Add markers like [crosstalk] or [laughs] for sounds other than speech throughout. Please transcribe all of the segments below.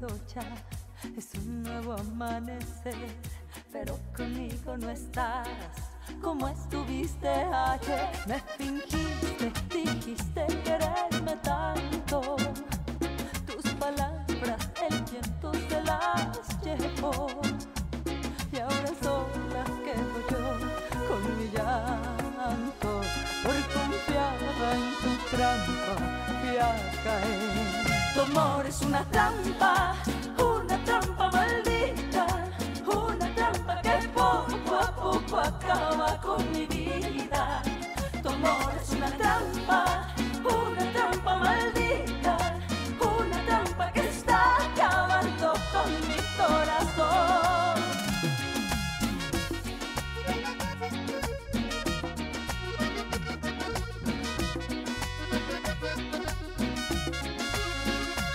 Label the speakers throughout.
Speaker 1: marcha, es un nuevo amanecer, pero conmigo no estás. Como estuviste ayer, me fingiste, dijiste quererme tanto. Tus palabras el viento se las llevó, y ahora son las que voy yo con mi llanto. Por confiar en tu trampa, fui a caer. Tu amor es una trampa, una trampa maldita, una trampa que poco a poco acaba con mi vida. Tu amor es una trampa, una trampa maldita, una trampa que está acabando con mi corazón.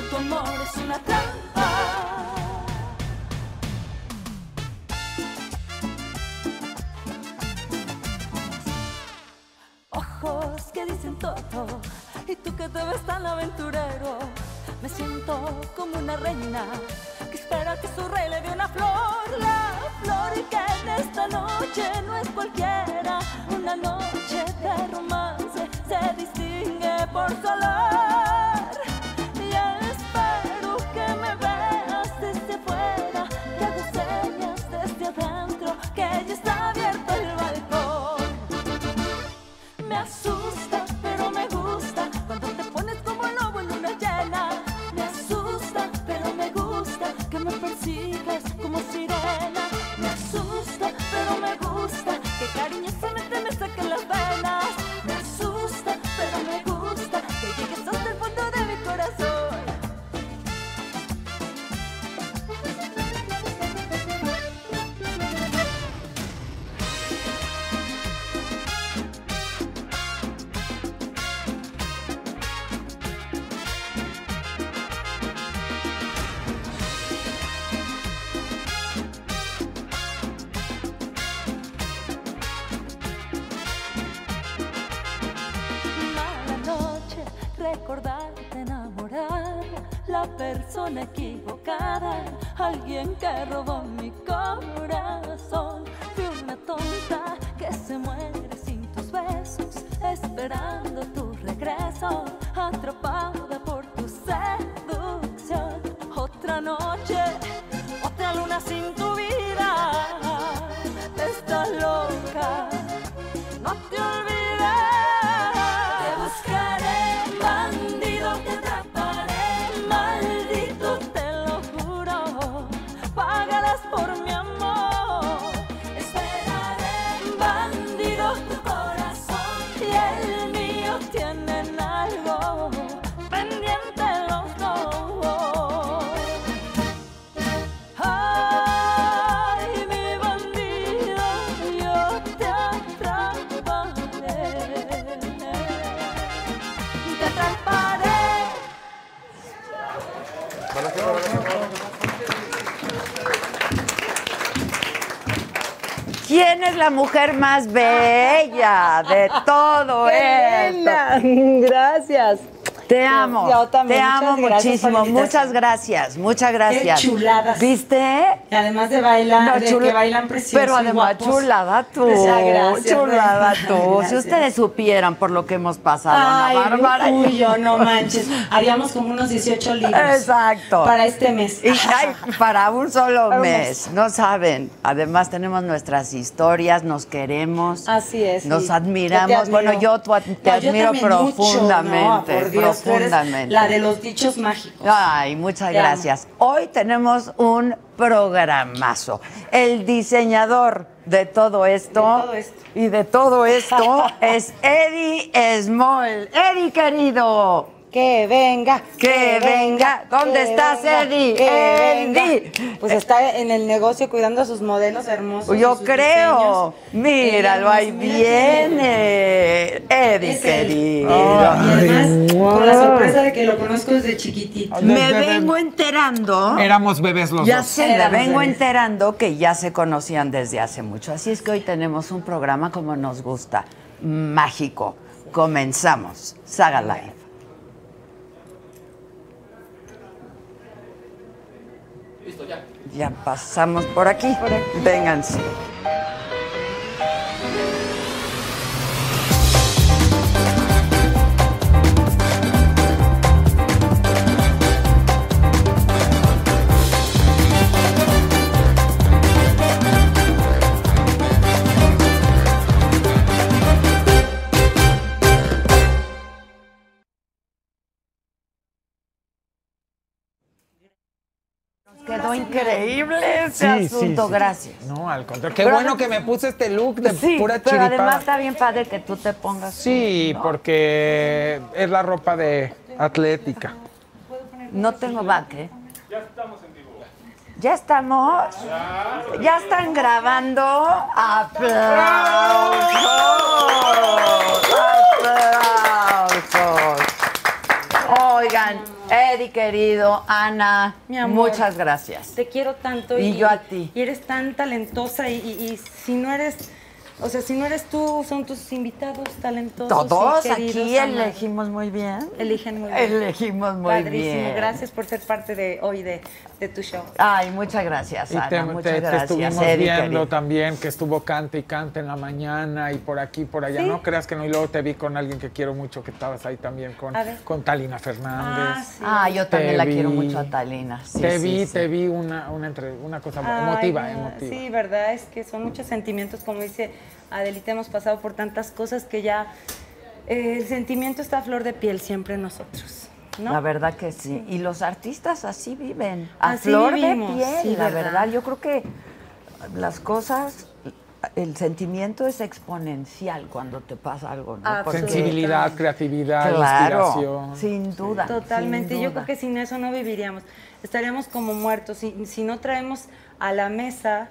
Speaker 1: Tu amor es una trampa. Ojos que dicen todo y tú que te ves tan aventurero. Me siento como una reina que espera que su rey le dé una flor. La flor que en esta noche no es cualquiera. Una noche de romance se distingue por su olor. Y espero que me veas desde fuera, que hago señas desde adentro, que ya está abierto el balcón. Me asusta, pero me gusta cuando te pones como lobo en luna llena. Me asusta, pero me gusta que me persigas como sirena. Me asusta, pero me gusta que cariñosamente me saquen las venas. Me asusta, pero me gusta que llegues hasta el fondo de mi corazón. Mala noche, recordarte enamorar la persona equivocada, alguien que robó mi corazón. Fui una tonta que se muere sin tus besos, esperando tu regreso, atrapada por tu seducción. Otra noche, otra luna sin tu vida, estás loca no te olvidaré. Te buscaré, bandido, te atraparé, maldito, te lo juro. Pagarás por mi amor. Esperaré, bandido, tu corazón y el mío tienen algo pendiente los dos. Ay, mi bandido, yo te atraparé. Te atraparé.
Speaker 2: ¿Quién es la mujer más bella de todo esto?
Speaker 3: Elena, [laughs] gracias.
Speaker 2: Te amo,
Speaker 3: Yo también,
Speaker 2: te
Speaker 3: muchas
Speaker 2: amo
Speaker 3: gracias por la
Speaker 2: muchísimo.
Speaker 3: invitación.
Speaker 2: Muchas gracias, muchas gracias.
Speaker 3: chuladas.
Speaker 2: ¿Viste?
Speaker 3: Y además de bailar, de
Speaker 2: chula-
Speaker 3: que bailan preciosos
Speaker 2: Pero además, chulada tú.
Speaker 3: Ah, gracias,
Speaker 2: chulada
Speaker 3: Reina.
Speaker 2: tú. Si
Speaker 3: Gracias.
Speaker 2: ustedes supieran por lo que hemos pasado,
Speaker 3: Ay,
Speaker 2: Ana Bárbara.
Speaker 3: uy, yo no manches. Haríamos como unos 18 libros.
Speaker 2: Exacto.
Speaker 3: Para este
Speaker 2: [laughs]
Speaker 3: mes.
Speaker 2: Y ay, para un solo
Speaker 3: Para un
Speaker 2: mes, no saben. Además tenemos nuestras historias, nos queremos.
Speaker 3: Así es. sí.
Speaker 2: Nos
Speaker 3: Yo
Speaker 2: admiramos.
Speaker 3: te admiro.
Speaker 2: bueno, yo tu-
Speaker 3: No,
Speaker 2: te
Speaker 3: yo
Speaker 2: admiro
Speaker 3: también mucho, no,
Speaker 2: profundamente,
Speaker 3: por Dios, tú eres
Speaker 2: profundamente. Ah.
Speaker 3: La de los dichos mágicos.
Speaker 2: Ay, muchas
Speaker 3: Te amo.
Speaker 2: gracias. Hoy tenemos un programazo. El diseñador de todo esto,
Speaker 3: De todo esto.
Speaker 2: y de todo
Speaker 3: [laughs]
Speaker 2: esto es Eddie Small. Eddie, querido.
Speaker 3: Que venga,
Speaker 2: Que venga. ¿Dónde Eh, estás, Eddie? Eddie.
Speaker 3: Pues está en el negocio cuidando a sus modelos hermosos. y
Speaker 2: Yo
Speaker 3: sus
Speaker 2: creo.
Speaker 3: diseños. Eh,
Speaker 2: Míralo,
Speaker 3: Ella
Speaker 2: ahí
Speaker 3: misma tiene-
Speaker 2: viene. Eddie,
Speaker 3: Es él.
Speaker 2: querido.
Speaker 3: y además, con la sorpresa de que lo conozco desde chiquitito.
Speaker 2: Me
Speaker 4: Desde-
Speaker 2: vengo enterando.
Speaker 4: Éramos bebés los
Speaker 2: Ya
Speaker 4: dos.
Speaker 2: sé, me
Speaker 3: Éramos
Speaker 2: vengo
Speaker 3: bebés.
Speaker 2: enterando que ya se conocían desde hace mucho. Así es que hoy tenemos un programa como nos gusta, mágico. Comenzamos. Saga Live. Ya pasamos por aquí. Vénganse. Quedó increíble ese asunto, gracias.
Speaker 4: No, al contrario. Qué
Speaker 2: Pero
Speaker 4: bueno
Speaker 2: además-
Speaker 4: que me puse este look de
Speaker 2: Sí,
Speaker 4: pura
Speaker 2: pero además
Speaker 4: chiripada.
Speaker 2: está bien padre que tú te pongas.
Speaker 4: Sí,
Speaker 2: ¿no?
Speaker 4: porque es la ropa de atlética.
Speaker 2: No tengo baque. Ya estamos en vivo. ¿Ya estamos? ¿Ya están grabando? ¡Aplausos! ¡Aplausos! Oigan, Eddie querido, Ana,
Speaker 3: Mi amor.
Speaker 2: muchas gracias.
Speaker 3: Te quiero tanto.
Speaker 2: Y yo a ti.
Speaker 3: Y eres tan talentosa y, y- y si no eres, o sea, si no eres tú, son tus invitados talentosos. y
Speaker 2: Todos aquí
Speaker 3: queridos, amados.
Speaker 2: elegimos muy bien.
Speaker 3: Eligen muy bien.
Speaker 2: Elegimos muy
Speaker 3: Padrísimo.
Speaker 2: bien.
Speaker 3: Gracias por ser parte de hoy de, de tu show.
Speaker 2: Ay, muchas gracias,
Speaker 4: Y
Speaker 2: Ana.
Speaker 4: te,
Speaker 2: muchas
Speaker 4: te- te
Speaker 2: gracias,
Speaker 4: estuvimos
Speaker 2: Eddie,
Speaker 4: viendo
Speaker 2: querido.
Speaker 4: también que estuvo cante y cante en la mañana y por aquí por allá. No creas que no. Y luego te vi con alguien que quiero mucho, que estabas ahí también con,
Speaker 3: A ver.
Speaker 4: con Talina Fernández.
Speaker 3: Ah, sí.
Speaker 2: Ah, yo también la
Speaker 4: Te
Speaker 2: quiero
Speaker 4: vi.
Speaker 2: mucho a Talina. Sí,
Speaker 4: te
Speaker 2: sí,
Speaker 4: vi,
Speaker 2: sí.
Speaker 4: te vi una, una, entre- una cosa
Speaker 3: Ay,
Speaker 4: emotiva,
Speaker 3: no,
Speaker 4: emotiva.
Speaker 3: Sí, verdad, es que son muchos sentimientos, como dice Adelita, hemos pasado por tantas cosas que ya eh, el sentimiento está a flor de piel siempre en nosotros, ¿no?
Speaker 2: La verdad que sí. Y los artistas así viven. A
Speaker 3: Así
Speaker 2: flor
Speaker 3: vivimos,
Speaker 2: de piel,
Speaker 3: sí,
Speaker 2: la verdad.
Speaker 3: ¿verdad?
Speaker 2: Yo creo que las cosas, el sentimiento es exponencial cuando te pasa algo, ¿no?
Speaker 3: Ah,
Speaker 2: Porque-
Speaker 4: Sensibilidad, creatividad,
Speaker 2: Claro,
Speaker 4: inspiración.
Speaker 2: sin duda.
Speaker 3: Totalmente,
Speaker 2: sin
Speaker 3: yo
Speaker 2: duda.
Speaker 3: creo que sin eso no viviríamos, estaríamos como muertos, si, si no traemos a la mesa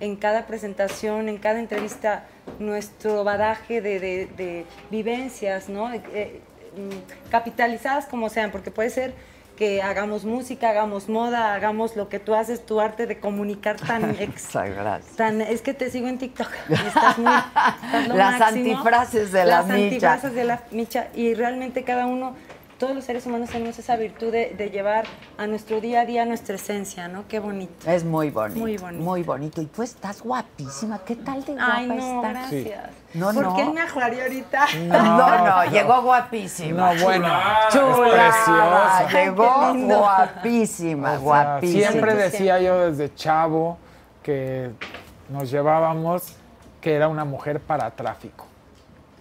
Speaker 3: en cada presentación, en cada entrevista, nuestro badaje de, de- de vivencias, ¿no? De- eh, mm, capitalizadas como sean, porque puede ser que hagamos música, hagamos moda, hagamos lo que tú haces, tu arte de comunicar
Speaker 2: [laughs]
Speaker 3: tan... ex-
Speaker 2: Muchas gracias.
Speaker 3: Tan, es que te sigo en TikTok. Estás muy, estás
Speaker 2: [laughs]
Speaker 3: lo
Speaker 2: Las
Speaker 3: máximo.
Speaker 2: antifrases de la
Speaker 3: Las
Speaker 2: micha.
Speaker 3: antifrases de la micha. Y realmente cada uno, todos los seres humanos tenemos esa virtud de, de llevar a nuestro día a día nuestra esencia, ¿no? Qué bonito.
Speaker 2: Es muy bonito.
Speaker 3: Muy bonito.
Speaker 2: Muy bonito. Y tú estás guapísima. ¿Qué tal de guapa
Speaker 3: Ay, no,
Speaker 2: estás?
Speaker 3: gracias.
Speaker 2: Sí. No,
Speaker 3: ¿Por
Speaker 2: no.
Speaker 3: qué me ajuaré ahorita?
Speaker 2: [laughs] No, no,
Speaker 4: pero-
Speaker 2: llegó guapísima.
Speaker 4: No, bueno, es
Speaker 2: Chula,
Speaker 4: preciosa.
Speaker 2: llegó
Speaker 3: Ay, qué lindo.
Speaker 2: guapísima,
Speaker 4: O sea,
Speaker 2: guapísima.
Speaker 4: Siempre decía yo desde chavo que nos llevábamos que era una mujer para tráfico.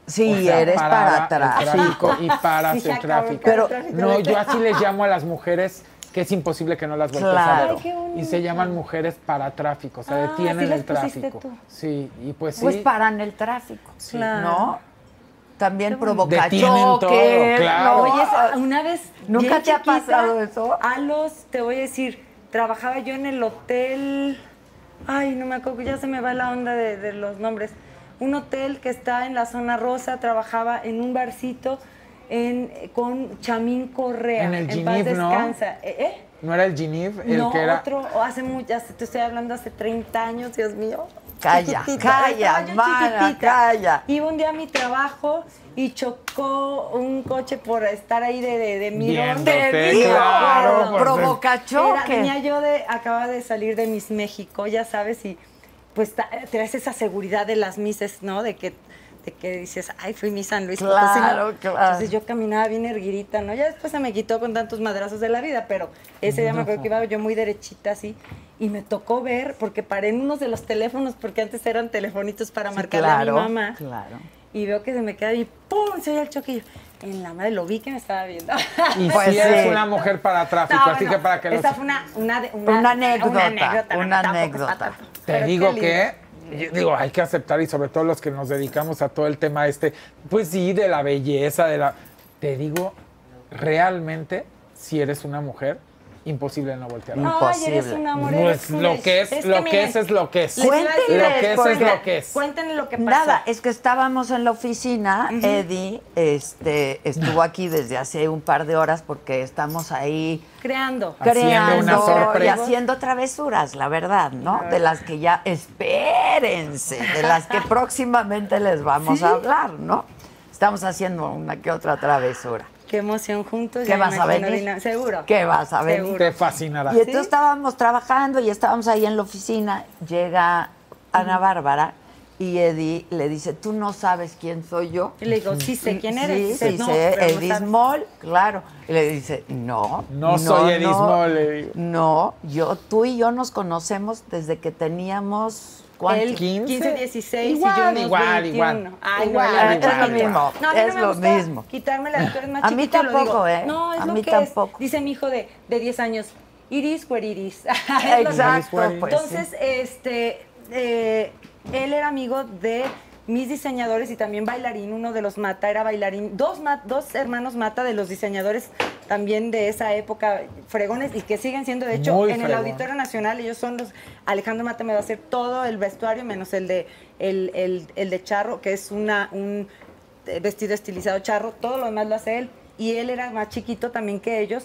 Speaker 2: Sí,
Speaker 4: O sea,
Speaker 2: eres para
Speaker 4: paraba el
Speaker 2: atrás.
Speaker 4: tráfico
Speaker 2: [laughs]
Speaker 4: y paras
Speaker 3: Sí,
Speaker 4: el
Speaker 3: acabó
Speaker 4: tráfico.
Speaker 3: con
Speaker 2: el
Speaker 4: Pero
Speaker 2: tráfico.
Speaker 4: no, yo así les llamo a las mujeres que es imposible que no las vuelvas a ver.
Speaker 2: Claro. Ay, qué
Speaker 4: y se llaman mujeres para tráfico, o sea,
Speaker 3: Ah,
Speaker 4: detienen
Speaker 3: así las
Speaker 4: el
Speaker 3: pusiste
Speaker 4: tráfico.
Speaker 3: tú.
Speaker 4: Sí, y pues
Speaker 3: Ah,
Speaker 4: sí.
Speaker 2: Pues paran el tráfico,
Speaker 3: Claro.
Speaker 2: ¿no? También provoca
Speaker 4: Detienen todo,
Speaker 2: choques,
Speaker 4: claro.
Speaker 2: ¿no? ah,
Speaker 3: Oye, esa- una vez.
Speaker 2: ¿Nunca
Speaker 3: bien
Speaker 2: te ha
Speaker 3: chiquita,
Speaker 2: pasado eso?
Speaker 3: A los, te voy a decir, trabajaba yo en el hotel. Ay, no me acuerdo, ya se me va la onda de, de los nombres. Un hotel que está en la zona rosa, trabajaba en un barcito en, con Chamín Correa.
Speaker 4: En el
Speaker 3: paz
Speaker 4: Geneve, ¿no?
Speaker 3: descansa. ¿Eh? eh?
Speaker 4: No era el Genif, el
Speaker 3: no,
Speaker 4: que era.
Speaker 3: otro, o hace muchas, te estoy hablando hace 30 años, Dios mío.
Speaker 2: Calla,
Speaker 3: Chiquitita,
Speaker 2: calla,
Speaker 3: estaba yo
Speaker 2: mana,
Speaker 3: chiquitita.
Speaker 2: calla.
Speaker 3: Iba un día a mi trabajo y chocó un coche por estar ahí de, de, de
Speaker 4: Viendo.
Speaker 3: mirón.
Speaker 2: Te
Speaker 4: Te-
Speaker 2: digo,
Speaker 4: claro, pues,
Speaker 2: provoca
Speaker 3: Era-
Speaker 2: choques.
Speaker 3: venía yo de, acababa de salir de Miss México, ya sabes, y pues ta- traes esa seguridad de las mises, ¿no? De que de que dices, ay, fui mi San Luis Potosí", ¿no?
Speaker 2: Claro, claro.
Speaker 3: Entonces yo caminaba bien erguidita, ¿no? Ya después se me quitó con tantos madrazos de la vida, pero ese día me acuerdo que iba yo muy derechita así y me tocó ver, porque paré en unos de los teléfonos, porque antes eran telefonitos para marcarle
Speaker 2: claro,
Speaker 3: a mi mamá.
Speaker 2: claro.
Speaker 3: Y veo que se me queda y ¡pum! Se oye el choque y yo, en la madre lo vi que me estaba viendo. [laughs]
Speaker 4: Y
Speaker 2: Pues
Speaker 4: sí, eres
Speaker 2: sí.
Speaker 4: una mujer para tráfico,
Speaker 3: No,
Speaker 4: así
Speaker 3: no,
Speaker 4: que para que los
Speaker 3: Esa fue una, una, de- una,
Speaker 2: Una anécdota,
Speaker 3: no,
Speaker 2: una
Speaker 3: tampoco,
Speaker 2: anécdota.
Speaker 3: tampoco. Pero
Speaker 4: Te
Speaker 3: qué
Speaker 4: digo
Speaker 3: lindo.
Speaker 4: que, yo digo, hay que aceptar y sobre todo los que nos dedicamos a todo el tema este, pues sí, de la belleza, de la... Te digo, realmente, si eres una mujer, imposible no voltear.
Speaker 2: No,
Speaker 4: No,
Speaker 3: Ay, eres
Speaker 2: Imposible.
Speaker 3: un amor,
Speaker 4: pues
Speaker 3: eres una-
Speaker 4: lo que es, lo que
Speaker 3: miren,
Speaker 4: es es lo que es.
Speaker 3: les iba a decir-
Speaker 2: Cuéntenles,
Speaker 4: lo que es es
Speaker 2: porque-
Speaker 4: lo que es.
Speaker 3: Cuéntenle lo que pasó.
Speaker 2: Nada, es que estábamos en la oficina, Eddie este, estuvo aquí desde hace un par de horas porque estamos ahí
Speaker 3: creando.
Speaker 4: Haciendo
Speaker 2: creando
Speaker 4: una
Speaker 2: y
Speaker 4: sorpresa.
Speaker 2: haciendo travesuras, la verdad, ¿no? De las que ya, espérense, de las que [laughs] próximamente les vamos a hablar, ¿no? Estamos haciendo una que otra travesura.
Speaker 3: Qué emoción juntos.
Speaker 2: ¿Qué
Speaker 3: Pues ya me
Speaker 2: vas a
Speaker 3: imagino
Speaker 2: venir?
Speaker 3: dinam- Seguro.
Speaker 2: ¿Qué vas a venir?
Speaker 3: Seguro.
Speaker 4: Te fascinará.
Speaker 2: Y entonces estábamos trabajando y estábamos ahí en la oficina. Llega Ana Bárbara y Eddie le dice, tú no sabes quién soy yo.
Speaker 3: Y le digo, sí sé quién eres.
Speaker 2: Mm, Sí,
Speaker 3: Dice,
Speaker 2: dice,
Speaker 3: "No, pero no
Speaker 2: Eddie
Speaker 3: sabes".
Speaker 2: Small, claro. Y le dice, no.
Speaker 4: No soy Eddie Small", le digo.
Speaker 2: No, yo, tú y yo nos conocemos desde que teníamos... ¿cuánto?
Speaker 3: Él [laughs] 15, 16
Speaker 4: Igual,
Speaker 3: y yo unos
Speaker 4: igual,
Speaker 3: 21.
Speaker 4: igual.
Speaker 3: Ay,
Speaker 2: Igual,
Speaker 3: no, la neta
Speaker 4: igual,
Speaker 3: es lo mismo.
Speaker 2: igual.
Speaker 3: No, a mí no
Speaker 2: Es
Speaker 3: me
Speaker 2: lo
Speaker 3: gusta
Speaker 2: mismo.
Speaker 3: Quitarme las piernas más
Speaker 2: A mí
Speaker 3: chiquita, lo digo.
Speaker 2: tampoco, ¿eh?
Speaker 3: No, es
Speaker 2: A
Speaker 3: lo
Speaker 2: mí
Speaker 3: que
Speaker 2: tampoco.
Speaker 3: es. Dice mi hijo de, de 10 años, iris por iris. [laughs]
Speaker 2: Exacto, pues,
Speaker 3: Entonces, este, eh, él era amigo de mis diseñadores y también bailarín, uno de los Mata era bailarín, dos, Ma- dos hermanos Mata de los diseñadores también de esa época, fregones, y que siguen siendo, de hecho,
Speaker 4: Muy
Speaker 3: en el
Speaker 4: fregón.
Speaker 3: Auditorio Nacional, ellos son los, Alejandro Mata me va a hacer todo el vestuario, menos el de, el, el- el de charro, que es una, un eh, vestido estilizado charro, todo lo demás lo hace él, y él era más chiquito también que ellos,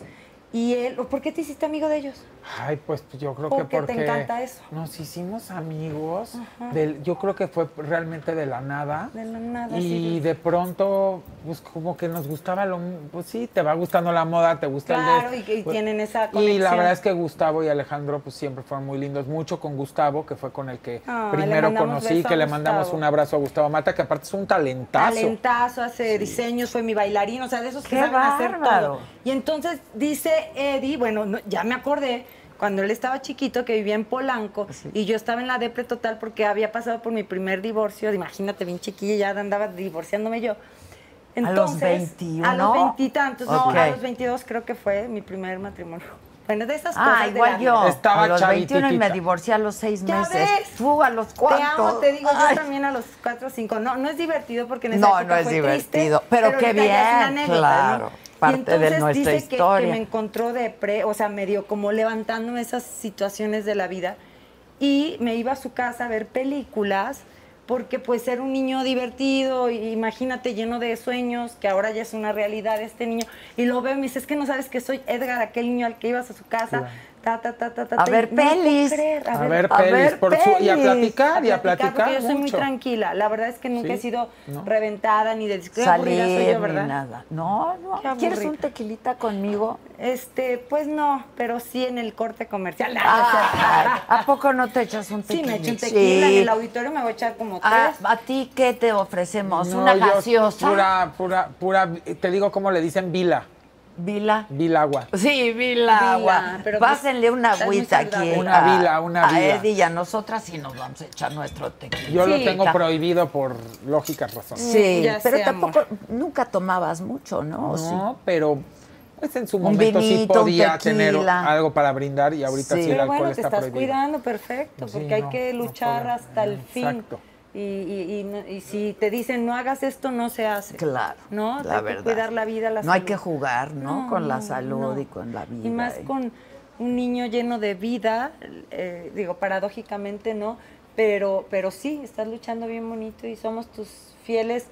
Speaker 3: y él, ¿por qué te hiciste amigo de ellos?
Speaker 4: Ay, pues yo creo que
Speaker 3: Porque te
Speaker 4: porque
Speaker 3: encanta eso.
Speaker 4: nos hicimos amigos. Del, yo creo que fue realmente de la nada.
Speaker 3: De la nada,
Speaker 4: Y
Speaker 3: sí.
Speaker 4: de pronto, pues como que nos gustaba lo. m- Pues sí, te va gustando la moda, te gusta
Speaker 3: Claro,
Speaker 4: el de.
Speaker 3: y que- y
Speaker 4: pues,
Speaker 3: tienen esa
Speaker 4: Y la
Speaker 3: conexión.
Speaker 4: verdad es que Gustavo y Alejandro, pues siempre fueron muy lindos. Mucho con Gustavo, que fue con el que
Speaker 3: Ah, le
Speaker 4: primero
Speaker 3: mandamos
Speaker 4: conocí,
Speaker 3: beso a
Speaker 4: que le mandamos
Speaker 3: Gustavo.
Speaker 4: un abrazo a Gustavo Mata, que aparte es un talentazo.
Speaker 3: Talentazo, hace diseños, fue mi bailarín, o sea, de esos que
Speaker 2: ¡Qué
Speaker 3: saben hacer
Speaker 2: bárbaro!
Speaker 3: todo. Y entonces dice Eddie, bueno, no, ya me acordé, cuando él estaba chiquito, que vivía en Polanco,
Speaker 2: Ah,
Speaker 3: y yo estaba en la depre total porque había pasado por mi primer divorcio, imagínate, bien chiquilla, ya andaba divorciándome yo.
Speaker 2: los
Speaker 3: Entonces,
Speaker 2: 21?
Speaker 3: A los veintitantos,
Speaker 2: Ok.
Speaker 3: no, a los 22 creo que fue mi primer matrimonio. Bueno, de esas cosas
Speaker 2: Ah,
Speaker 3: de la
Speaker 2: igual
Speaker 3: vida.
Speaker 2: yo.
Speaker 4: Estaba
Speaker 2: a los 21 y me
Speaker 4: chavititita.
Speaker 2: divorcié a los seis
Speaker 3: Ya
Speaker 2: meses.
Speaker 3: ves.
Speaker 2: Tú a los cuatro.
Speaker 3: Te amo, te digo,
Speaker 2: Ay,
Speaker 3: yo también a los 4 o 5. No, no es divertido porque en esa
Speaker 2: No, no
Speaker 3: época
Speaker 2: es
Speaker 3: fue triste,
Speaker 2: divertido, pero qué
Speaker 3: ahorita ya es
Speaker 2: bien,
Speaker 3: una anécdota,
Speaker 2: claro,
Speaker 3: Y
Speaker 2: parte de
Speaker 3: entonces
Speaker 2: nuestra
Speaker 3: dice que- Que,
Speaker 2: historia.
Speaker 3: me encontró de pre, o sea, medio como levantando esas situaciones de la vida y me iba a su casa a ver películas porque pues era un niño divertido, y imagínate, lleno de sueños, que ahora ya es una realidad este niño, y lo veo y me dice, es que no sabes que soy Edgar, aquel niño al que ibas a su casa, ta, ta, ta, ta, ta,
Speaker 2: A
Speaker 3: ta, y
Speaker 2: ver
Speaker 3: no lo puedo
Speaker 2: pelis.
Speaker 3: creer,
Speaker 4: A ver, pelis, por su- y a platicar, y a platicar
Speaker 3: porque yo soy muy
Speaker 4: mucho.
Speaker 3: tranquila. La verdad es que nunca
Speaker 4: Sí,
Speaker 3: he sido
Speaker 4: ¿no?
Speaker 3: reventada ni de qué aburrida soy
Speaker 2: salir
Speaker 3: yo,
Speaker 2: ni
Speaker 3: ¿verdad?
Speaker 2: nada. No, no.
Speaker 3: Qué
Speaker 2: ¿Quieres
Speaker 3: aburrida.
Speaker 2: un tequilita conmigo?
Speaker 3: Este, pues no, pero sí en el corte comercial. [laughs]
Speaker 2: Ah, ¿A poco no te echas un
Speaker 3: sí,
Speaker 2: tequila?
Speaker 3: me echo un tequila en
Speaker 2: Sí.
Speaker 3: el auditorio, me voy a echar como tres.
Speaker 2: Ah, ¿A ti qué te ofrecemos?
Speaker 4: No,
Speaker 2: ¿Una
Speaker 4: yo-
Speaker 2: gaseosa?
Speaker 4: Pura, pura, pura. Te digo cómo le dicen vila.
Speaker 2: ¿Vila?
Speaker 4: Vilagua.
Speaker 2: Sí, vila, agua.
Speaker 3: pero pues,
Speaker 2: Pásenle una
Speaker 3: estás muy
Speaker 2: agüita aquí.
Speaker 3: saludable.
Speaker 4: Una
Speaker 2: a-
Speaker 4: vila, una
Speaker 2: A
Speaker 4: vila.
Speaker 2: Eddie y a nosotras y nos vamos a echar nuestro tequila.
Speaker 4: Yo lo
Speaker 3: Sí.
Speaker 4: tengo prohibido por lógicas razones.
Speaker 2: Sí,
Speaker 3: Ya
Speaker 2: pero
Speaker 3: sé,
Speaker 2: tampoco, nunca tomabas mucho, ¿no? ¿O sí?
Speaker 4: No, pero pues en su
Speaker 2: Un
Speaker 4: momento sí
Speaker 2: vinito, un
Speaker 4: podía tener
Speaker 2: tequila.
Speaker 4: algo para brindar y ahorita sí, el
Speaker 2: Sí.
Speaker 3: pero
Speaker 4: alcohol
Speaker 3: bueno, te
Speaker 4: está
Speaker 3: estás
Speaker 4: prohibido.
Speaker 3: cuidando, perfecto, porque
Speaker 4: Sí,
Speaker 3: hay
Speaker 4: no,
Speaker 3: que
Speaker 4: no
Speaker 3: luchar
Speaker 4: puedo.
Speaker 3: hasta el fin.
Speaker 4: Exacto.
Speaker 3: Y, y- y no- y si te dicen no hagas esto, no se hace.
Speaker 2: Claro.
Speaker 3: No,
Speaker 2: la
Speaker 3: hay
Speaker 2: verdad.
Speaker 3: que cuidar la vida, la
Speaker 2: No hay
Speaker 3: salud.
Speaker 2: que jugar, ¿no?
Speaker 3: No,
Speaker 2: con la
Speaker 3: no,
Speaker 2: salud
Speaker 3: no.
Speaker 2: y con la vida.
Speaker 3: Y más
Speaker 2: ¿eh?
Speaker 3: con un niño lleno de vida, eh, digo, paradójicamente no, pero, pero sí, estás luchando bien bonito y somos tus fieles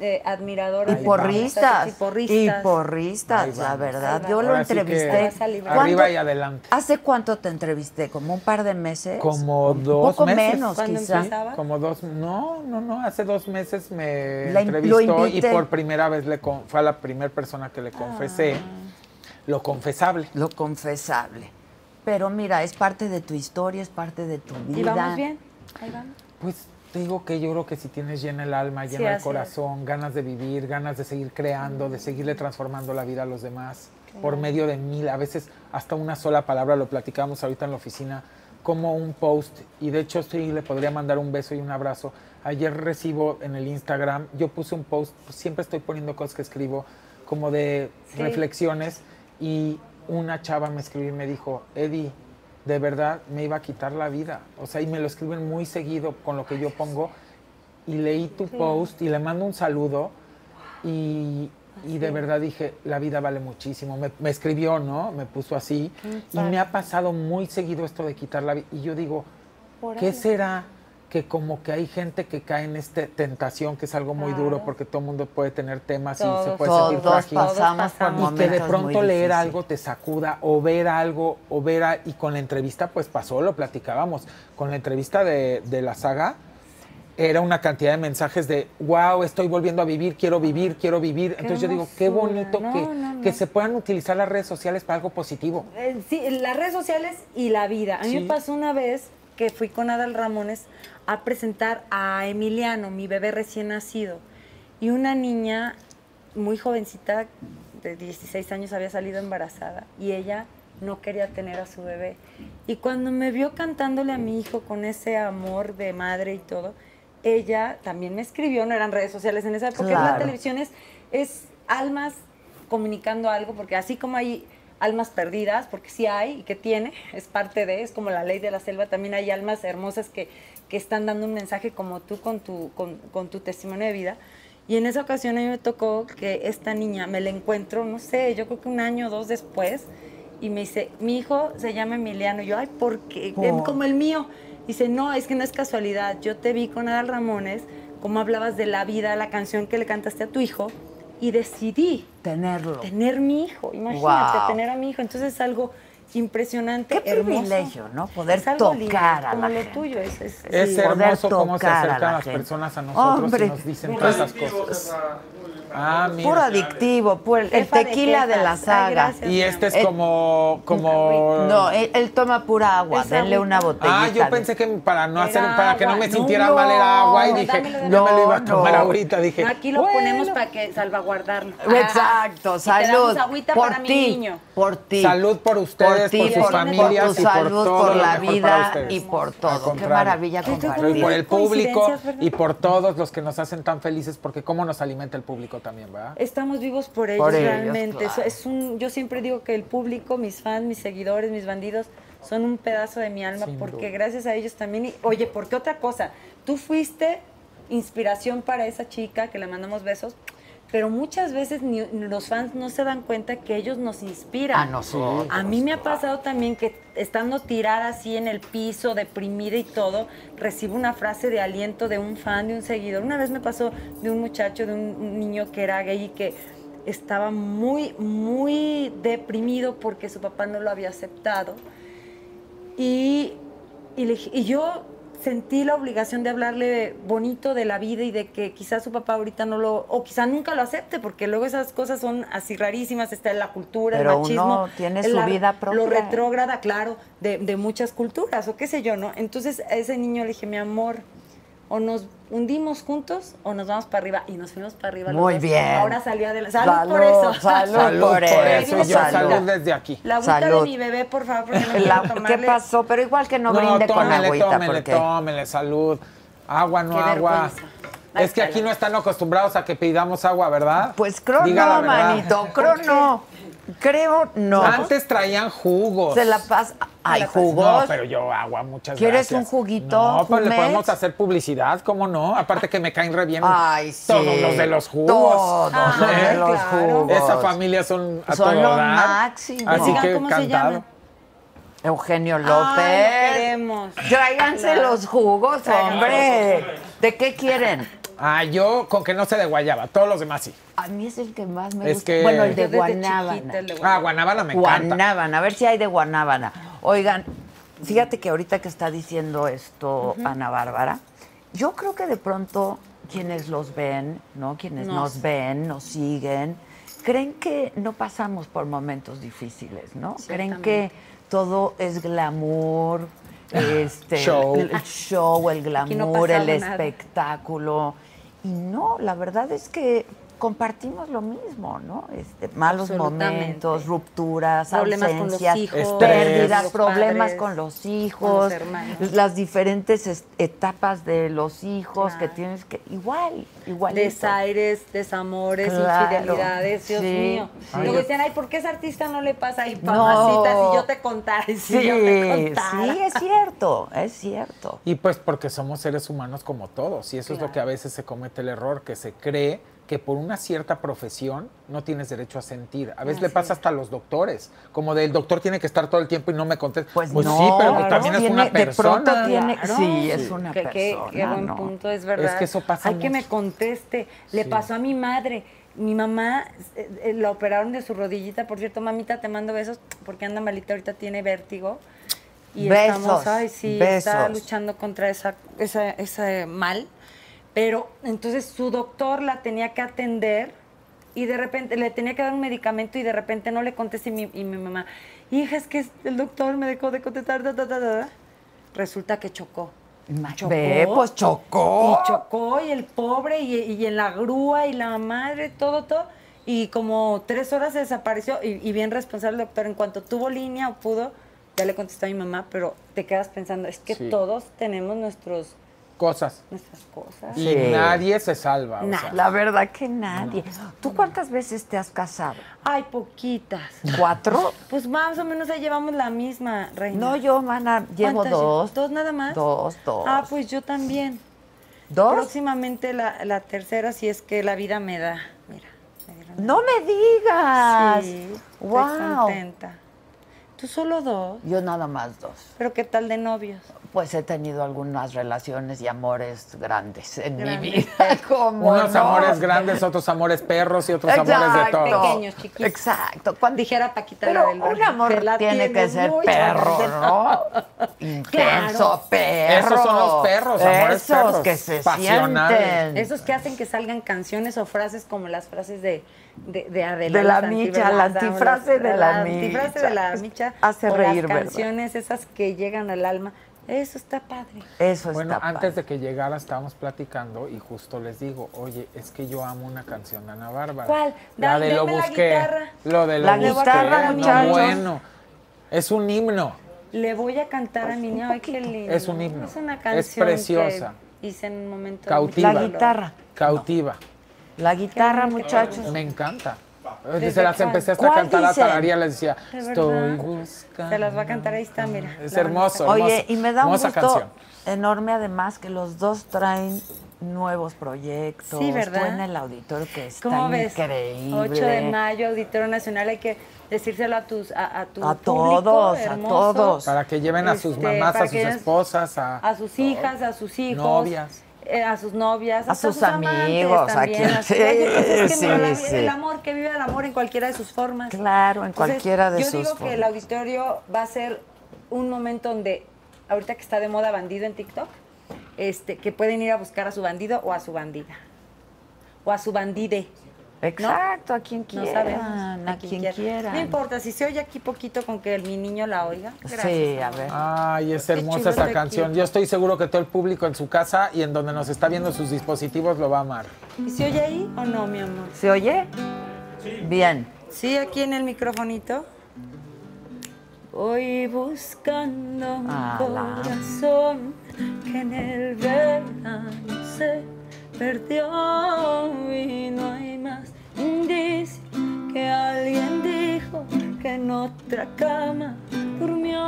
Speaker 3: eh, admiradores.
Speaker 2: Y porristas.
Speaker 3: Y porristas.
Speaker 2: Y porristas,
Speaker 4: Ahí
Speaker 2: la
Speaker 4: vamos.
Speaker 2: verdad.
Speaker 3: Ahí
Speaker 2: Yo lo
Speaker 4: Ahora sí que
Speaker 2: entrevisté.
Speaker 3: Vas a librar.
Speaker 2: ¿Cuándo-
Speaker 4: Arriba y adelante.
Speaker 2: ¿Hace cuánto te entrevisté? ¿Como un par de meses?
Speaker 4: Como
Speaker 2: Un
Speaker 4: dos
Speaker 2: poco
Speaker 4: meses.
Speaker 2: menos,
Speaker 3: ¿Cuándo
Speaker 2: quizá.
Speaker 3: empezaba? ¿Estaba?
Speaker 4: Como dos, no, no, no, hace dos meses me
Speaker 2: La in- lo
Speaker 4: entrevistó y
Speaker 2: invité.
Speaker 4: por primera vez le con- fue a la primera persona que le
Speaker 3: Ah.
Speaker 4: confesé lo confesable.
Speaker 2: Lo confesable. Pero mira, es parte de tu historia, es parte de tu vida.
Speaker 3: Y vamos bien. Ahí vamos.
Speaker 4: Pues te digo que yo creo que si tienes llena el alma,
Speaker 3: Sí,
Speaker 4: llena el
Speaker 3: así es.
Speaker 4: corazón, ganas de vivir, ganas de seguir creando, de seguirle transformando la vida a los demás, por medio de mil, a veces hasta una sola palabra, lo platicamos ahorita en la oficina, como un post, y de hecho sí le podría mandar un beso y un abrazo. Ayer recibo en el Instagram, yo puse un post, pues, siempre estoy poniendo cosas que escribo, como de
Speaker 3: Sí.
Speaker 4: reflexiones, y una chava me escribió y me dijo, Eddie, de verdad me iba a quitar la vida. O sea, y me lo escriben muy seguido con lo que yo pongo. Y leí tu post y le mando un saludo. Y, y de verdad dije, la vida vale muchísimo. Me, me escribió, ¿no? Me puso así. Y me ha pasado muy seguido esto de quitar la vida. Y yo digo, ¿qué será? Que como que hay gente que cae en esta tentación, que es algo muy duro, porque todo el mundo puede tener temas y se
Speaker 3: Todos,
Speaker 4: puede sentir
Speaker 2: Todos
Speaker 4: frágil
Speaker 2: pasamos por
Speaker 3: pasamos.
Speaker 4: y que
Speaker 2: momentos
Speaker 4: de
Speaker 2: muy
Speaker 4: pronto leer
Speaker 2: difíciles.
Speaker 4: algo te sacuda o ver algo o ver a- y con la entrevista pues pasó lo platicábamos con la entrevista de, de la saga era una cantidad de mensajes de, wow, estoy volviendo a vivir, quiero vivir, quiero vivir. Entonces yo digo, qué
Speaker 3: hermosura.
Speaker 4: bonito
Speaker 3: No,
Speaker 4: que,
Speaker 3: no, no.
Speaker 4: que se puedan utilizar las redes sociales para algo positivo.
Speaker 3: Eh, sí, las redes sociales y la vida. A mí
Speaker 4: Sí.
Speaker 3: me pasó una vez que fui con Adal Ramones a presentar a Emiliano, mi bebé recién nacido. Y una niña muy jovencita, de 16 años, había salido embarazada y ella no quería tener a su bebé. Y cuando me vio cantándole a mi hijo con ese amor de madre y todo, ella también me escribió, no eran redes sociales en esa época, era la
Speaker 2: Claro.
Speaker 3: televisión televisión es, es almas comunicando algo, porque así como hay almas perdidas, porque sí hay y que tiene, [laughs] es parte de, es como la ley de la selva, también hay almas hermosas que, que están dando un mensaje como tú con tu, con, con tu testimonio de vida. Y en esa ocasión a mí me tocó que esta niña me la encuentro, no sé, yo creo que un año o dos después, y me dice, mi hijo se llama Emiliano. Y yo, ay, ¿por qué?
Speaker 2: Por-
Speaker 3: Como el mío. Dice, no, es que no es casualidad. Yo te vi con Adal Ramones, cómo hablabas de la vida, la canción que le cantaste a tu hijo, y decidí
Speaker 2: Tenerlo.
Speaker 3: tener mi hijo. Imagínate,
Speaker 2: Guau.
Speaker 3: tener a mi hijo. Entonces es algo impresionante.
Speaker 2: Qué
Speaker 3: hermoso.
Speaker 2: privilegio, ¿no? Poder
Speaker 3: Es algo lindo,
Speaker 2: tocar a
Speaker 3: como
Speaker 2: la
Speaker 3: lo
Speaker 2: gente.
Speaker 3: tuyo. Es, es-
Speaker 4: Es
Speaker 3: sí.
Speaker 2: poder
Speaker 4: hermoso cómo se
Speaker 2: tocar a la
Speaker 4: acercan las
Speaker 2: gente.
Speaker 4: personas a nosotros
Speaker 2: Hombre.
Speaker 4: y nos dicen todas esas cosas. Ah, mira.
Speaker 2: Puro adictivo, puro- el
Speaker 3: Jefa de
Speaker 2: tequila de, la
Speaker 3: jetas. Ay,
Speaker 2: saga.
Speaker 3: gracias.
Speaker 4: Y este es
Speaker 2: Eh,
Speaker 4: como... como...
Speaker 2: no, él, él toma pura agua,
Speaker 3: Es
Speaker 2: denle una
Speaker 3: agüita.
Speaker 2: botellita.
Speaker 4: Ah, yo
Speaker 2: de-
Speaker 4: pensé que para no
Speaker 3: Era
Speaker 4: hacer, para que no
Speaker 3: agua.
Speaker 4: me
Speaker 3: No,
Speaker 4: sintiera
Speaker 2: no.
Speaker 4: mal era agua y
Speaker 2: No,
Speaker 4: dije,
Speaker 3: dámelo
Speaker 4: yo me
Speaker 3: de
Speaker 4: lo iba a
Speaker 2: agua.
Speaker 4: tomar
Speaker 2: No.
Speaker 4: ahorita, dije.
Speaker 3: Aquí lo
Speaker 4: bueno.
Speaker 3: ponemos para que salvaguardarlo.
Speaker 2: Exacto,
Speaker 3: Y te damos
Speaker 2: salud.
Speaker 3: agüita
Speaker 2: por
Speaker 3: para mi
Speaker 2: ti,
Speaker 3: niño.
Speaker 2: por ti.
Speaker 4: Salud por ustedes, por,
Speaker 2: ti,
Speaker 4: sus
Speaker 2: por-
Speaker 4: familias,
Speaker 2: por tu
Speaker 4: y por
Speaker 2: salud,
Speaker 4: todo
Speaker 2: por
Speaker 4: lo
Speaker 2: la
Speaker 4: mejor para
Speaker 2: vida
Speaker 4: ustedes.
Speaker 2: y por
Speaker 4: Al
Speaker 2: todo. Qué
Speaker 4: contrario.
Speaker 2: maravilla
Speaker 3: Estoy con-
Speaker 4: Y por
Speaker 2: compartir.
Speaker 4: el público
Speaker 3: Coincidencias, ¿verdad?
Speaker 4: y por todos los que nos hacen tan felices, porque cómo nos alimenta el público también, ¿verdad?
Speaker 3: Estamos vivos por ellos,
Speaker 2: Por ellos,
Speaker 3: realmente.
Speaker 2: claro.
Speaker 3: Eso Es un, yo siempre digo que el público, mis fans, mis seguidores, mis bandidos, son un pedazo de mi alma,
Speaker 4: Sin duda.
Speaker 3: porque gracias a ellos también. y- oye, porque otra cosa, tú fuiste inspiración para esa chica que le mandamos besos, pero muchas veces ni, los fans no se dan cuenta que ellos nos inspiran.
Speaker 2: A nosotros,
Speaker 3: A mí me ha pasado también que estando tirada así en el piso, deprimida y todo, recibo una frase de aliento de un fan, de un seguidor. Una vez me pasó de un muchacho, de un, un niño que era gay y que estaba muy, muy deprimido porque su papá no lo había aceptado. Y, y, le dije- y yo sentí la obligación de hablarle bonito de la vida y de que quizás su papá ahorita no lo, o quizás nunca lo acepte, porque luego esas cosas son así rarísimas, está en la cultura,
Speaker 2: Pero
Speaker 3: el machismo.
Speaker 2: uno tiene
Speaker 3: el
Speaker 2: su
Speaker 3: la-
Speaker 2: vida propia.
Speaker 3: Lo retrógrada, claro, de, de muchas culturas, o qué sé yo, ¿no? Entonces a ese niño le dije, mi amor, o nos hundimos juntos o nos vamos para arriba. Y nos fuimos para arriba. los
Speaker 2: Muy
Speaker 3: dos.
Speaker 2: bien.
Speaker 3: Ahora salí adelante. Salud, por
Speaker 2: Salud,
Speaker 3: eso.
Speaker 2: salud por
Speaker 4: eso.
Speaker 3: Vivimos
Speaker 4: Y yo
Speaker 3: por
Speaker 4: salud
Speaker 3: ahorita.
Speaker 4: desde aquí.
Speaker 3: La agüita de
Speaker 2: Salud.
Speaker 3: mi bebé, por favor, porque no quiero
Speaker 2: La- ¿Qué
Speaker 3: tomarle-
Speaker 2: pasó? Pero igual que no, brinde con
Speaker 4: tómele,
Speaker 2: agüita,
Speaker 4: tómele,
Speaker 2: porque
Speaker 4: tómele, salud. Agua, no
Speaker 3: Qué
Speaker 4: agua.
Speaker 3: vergüenza. Ay,
Speaker 4: Es que aquí
Speaker 3: salud.
Speaker 4: no están acostumbrados a que pidamos agua, ¿verdad?
Speaker 2: pues creo
Speaker 4: Diga la
Speaker 2: no,
Speaker 4: verdad.
Speaker 2: manito, creo no. Creo no.
Speaker 3: ¿Ah?
Speaker 4: Antes traían jugos.
Speaker 2: se la pasa. Hay
Speaker 3: la pasa.
Speaker 2: jugos.
Speaker 4: No, pero yo agua muchas
Speaker 2: ¿Quieres
Speaker 4: gracias.
Speaker 2: un juguito,
Speaker 4: No, pues le
Speaker 2: Jumex?
Speaker 4: podemos hacer publicidad, ¿cómo no? Aparte que me caen re bien
Speaker 2: Ay, sí.
Speaker 4: todos los de los jugos. Ah,
Speaker 2: Todos los
Speaker 3: Ay,
Speaker 2: de los
Speaker 3: claro.
Speaker 2: jugos.
Speaker 4: Esa familia son a
Speaker 2: Son
Speaker 4: todo
Speaker 2: lo
Speaker 4: dar.
Speaker 2: máximo.
Speaker 4: Así
Speaker 3: Digan
Speaker 4: que
Speaker 3: cómo se
Speaker 4: encantado.
Speaker 3: llaman.
Speaker 2: Eugenio López.
Speaker 3: Ay, lo queremos.
Speaker 2: Tráiganse
Speaker 3: Claro.
Speaker 2: los jugos,
Speaker 3: Tráiganse
Speaker 2: hombre. ¿De qué quieren?
Speaker 4: Ah, yo con que no se de guayaba, todos los demás sí.
Speaker 2: A mí es el que más me
Speaker 4: Es
Speaker 2: gusta.
Speaker 4: que-
Speaker 2: Bueno, el
Speaker 3: Yo
Speaker 2: de
Speaker 3: desde
Speaker 2: guanábana.
Speaker 3: chiquita le-
Speaker 4: Ah, guanábana me encanta.
Speaker 2: Guanábana, a ver si hay de Guanábana. Oigan, fíjate que ahorita que está diciendo esto Ana Bárbara, yo creo que de pronto quienes los ven, ¿no? Quienes
Speaker 3: No.
Speaker 2: nos ven, nos siguen, creen que no pasamos por momentos difíciles, ¿no? Creen que todo es glamour, este
Speaker 4: Show.
Speaker 2: el show, el
Speaker 3: Aquí no
Speaker 2: glamour, el
Speaker 3: pasaba nada.
Speaker 2: espectáculo. Y no, la verdad es que compartimos lo mismo, ¿no? Este, malos
Speaker 3: Absolutamente.
Speaker 2: momentos, rupturas,
Speaker 3: Problemas con los
Speaker 2: ausencias,
Speaker 3: hijos,
Speaker 4: Estrés.
Speaker 2: pérdidas,
Speaker 3: los
Speaker 2: problemas
Speaker 3: padres,
Speaker 2: con los
Speaker 3: con
Speaker 2: hijos,
Speaker 3: los hermanos.
Speaker 2: las diferentes es- etapas de los hijos que
Speaker 3: Claro.
Speaker 2: tienes que igual, igual.
Speaker 3: Desaires, desamores,
Speaker 2: Claro.
Speaker 3: infidelidades, Dios
Speaker 2: Sí.
Speaker 3: mío.
Speaker 4: Ay,
Speaker 3: Luego
Speaker 4: yo-
Speaker 3: decían, ay, ¿por qué ese artista no le pasa? Ay, papacita, si yo te contara, si
Speaker 2: Sí,
Speaker 3: yo te contara.
Speaker 2: sí, es cierto, es cierto.
Speaker 4: Y pues porque somos seres humanos como todos, y eso es lo que a veces se comete el error, que se cree que por una cierta profesión no tienes derecho a sentir. A veces le pasa hasta a los doctores, como del doctor tiene que estar todo el tiempo y no me contesta.
Speaker 2: Pues, no,
Speaker 4: sí, pero
Speaker 2: claro.
Speaker 4: también es
Speaker 2: Tiene-
Speaker 4: una persona.
Speaker 2: De pronto tiene,
Speaker 3: Claro.
Speaker 2: sí, es una
Speaker 3: que, que-
Speaker 2: persona,
Speaker 3: que buen
Speaker 2: ¿no?
Speaker 3: punto, es
Speaker 4: Es
Speaker 3: verdad.
Speaker 4: que eso pasa
Speaker 3: Hay que me
Speaker 4: mucho.
Speaker 3: conteste. Le
Speaker 4: Sí.
Speaker 3: pasó a mi madre. Mi mamá eh, eh, la operaron de su rodillita. Por cierto, mamita, te mando besos porque anda malita, ahorita tiene vértigo. Y
Speaker 2: Besos,
Speaker 3: estamos, ay, sí, está
Speaker 2: besos.
Speaker 3: luchando contra esa, esa, ese mal. Pero entonces su doctor la tenía que atender y de repente le tenía que dar un medicamento y de repente no le contesté y mi, y mi mamá, hija, es que el doctor me dejó de contestar. da, da, da, da, da". Resulta que chocó.
Speaker 2: Ma-
Speaker 3: Chocó.
Speaker 2: Ve, pues
Speaker 4: Oh.
Speaker 2: chocó.
Speaker 3: Y chocó, y el pobre, y, y en la grúa, y la madre, todo, todo. Y como tres horas se desapareció, y, y bien responsable el doctor. En cuanto tuvo línea o pudo, ya le contestó a mi mamá, pero te quedas pensando, es que
Speaker 4: Sí.
Speaker 3: todos tenemos nuestros,
Speaker 4: Cosas.
Speaker 3: nuestras cosas.
Speaker 2: Sí.
Speaker 4: Y nadie se salva. o
Speaker 2: Na-
Speaker 4: sea.
Speaker 2: la verdad que nadie. ¿Tú cuántas veces te has casado?
Speaker 3: Ay, poquitas.
Speaker 2: ¿Cuatro?
Speaker 3: Pues más o menos ahí llevamos la misma, reina.
Speaker 2: No, yo, mana, llevo
Speaker 3: ¿Cuántas
Speaker 2: dos.
Speaker 3: llevas? ¿Dos nada más?
Speaker 2: Dos, dos.
Speaker 3: Ah, pues yo también.
Speaker 2: ¿Dos?
Speaker 3: Próximamente la, la tercera, si es que la vida me da. Mira, me dieron
Speaker 2: No me digas.
Speaker 3: Sí, estoy
Speaker 2: wow.
Speaker 3: contenta. Tú solo dos,
Speaker 2: Yo nada más dos.
Speaker 3: pero ¿qué tal de novios?
Speaker 2: Pues he tenido algunas relaciones y amores grandes en mi
Speaker 3: Grandes. [laughs]
Speaker 2: vida. como
Speaker 4: Unos
Speaker 2: no?
Speaker 4: amores grandes, otros amores perros y otros amores de
Speaker 2: Exacto.
Speaker 4: todo.
Speaker 3: Pequeños, chiquitos.
Speaker 2: Exacto. Cuando
Speaker 3: Dijera Paquita la
Speaker 2: Pero
Speaker 3: del barrio,
Speaker 2: un amor
Speaker 3: que la
Speaker 2: tiene que
Speaker 3: tienes
Speaker 2: ser
Speaker 3: muy
Speaker 2: perro,
Speaker 3: grande.
Speaker 2: ¿no?
Speaker 3: [laughs]
Speaker 2: Intenso, perro.
Speaker 4: Esos son los perros, amores
Speaker 2: Esos
Speaker 4: perros,
Speaker 2: que se
Speaker 4: pasionales.
Speaker 2: sienten.
Speaker 3: Esos que hacen que salgan canciones o frases como las frases de, de, de Adela.
Speaker 2: De la
Speaker 3: las
Speaker 2: Micha, la
Speaker 3: antiverlas,
Speaker 2: antifrase de la
Speaker 3: antifrase
Speaker 2: Micha.
Speaker 3: de la Micha.
Speaker 2: Hace
Speaker 3: o
Speaker 2: reír,
Speaker 3: Las
Speaker 2: ¿verdad?
Speaker 3: canciones esas que llegan al alma. Eso está padre.
Speaker 2: Eso
Speaker 4: Bueno,
Speaker 2: está
Speaker 4: antes
Speaker 2: padre.
Speaker 4: de que llegara estábamos platicando y justo les digo, oye, es que yo amo una canción de Ana Bárbara.
Speaker 3: ¿Cuál?
Speaker 4: La
Speaker 3: Da-
Speaker 4: de lo
Speaker 3: denme la
Speaker 4: busqué.
Speaker 3: guitarra.
Speaker 4: Lo de lo
Speaker 2: La
Speaker 4: busqué.
Speaker 2: guitarra,
Speaker 4: no,
Speaker 2: muchachos.
Speaker 4: bueno. Es un himno.
Speaker 3: Le voy a cantar a mi niño. Ay, qué lindo.
Speaker 4: Es un himno.
Speaker 3: Es una
Speaker 4: Es
Speaker 3: canción.
Speaker 4: preciosa.
Speaker 3: que hice en un momento. de
Speaker 4: Cautiva.
Speaker 2: La
Speaker 3: mucho dolor.
Speaker 2: guitarra.
Speaker 4: Cautiva.
Speaker 2: La guitarra, muchachos.
Speaker 4: Me encanta.
Speaker 3: ¿Desde
Speaker 4: Se las
Speaker 3: cuándo?
Speaker 4: empecé hasta a
Speaker 2: ¿Cuál
Speaker 4: cantar a
Speaker 2: dicen?
Speaker 4: Tararía, les decía,
Speaker 3: ¿De
Speaker 4: estoy
Speaker 3: verdad?
Speaker 4: buscando.
Speaker 3: Se las va a cantar, ahí está, mira. La
Speaker 4: Es
Speaker 3: van a
Speaker 4: hermoso,
Speaker 3: sacar.
Speaker 2: Oye,
Speaker 4: hermoso.
Speaker 2: y me da un
Speaker 4: Hermosa
Speaker 2: gusto
Speaker 4: canción.
Speaker 2: enorme además que los dos traen nuevos proyectos.
Speaker 3: Sí, ¿verdad?
Speaker 2: Tú en el auditorio que está
Speaker 3: ¿Cómo ves?
Speaker 2: increíble.
Speaker 3: 8 de mayo, Auditorio Nacional, hay que decírselo a tus a, a tu
Speaker 2: A
Speaker 3: público
Speaker 2: todos, a
Speaker 3: hermoso.
Speaker 2: todos.
Speaker 4: Para que lleven a sus
Speaker 3: Este,
Speaker 4: mamás,
Speaker 3: para
Speaker 4: a
Speaker 3: que
Speaker 4: sus
Speaker 3: lleven
Speaker 4: esposas, a,
Speaker 3: a sus hijas, a sus hijos,
Speaker 4: Novias.
Speaker 3: eh, a sus novias,
Speaker 2: A
Speaker 3: hasta
Speaker 2: sus
Speaker 3: amantes
Speaker 2: amigos, a
Speaker 3: también,
Speaker 2: quien-
Speaker 3: a sus- Oye, pues es que
Speaker 2: Sí,
Speaker 3: mira, la-
Speaker 2: sí.
Speaker 3: el amor, que vive el amor en cualquiera de sus formas.
Speaker 2: Claro, en cualquiera de
Speaker 3: yo
Speaker 2: sus
Speaker 3: digo que el
Speaker 2: formas.
Speaker 3: auditorio va a ser un momento donde ahorita que está de moda bandido en TikTok, este que pueden ir a buscar a su bandido o a su bandida. O a su bandide.
Speaker 2: Exacto, a quien
Speaker 3: No
Speaker 2: quieran,
Speaker 3: sabemos.
Speaker 2: a, quien quieran.
Speaker 3: No importa, si se oye aquí poquito con que el- mi niño la oiga. Gracias.
Speaker 2: Sí, a ver.
Speaker 4: Ay, es
Speaker 3: chulo
Speaker 4: hermosa esta
Speaker 3: te
Speaker 4: canción.
Speaker 3: quiero.
Speaker 4: Yo estoy seguro que todo el público en su casa y en donde nos está viendo sus dispositivos lo va a amar.
Speaker 3: ¿Y se oye ahí o no, mi amor?
Speaker 2: ¿Se oye? Bien.
Speaker 3: Sí, aquí en el microfonito. Voy buscando un
Speaker 2: Ala.
Speaker 3: corazón que en el verano se perdió y no hay más indicio que alguien dijo que en otra cama durmió.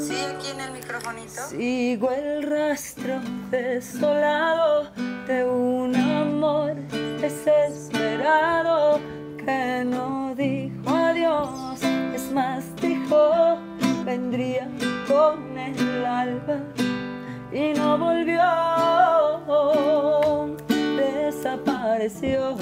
Speaker 3: Sí, aquí en el microfonito. Sigo el rastro desolado de un amor desesperado que no dijo adiós, es más, dijo, vendría con el alba y no volvió, desapareció.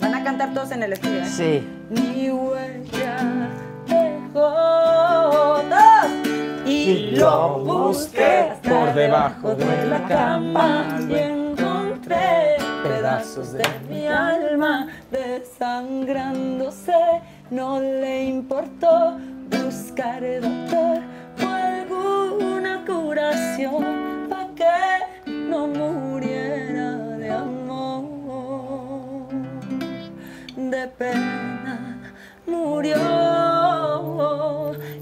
Speaker 3: Van a cantar todos en el estudio. ¿eh?
Speaker 2: Sí.
Speaker 3: mi huella dejó dos. y lo busqué hasta
Speaker 4: por debajo
Speaker 3: de la cama y encontré pedazos de mi alma desangrándose no le importó buscar doctor o alguna curación para que no muriera de amor de pena murió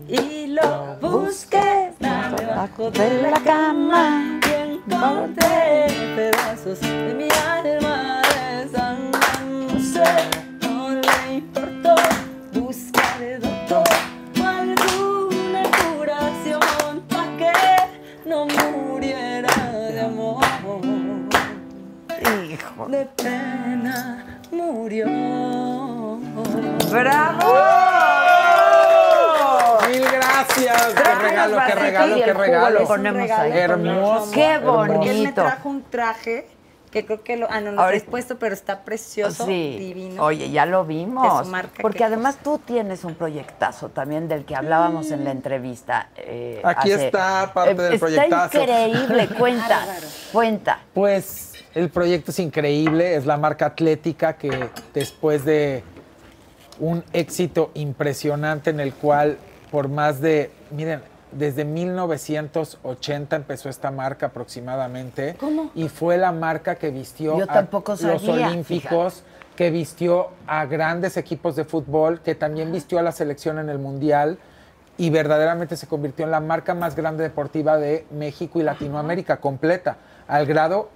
Speaker 3: y lo busqué debajo de la cama y encontré pedazos de mi alma desangrándose no le importó buscar doctor o alguna curación para que no muriera de amor
Speaker 2: Hijo.
Speaker 3: de pena murió.
Speaker 2: ¡Bravo!
Speaker 4: Mil gracias. Qué
Speaker 2: Tráenos
Speaker 4: regalo, qué
Speaker 2: vasito
Speaker 4: regalo,
Speaker 2: y
Speaker 4: qué
Speaker 2: el jugo, lo
Speaker 4: regalo.
Speaker 2: ponemos ahí.
Speaker 4: Hermoso,
Speaker 2: Qué
Speaker 4: hermoso.
Speaker 3: Porque él me
Speaker 2: bonito.
Speaker 3: trajo un traje que creo que lo. Ah, no, no lo
Speaker 2: Ahorita-
Speaker 3: he puesto, pero está precioso,
Speaker 2: Sí.
Speaker 3: divino.
Speaker 2: Oye, ya lo vimos.
Speaker 3: De su marca,
Speaker 2: Porque
Speaker 3: qué
Speaker 2: además tú tienes un proyectazo también del que hablábamos en
Speaker 3: Mm.
Speaker 2: la entrevista. eh,
Speaker 4: Aquí está parte del proyectazo.
Speaker 2: Está increíble,
Speaker 3: [laughs]
Speaker 2: cuenta,
Speaker 3: Bárbaro.
Speaker 2: cuenta.
Speaker 4: Pues el proyecto es increíble, es la marca atlética que después de un éxito impresionante en el cual por más de, miren, desde 1980 empezó esta marca aproximadamente.
Speaker 3: ¿Cómo?
Speaker 4: Y fue la marca que vistió
Speaker 2: Yo tampoco
Speaker 4: los
Speaker 2: sabía,
Speaker 4: Olímpicos, que vistió a grandes equipos de fútbol, que también vistió a la selección en el Mundial y verdaderamente se convirtió en la marca más grande deportiva de México y Latinoamérica completa, al grado,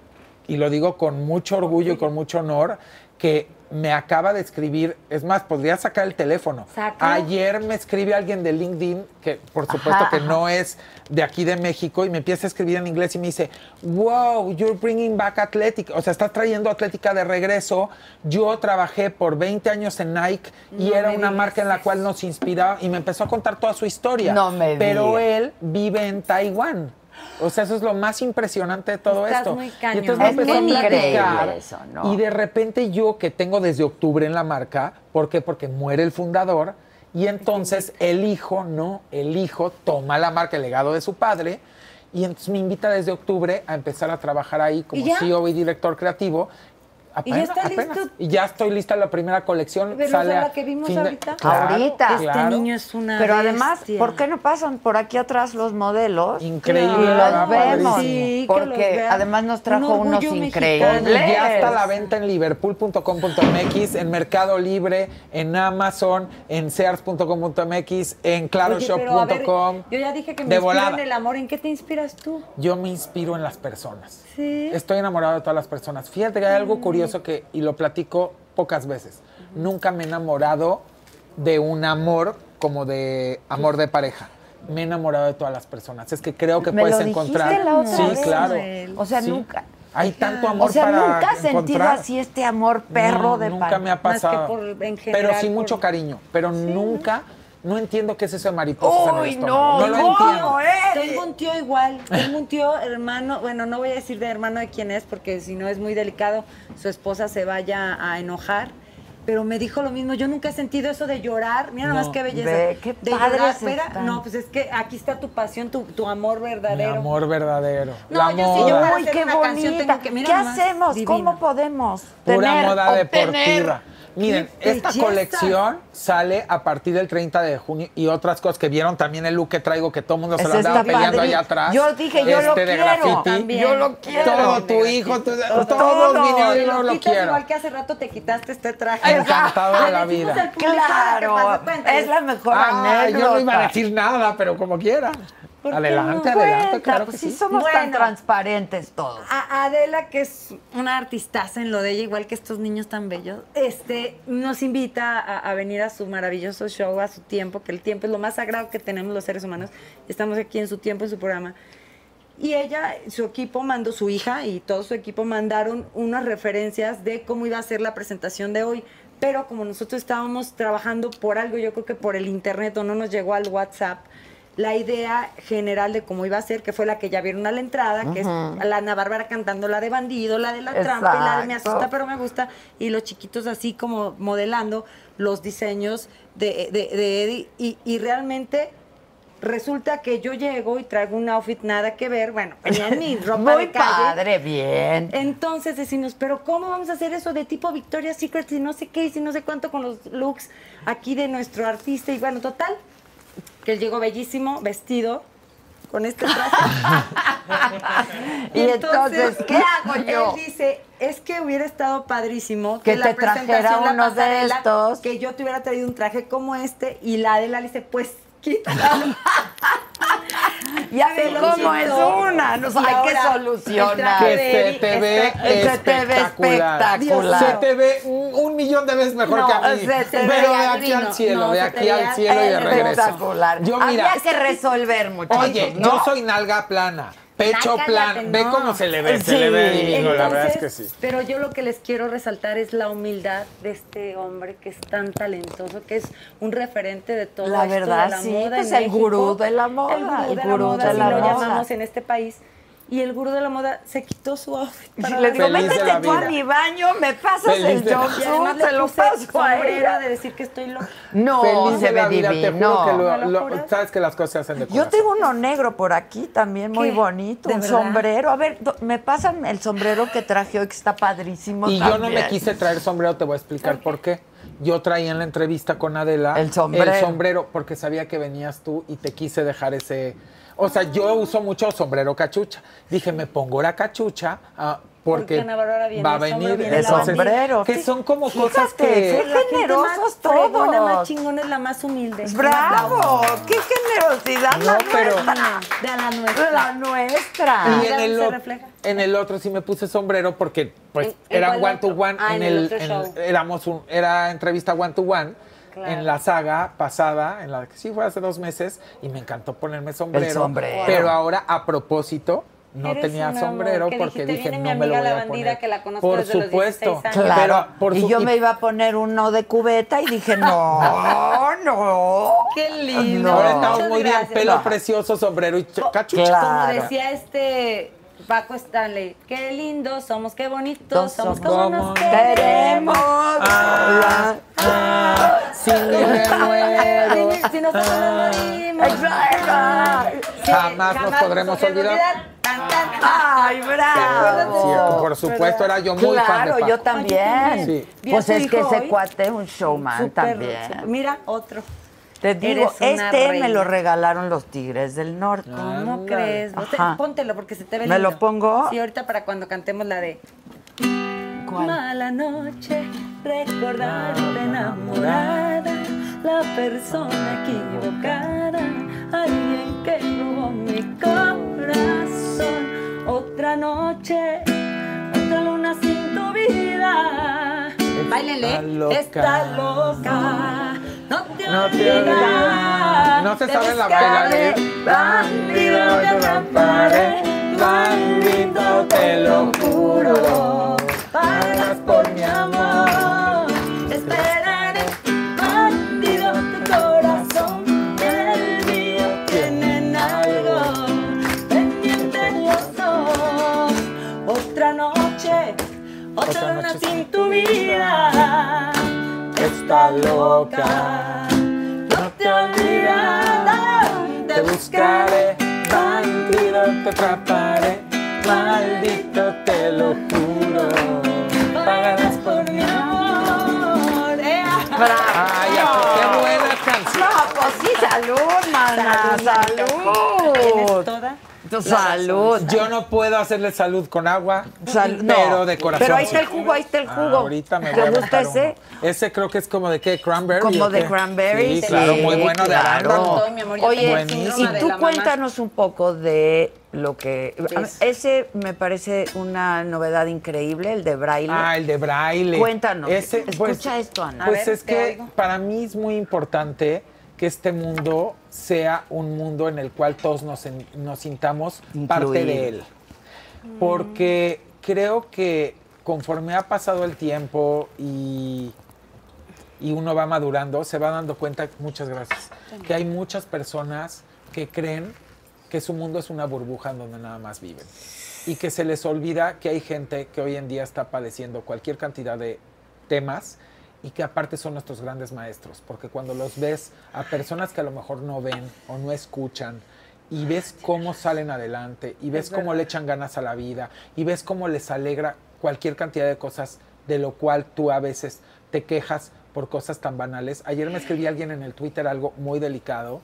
Speaker 4: y lo digo con mucho orgullo y con mucho honor, que me acaba de escribir, es más, podría sacar el teléfono.
Speaker 3: Sácalo.
Speaker 4: Ayer me escribe alguien de LinkedIn, que por supuesto
Speaker 2: Ajá,
Speaker 4: que
Speaker 2: ajá.
Speaker 4: no es de aquí de México, y me empieza a escribir en inglés y me dice, wow, you're bringing back Athletic, o sea, estás trayendo Atlética de regreso. Yo trabajé por 20 años en Nike y
Speaker 3: No
Speaker 4: era
Speaker 3: me
Speaker 4: una
Speaker 3: digas
Speaker 4: marca en la cual nos inspiraba y me empezó a contar toda su historia.
Speaker 2: No me
Speaker 4: Pero
Speaker 2: digas.
Speaker 4: él vive en Taiwán. O sea, eso es lo más impresionante de todo
Speaker 3: Estás
Speaker 4: esto.
Speaker 3: muy cañón.
Speaker 4: Y entonces me
Speaker 2: Es
Speaker 4: empezó a
Speaker 2: muy increíble
Speaker 4: platicar,
Speaker 2: eso, ¿no?
Speaker 4: Y de repente yo que tengo desde octubre en la marca, ¿por qué? Porque muere el fundador y entonces el hijo, no, el hijo toma la marca, el legado de su padre. Y entonces me invita desde octubre a empezar a trabajar ahí como
Speaker 3: ¿Y ya?
Speaker 4: CEO y director creativo.
Speaker 3: ¿Y ya
Speaker 4: Apenas-
Speaker 3: está
Speaker 4: apenas.
Speaker 3: listo?
Speaker 4: Y ya estoy lista la primera colección.
Speaker 3: Pero
Speaker 4: sale
Speaker 3: esa es
Speaker 4: a
Speaker 3: la que vimos
Speaker 4: fin de-
Speaker 3: ahorita.
Speaker 4: Claro,
Speaker 2: Ahorita.
Speaker 3: Este
Speaker 4: claro.
Speaker 3: niño es una.
Speaker 2: Pero además,
Speaker 3: bestia.
Speaker 2: ¿por qué no pasan por aquí atrás los modelos?
Speaker 4: Increíble,
Speaker 2: Y los
Speaker 4: va
Speaker 3: Claro,
Speaker 2: vemos.
Speaker 4: padrísimo.
Speaker 3: sí, que
Speaker 2: porque
Speaker 3: los vean.
Speaker 2: además nos trajo
Speaker 3: Un
Speaker 2: unos
Speaker 3: orgullo
Speaker 2: increíbles.
Speaker 3: mexicano.
Speaker 4: Y ya está
Speaker 2: Leer.
Speaker 4: a la venta en liverpool.com.mx, en Mercado Libre, en Amazon, en sears.com.mx, en
Speaker 3: Oye, pero a ver,
Speaker 4: claroshop.com.
Speaker 3: Yo ya dije que me
Speaker 4: De
Speaker 3: inspiro
Speaker 4: volada.
Speaker 3: en el amor. ¿En qué te inspiras tú?
Speaker 4: Yo me inspiro en las personas.
Speaker 3: Sí. Mm.
Speaker 4: Estoy enamorado de todas las personas. Fíjate que hay algo curioso que, y lo platico pocas veces, nunca me he enamorado de un amor como de amor de pareja. Me he enamorado de todas las personas. Es que creo que
Speaker 2: Me
Speaker 4: puedes
Speaker 2: lo dijiste
Speaker 4: encontrar.
Speaker 2: la otra
Speaker 4: sí,
Speaker 2: vez,
Speaker 4: claro.
Speaker 3: Manuel.
Speaker 2: O sea,
Speaker 4: Sí.
Speaker 2: nunca.
Speaker 4: Hay tanto amor
Speaker 2: O sea,
Speaker 4: para
Speaker 2: nunca has sentido
Speaker 4: encontrar.
Speaker 2: así este amor perro
Speaker 4: No,
Speaker 2: de
Speaker 4: nunca
Speaker 2: pan.
Speaker 4: me ha
Speaker 3: que
Speaker 4: pasado.
Speaker 3: por- en
Speaker 4: pero
Speaker 3: general,
Speaker 4: sí
Speaker 3: por-
Speaker 4: mucho cariño. Pero nunca, no entiendo qué es eso de mariposas en el
Speaker 2: Uy,
Speaker 4: estómago.
Speaker 2: no,
Speaker 4: lo
Speaker 2: ¿cómo ¿Eh?
Speaker 4: entiendo.
Speaker 2: eres?
Speaker 3: Tengo un tío igual, tengo un tío hermano, bueno, no voy a decir de hermano de quién es porque si no es muy delicado, su esposa se vaya a enojar, pero me dijo lo mismo, yo nunca he sentido eso de llorar, mira nomás
Speaker 4: No,
Speaker 3: qué belleza.
Speaker 2: ve, qué
Speaker 3: de
Speaker 2: padres
Speaker 3: llorar, espera,
Speaker 2: están.
Speaker 3: no, pues es que aquí está tu pasión, tu, tu amor
Speaker 4: Mi
Speaker 3: verdadero.
Speaker 4: amor verdadero.
Speaker 3: No,
Speaker 4: la
Speaker 3: yo sí, yo
Speaker 4: moda.
Speaker 3: para
Speaker 2: Uy,
Speaker 3: hacer
Speaker 2: qué
Speaker 3: una canción
Speaker 2: bonita.
Speaker 3: tengo que- mira
Speaker 2: ¿Qué
Speaker 3: nomás,
Speaker 2: hacemos? ¿Cómo
Speaker 3: divino.
Speaker 2: podemos
Speaker 4: Pura
Speaker 2: tener
Speaker 4: moda
Speaker 2: obtener?
Speaker 4: deportiva. Miren,
Speaker 3: ¡Qué
Speaker 4: esta
Speaker 3: belleza!
Speaker 4: colección sale a partir del 30 de junio y otras cosas que vieron también el look que traigo que todo el mundo se
Speaker 2: Ese
Speaker 4: lo andaba
Speaker 2: está
Speaker 4: peleando
Speaker 2: padre.
Speaker 4: allá atrás.
Speaker 2: Yo dije, yo lo
Speaker 4: Este de
Speaker 2: quiero.
Speaker 4: graffiti.
Speaker 3: También.
Speaker 2: Yo lo quiero.
Speaker 4: Todo tu hijo, tu-
Speaker 2: Todo.
Speaker 4: todos vinieron,
Speaker 3: Te
Speaker 4: yo
Speaker 3: lo
Speaker 4: lo
Speaker 3: quitas
Speaker 4: quiero.
Speaker 3: igual que hace rato te quitaste este traje.
Speaker 4: Encantado de
Speaker 3: Ah,
Speaker 4: la
Speaker 3: le decimos
Speaker 4: vida.
Speaker 3: al público ahora que
Speaker 2: Claro,
Speaker 3: pasó, cuéntales.
Speaker 2: es la mejor
Speaker 4: Ah,
Speaker 2: anécdota.
Speaker 4: yo no iba a decir nada, pero como quiera.
Speaker 3: ¿Por qué
Speaker 4: Adelante,
Speaker 3: no?
Speaker 4: adelante,
Speaker 2: Cuenta,
Speaker 4: claro que
Speaker 2: pues sí, Ah,
Speaker 4: sí.
Speaker 2: somos tan
Speaker 3: Bueno.
Speaker 2: transparentes todos.
Speaker 3: A Adela, que es una artistaza en lo de ella, igual que estos niños tan bellos, este, nos invita a, a venir a su maravilloso show, a su tiempo, que el tiempo es lo más sagrado que tenemos los seres humanos. Estamos aquí en su tiempo, en su programa. Y ella, su equipo mandó, su hija y todo su equipo mandaron unas referencias de cómo iba a ser la presentación de hoy. Pero como nosotros estábamos trabajando por algo, yo creo que por el internet o no nos llegó al WhatsApp, la idea general de cómo iba a ser, que fue la que ya vieron a la entrada, que es la Ana Bárbara cantando la de bandido, la de la trampa, y la de me
Speaker 2: Exacto.
Speaker 3: asusta, pero me gusta, y los chiquitos así como modelando los diseños de, de- de Eddie. Y, y realmente resulta que yo llego y traigo un outfit nada que
Speaker 2: [laughs]
Speaker 3: ver, bueno, tenía mi ropa
Speaker 2: Muy
Speaker 3: de calle.
Speaker 2: padre, bien.
Speaker 3: Entonces decimos, pero ¿cómo vamos a hacer eso de tipo Victoria's Secret y no sé qué, y si no sé cuánto con los looks aquí de nuestro artista? Y bueno, total, que él llegó bellísimo, vestido, con este traje.
Speaker 2: [laughs] Y entonces, ¿qué hago yo?
Speaker 3: Él dice, es que hubiera estado padrísimo
Speaker 2: Que te trajera
Speaker 3: la
Speaker 2: uno de
Speaker 3: pasarela,
Speaker 2: estos.
Speaker 3: Que yo te hubiera traído un traje como este y la de la dice, pues quítalo.
Speaker 2: Ya ven
Speaker 3: Pero
Speaker 2: cómo es
Speaker 3: chico.
Speaker 2: una. Nos
Speaker 3: Y
Speaker 2: hay que
Speaker 3: ahora, el
Speaker 2: solucionar.
Speaker 3: traje
Speaker 4: Que
Speaker 3: de-
Speaker 4: se te ve
Speaker 2: Este- se te ve
Speaker 4: espectacular.
Speaker 2: espectacular.
Speaker 4: Se te ve un, un millón de veces mejor
Speaker 3: No,
Speaker 4: que a mí.
Speaker 2: se te ve
Speaker 4: Pero de aquí
Speaker 3: divino.
Speaker 4: al cielo,
Speaker 3: No,
Speaker 4: de
Speaker 3: se te
Speaker 4: aquí
Speaker 3: veía
Speaker 4: al cielo y de regreso.
Speaker 2: Espectacular.
Speaker 4: Yo mira,
Speaker 2: Había que resolver, muchachos.
Speaker 4: oye,
Speaker 2: ¿no?
Speaker 4: yo soy nalga plana, pecho
Speaker 3: Ay, cállate,
Speaker 4: plano. Ve
Speaker 3: no.
Speaker 4: cómo se le ve, se
Speaker 2: Sí.
Speaker 4: le ve divino, la verdad es que
Speaker 3: Entonces,
Speaker 4: sí.
Speaker 3: Pero yo lo que les quiero resaltar es la humildad de este hombre que es tan talentoso, que es un referente de todo
Speaker 2: La
Speaker 3: esto de
Speaker 2: verdad,
Speaker 3: la
Speaker 2: sí,
Speaker 3: moda
Speaker 2: pues
Speaker 3: en
Speaker 2: el
Speaker 3: México.
Speaker 2: gurú de la moda,
Speaker 3: el gurú de la moda,
Speaker 2: moda.
Speaker 3: así lo llamamos en este país. Y el gurú de la moda se quitó su outfit.
Speaker 2: Si
Speaker 3: para
Speaker 2: le digo,
Speaker 3: darme-
Speaker 4: Feliz de la
Speaker 2: métete tú a
Speaker 4: vida.
Speaker 2: mi baño, me pasas
Speaker 4: Feliz de
Speaker 2: el
Speaker 4: la
Speaker 3: Y además
Speaker 2: jumpsuit,
Speaker 3: le
Speaker 2: te lo
Speaker 3: puse
Speaker 2: paso a
Speaker 3: sombrero
Speaker 2: ella.
Speaker 3: de decir que estoy loca.
Speaker 2: No,
Speaker 4: Feliz
Speaker 2: se
Speaker 4: de la
Speaker 2: ve
Speaker 4: vida, te juro que
Speaker 2: divino.
Speaker 4: lo-
Speaker 3: ¿Me lo
Speaker 4: lo-
Speaker 3: juras?
Speaker 4: sabes que las cosas se hacen de
Speaker 2: Yo
Speaker 4: corazón.
Speaker 2: tengo uno negro por aquí también, muy
Speaker 3: ¿Qué?
Speaker 2: bonito,
Speaker 3: ¿De
Speaker 2: un
Speaker 3: verdad?
Speaker 2: sombrero. A ver, do- me pasan el sombrero que traje hoy, que está padrísimo
Speaker 4: Y yo no me
Speaker 2: también.
Speaker 4: quise traer sombrero, te voy a explicar por qué. Yo traía en la entrevista con Adela
Speaker 2: El sombrero.
Speaker 4: el sombrero, porque sabía que venías tú y te quise dejar ese... O sea, yo uso mucho sombrero cachucha. Dije, me pongo la cachucha ah, porque,
Speaker 3: Porque Ana Bárbara viene,
Speaker 4: va a
Speaker 3: el sombrero
Speaker 4: venir
Speaker 3: viene,
Speaker 2: El
Speaker 3: la
Speaker 4: Entonces,
Speaker 2: sombrero.
Speaker 4: Que
Speaker 2: Fí-
Speaker 4: son como
Speaker 2: fíjate,
Speaker 4: cosas que...
Speaker 2: qué
Speaker 3: La gente
Speaker 2: generosos
Speaker 3: más fregona, más
Speaker 2: todos.
Speaker 3: chingona es la más humilde.
Speaker 2: ¡Bravo! ¡Qué generosidad la
Speaker 4: No, pero-
Speaker 2: nuestra!
Speaker 3: De a la nuestra.
Speaker 2: La nuestra.
Speaker 4: Y
Speaker 3: Mira,
Speaker 4: en el,
Speaker 3: Ah. se
Speaker 4: o-
Speaker 3: refleja.
Speaker 4: en el otro sí me puse sombrero porque pues
Speaker 3: ¿En- en
Speaker 4: era
Speaker 3: cuál
Speaker 4: one to
Speaker 3: otro?
Speaker 4: one
Speaker 3: Ah,
Speaker 4: en,
Speaker 3: en el
Speaker 4: el,
Speaker 3: otro
Speaker 4: en-
Speaker 3: show.
Speaker 4: éramos un- era entrevista one to one
Speaker 3: Claro.
Speaker 4: en la saga pasada en la que sí fue hace dos meses y me encantó ponerme sombrero,
Speaker 2: El sombrero.
Speaker 4: pero ahora a propósito no
Speaker 3: Eres
Speaker 4: tenía
Speaker 3: un amor,
Speaker 4: sombrero
Speaker 3: que
Speaker 4: porque
Speaker 3: dijiste,
Speaker 4: dije
Speaker 3: "Viene
Speaker 4: no
Speaker 3: mi
Speaker 4: me lo
Speaker 3: amiga
Speaker 4: voy
Speaker 3: la
Speaker 4: a
Speaker 3: bandida
Speaker 4: poner
Speaker 3: que la conozco
Speaker 4: por
Speaker 3: desde los
Speaker 4: supuesto
Speaker 3: 16 años.
Speaker 2: Claro.
Speaker 4: pero por
Speaker 2: y
Speaker 4: su-
Speaker 2: yo me iba a poner uno de cubeta y
Speaker 4: [laughs]
Speaker 2: dije, no, no.
Speaker 3: Qué lindo.
Speaker 2: No.
Speaker 4: ahora
Speaker 3: Muchas
Speaker 4: estamos muy bien
Speaker 3: gracias.
Speaker 4: pelo
Speaker 2: Claro.
Speaker 4: precioso sombrero y ch- cachucha
Speaker 2: Claro.
Speaker 3: Como decía este Paco Stanley, qué lindos somos, qué bonitos somos,
Speaker 2: somos.
Speaker 3: como nos
Speaker 4: Como
Speaker 3: queremos.
Speaker 2: Queremos.
Speaker 4: Ah, ah, si me muero.
Speaker 3: [laughs] Si, si nosotros nos morimos.
Speaker 2: Exacto.
Speaker 3: que
Speaker 4: Jamás nos podremos
Speaker 3: se olvide
Speaker 4: olvidar.
Speaker 3: Tan, tan, tan.
Speaker 2: Ay,
Speaker 4: Sí,
Speaker 2: bravo.
Speaker 4: por supuesto, era yo muy fan de
Speaker 2: Claro,
Speaker 4: Paco.
Speaker 2: yo también.
Speaker 4: Sí.
Speaker 3: Vi a
Speaker 2: Pues
Speaker 3: su
Speaker 2: es que
Speaker 3: hijo
Speaker 2: ese
Speaker 3: hoy.
Speaker 2: cuate es un showman
Speaker 3: Súper, súper.
Speaker 2: también.
Speaker 3: Mira, otro.
Speaker 2: Te digo,
Speaker 3: Eres una
Speaker 2: este me
Speaker 3: reina.
Speaker 2: lo regalaron los Tigres del Norte.
Speaker 3: ¿Cómo crees? Vos te-
Speaker 2: Ajá.
Speaker 3: póntelo porque se te ve
Speaker 2: ¿Me
Speaker 3: lindo.
Speaker 2: lo pongo?
Speaker 3: Sí, ahorita para cuando cantemos la de
Speaker 2: ¿Cuál?
Speaker 3: Mala noche, recordarte enamorada, la persona equivocada, alguien que robó mi corazón. Otra noche, otra luna sin tu vida. Báilele,
Speaker 4: loca.
Speaker 3: está loca. No te
Speaker 4: No te olvidas.
Speaker 3: olvidas.
Speaker 4: No se
Speaker 3: de
Speaker 4: sabe la ¿eh?
Speaker 3: buscaré,
Speaker 4: bailarina.
Speaker 3: Bandido, te atraparé. Maldito, te lo juro. Pagas por mi amor. Te Esperaré, bandido, tu corazón. El mío tienen algo. Pendiente los dos. Otra noche,
Speaker 4: Otra
Speaker 3: otra luna
Speaker 4: noche
Speaker 3: sin tu vida. Está loca. No te olvidarás.
Speaker 4: Te buscaré, bandido te atraparé, maldito te lo juro. Pagarás por mi
Speaker 3: amor.
Speaker 2: Bravo.
Speaker 4: Ay, pues, qué buena canción.
Speaker 2: No, pues sí, salud, mana,
Speaker 3: ¿Tienes
Speaker 2: salud.
Speaker 3: toda?
Speaker 2: Tu salud.
Speaker 4: Yo no puedo hacerle salud con agua,
Speaker 2: Sal- no.
Speaker 4: pero de corazón.
Speaker 2: Pero ahí está
Speaker 4: sí.
Speaker 2: el jugo, ahí está el jugo.
Speaker 4: Ah, ahorita me
Speaker 2: ¿Te
Speaker 4: voy a
Speaker 2: gusta
Speaker 4: aventar
Speaker 2: ese?
Speaker 4: uno. Ese creo que es como de qué, cranberry.
Speaker 2: Como
Speaker 4: o
Speaker 2: de
Speaker 4: qué?
Speaker 2: cranberry.
Speaker 4: Sí, claro, muy bueno de
Speaker 2: claro.
Speaker 4: arándano.
Speaker 3: Con todo, mi amor, yo tengo
Speaker 2: Oye,
Speaker 3: el
Speaker 4: síndrome
Speaker 2: y
Speaker 4: de
Speaker 2: tú
Speaker 3: la mamá.
Speaker 2: cuéntanos un poco de lo que... a
Speaker 3: Es-
Speaker 2: mí- Ese me parece una novedad increíble, el de braille.
Speaker 4: Ah, el de braille.
Speaker 2: Cuéntanos. Escucha esto, Ana.
Speaker 4: Pues
Speaker 3: A ver,
Speaker 4: es
Speaker 3: te
Speaker 4: que
Speaker 3: oigo.
Speaker 4: para mí es muy importante que este mundo sea un mundo en el cual todos nos, en- nos sintamos parte de
Speaker 2: Incluidos.
Speaker 4: él. Porque creo que conforme ha pasado el tiempo y, y uno va madurando, se va dando cuenta, muchas gracias, que hay muchas personas que creen que su mundo es una burbuja en donde nada más viven y que se les olvida que hay gente que hoy en día está padeciendo cualquier cantidad de temas y que aparte son nuestros grandes maestros, porque cuando los ves a personas que a lo mejor no ven o no escuchan y ves cómo salen adelante y ves cómo le echan ganas a la vida y ves cómo les alegra cualquier cantidad de cosas de lo cual tú a veces te quejas por cosas tan banales. Ayer me escribí a alguien en el Twitter algo muy delicado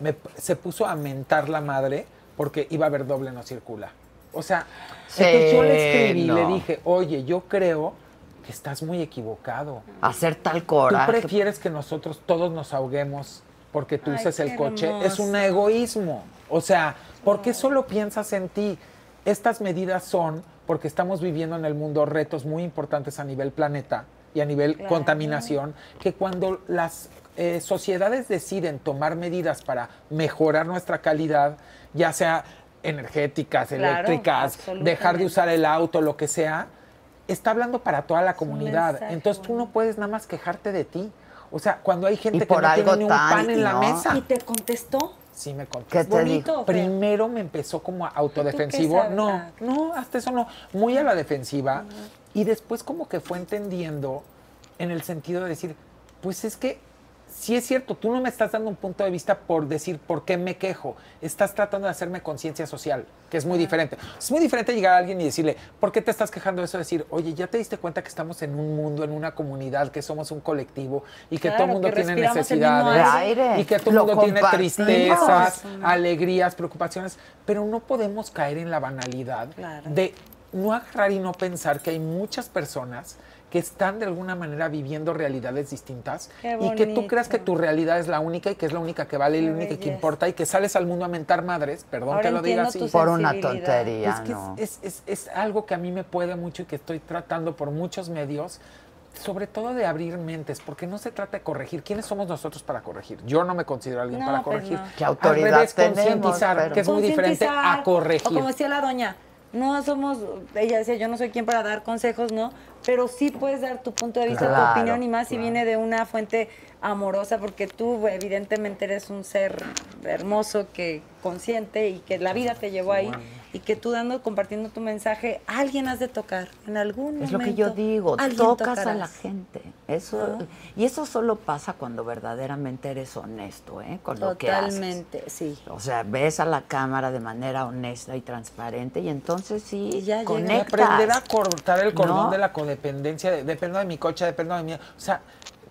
Speaker 4: me p- se puso a mentar la madre porque iba a haber doble no circula. O sea,
Speaker 2: Sí,
Speaker 4: entonces yo le escribí,
Speaker 2: no.
Speaker 4: le dije, oye, yo creo que estás muy equivocado.
Speaker 2: Hacer tal
Speaker 4: ¿Tú
Speaker 2: coraje.
Speaker 4: prefieres que nosotros todos nos ahoguemos porque tú
Speaker 3: Ay,
Speaker 4: uses el
Speaker 3: qué
Speaker 4: coche? Es un
Speaker 3: hermoso.
Speaker 4: egoísmo. O sea, ¿por qué solo piensas en ti? Estas medidas son porque estamos viviendo en el mundo retos muy importantes a nivel planeta y a nivel
Speaker 3: Claro.
Speaker 4: contaminación, que cuando las eh, sociedades deciden tomar medidas para mejorar nuestra calidad, ya sea energéticas,
Speaker 3: Claro,
Speaker 4: eléctricas, dejar de
Speaker 3: absolutamente.
Speaker 4: usar el auto, lo que sea, está hablando para toda la comunidad.
Speaker 3: mensaje
Speaker 4: Entonces tú no
Speaker 3: bonito.
Speaker 4: puedes nada más quejarte de ti. O sea, cuando hay gente
Speaker 2: por
Speaker 4: que no
Speaker 2: algo
Speaker 4: tiene ni un
Speaker 2: tan,
Speaker 4: pan en la
Speaker 2: ¿no?
Speaker 4: mesa.
Speaker 3: ¿Y te contestó?
Speaker 4: sí me
Speaker 2: ¿Qué
Speaker 4: contestó.
Speaker 2: te dijo?
Speaker 3: Bonito. o feo?
Speaker 4: Primero me empezó como a- autodefensivo.
Speaker 3: sabrás?
Speaker 4: No, no, hasta eso no. Muy a la defensiva. Y después como que fue entendiendo en el sentido de decir, pues es que sí es cierto, tú no me estás dando un punto de vista por decir por qué me quejo. Estás tratando de hacerme conciencia social, que es muy diferente. Es muy diferente llegar a alguien y decirle, ¿por qué te estás quejando de eso? Decir, oye, ya te diste cuenta que estamos en un mundo, en una comunidad, que somos un colectivo y que todo el
Speaker 3: Claro,
Speaker 4: mundo
Speaker 3: que
Speaker 4: tiene
Speaker 3: respiramos el mismo
Speaker 4: necesidades.
Speaker 2: aire.
Speaker 4: Y que todo el
Speaker 2: Lo
Speaker 4: mundo tiene
Speaker 2: compartimos.
Speaker 4: tristezas, alegrías, preocupaciones, pero no podemos caer en la banalidad
Speaker 3: Claro.
Speaker 4: de no agarrar y no pensar que hay muchas personas que están de alguna manera viviendo realidades distintas
Speaker 3: Qué
Speaker 4: y que tú creas que
Speaker 3: bonito.
Speaker 4: tu realidad es la única y que es la única que vale y la
Speaker 3: Qué
Speaker 4: única que
Speaker 3: belleza.
Speaker 4: importa y que sales al mundo a mentar madres, perdón
Speaker 3: Ahora
Speaker 4: que lo diga
Speaker 3: entiendo
Speaker 4: así.
Speaker 3: tus
Speaker 2: Por una
Speaker 3: sensibilidad.
Speaker 2: tontería,
Speaker 4: Es que
Speaker 2: ¿no?
Speaker 4: es, es- es- es algo que a mí me puede mucho y que estoy tratando por muchos medios, sobre todo de abrir mentes, porque no se trata de corregir. ¿Quiénes somos nosotros para corregir? Yo no me considero alguien
Speaker 3: No,
Speaker 4: para
Speaker 3: pues
Speaker 4: corregir.
Speaker 3: no.
Speaker 2: ¿Qué autoridad
Speaker 4: Al revés,
Speaker 2: tenemos?
Speaker 4: concientizar,
Speaker 2: Pero-
Speaker 4: que es muy diferente
Speaker 3: concientizar,
Speaker 4: a corregir.
Speaker 3: O como decía la doña, no somos, ella decía, yo no soy quien para dar consejos, ¿no? Pero sí puedes dar tu punto de vista,
Speaker 2: Claro,
Speaker 3: tu opinión y más si
Speaker 2: claro.
Speaker 3: viene de una fuente amorosa, porque tú evidentemente eres un ser hermoso, que consciente y que la vida te llevó ahí y que tú dando, compartiendo tu mensaje, alguien has de tocar en algún
Speaker 2: Es lo
Speaker 3: momento.
Speaker 2: que yo digo,
Speaker 3: alguien
Speaker 2: tocas a la
Speaker 3: tocarás.
Speaker 2: gente. Eso y eso solo pasa cuando verdaderamente eres honesto, ¿eh? Con lo que haces.
Speaker 3: Totalmente, sí.
Speaker 2: O sea, ves a la cámara de manera honesta y transparente y entonces sí
Speaker 3: Y ya llega.
Speaker 4: Y
Speaker 2: conectas.
Speaker 4: aprender a cortar el cordón
Speaker 2: No.
Speaker 4: de la codependencia, de, dependo de mi coche, dependo de mi... O sea,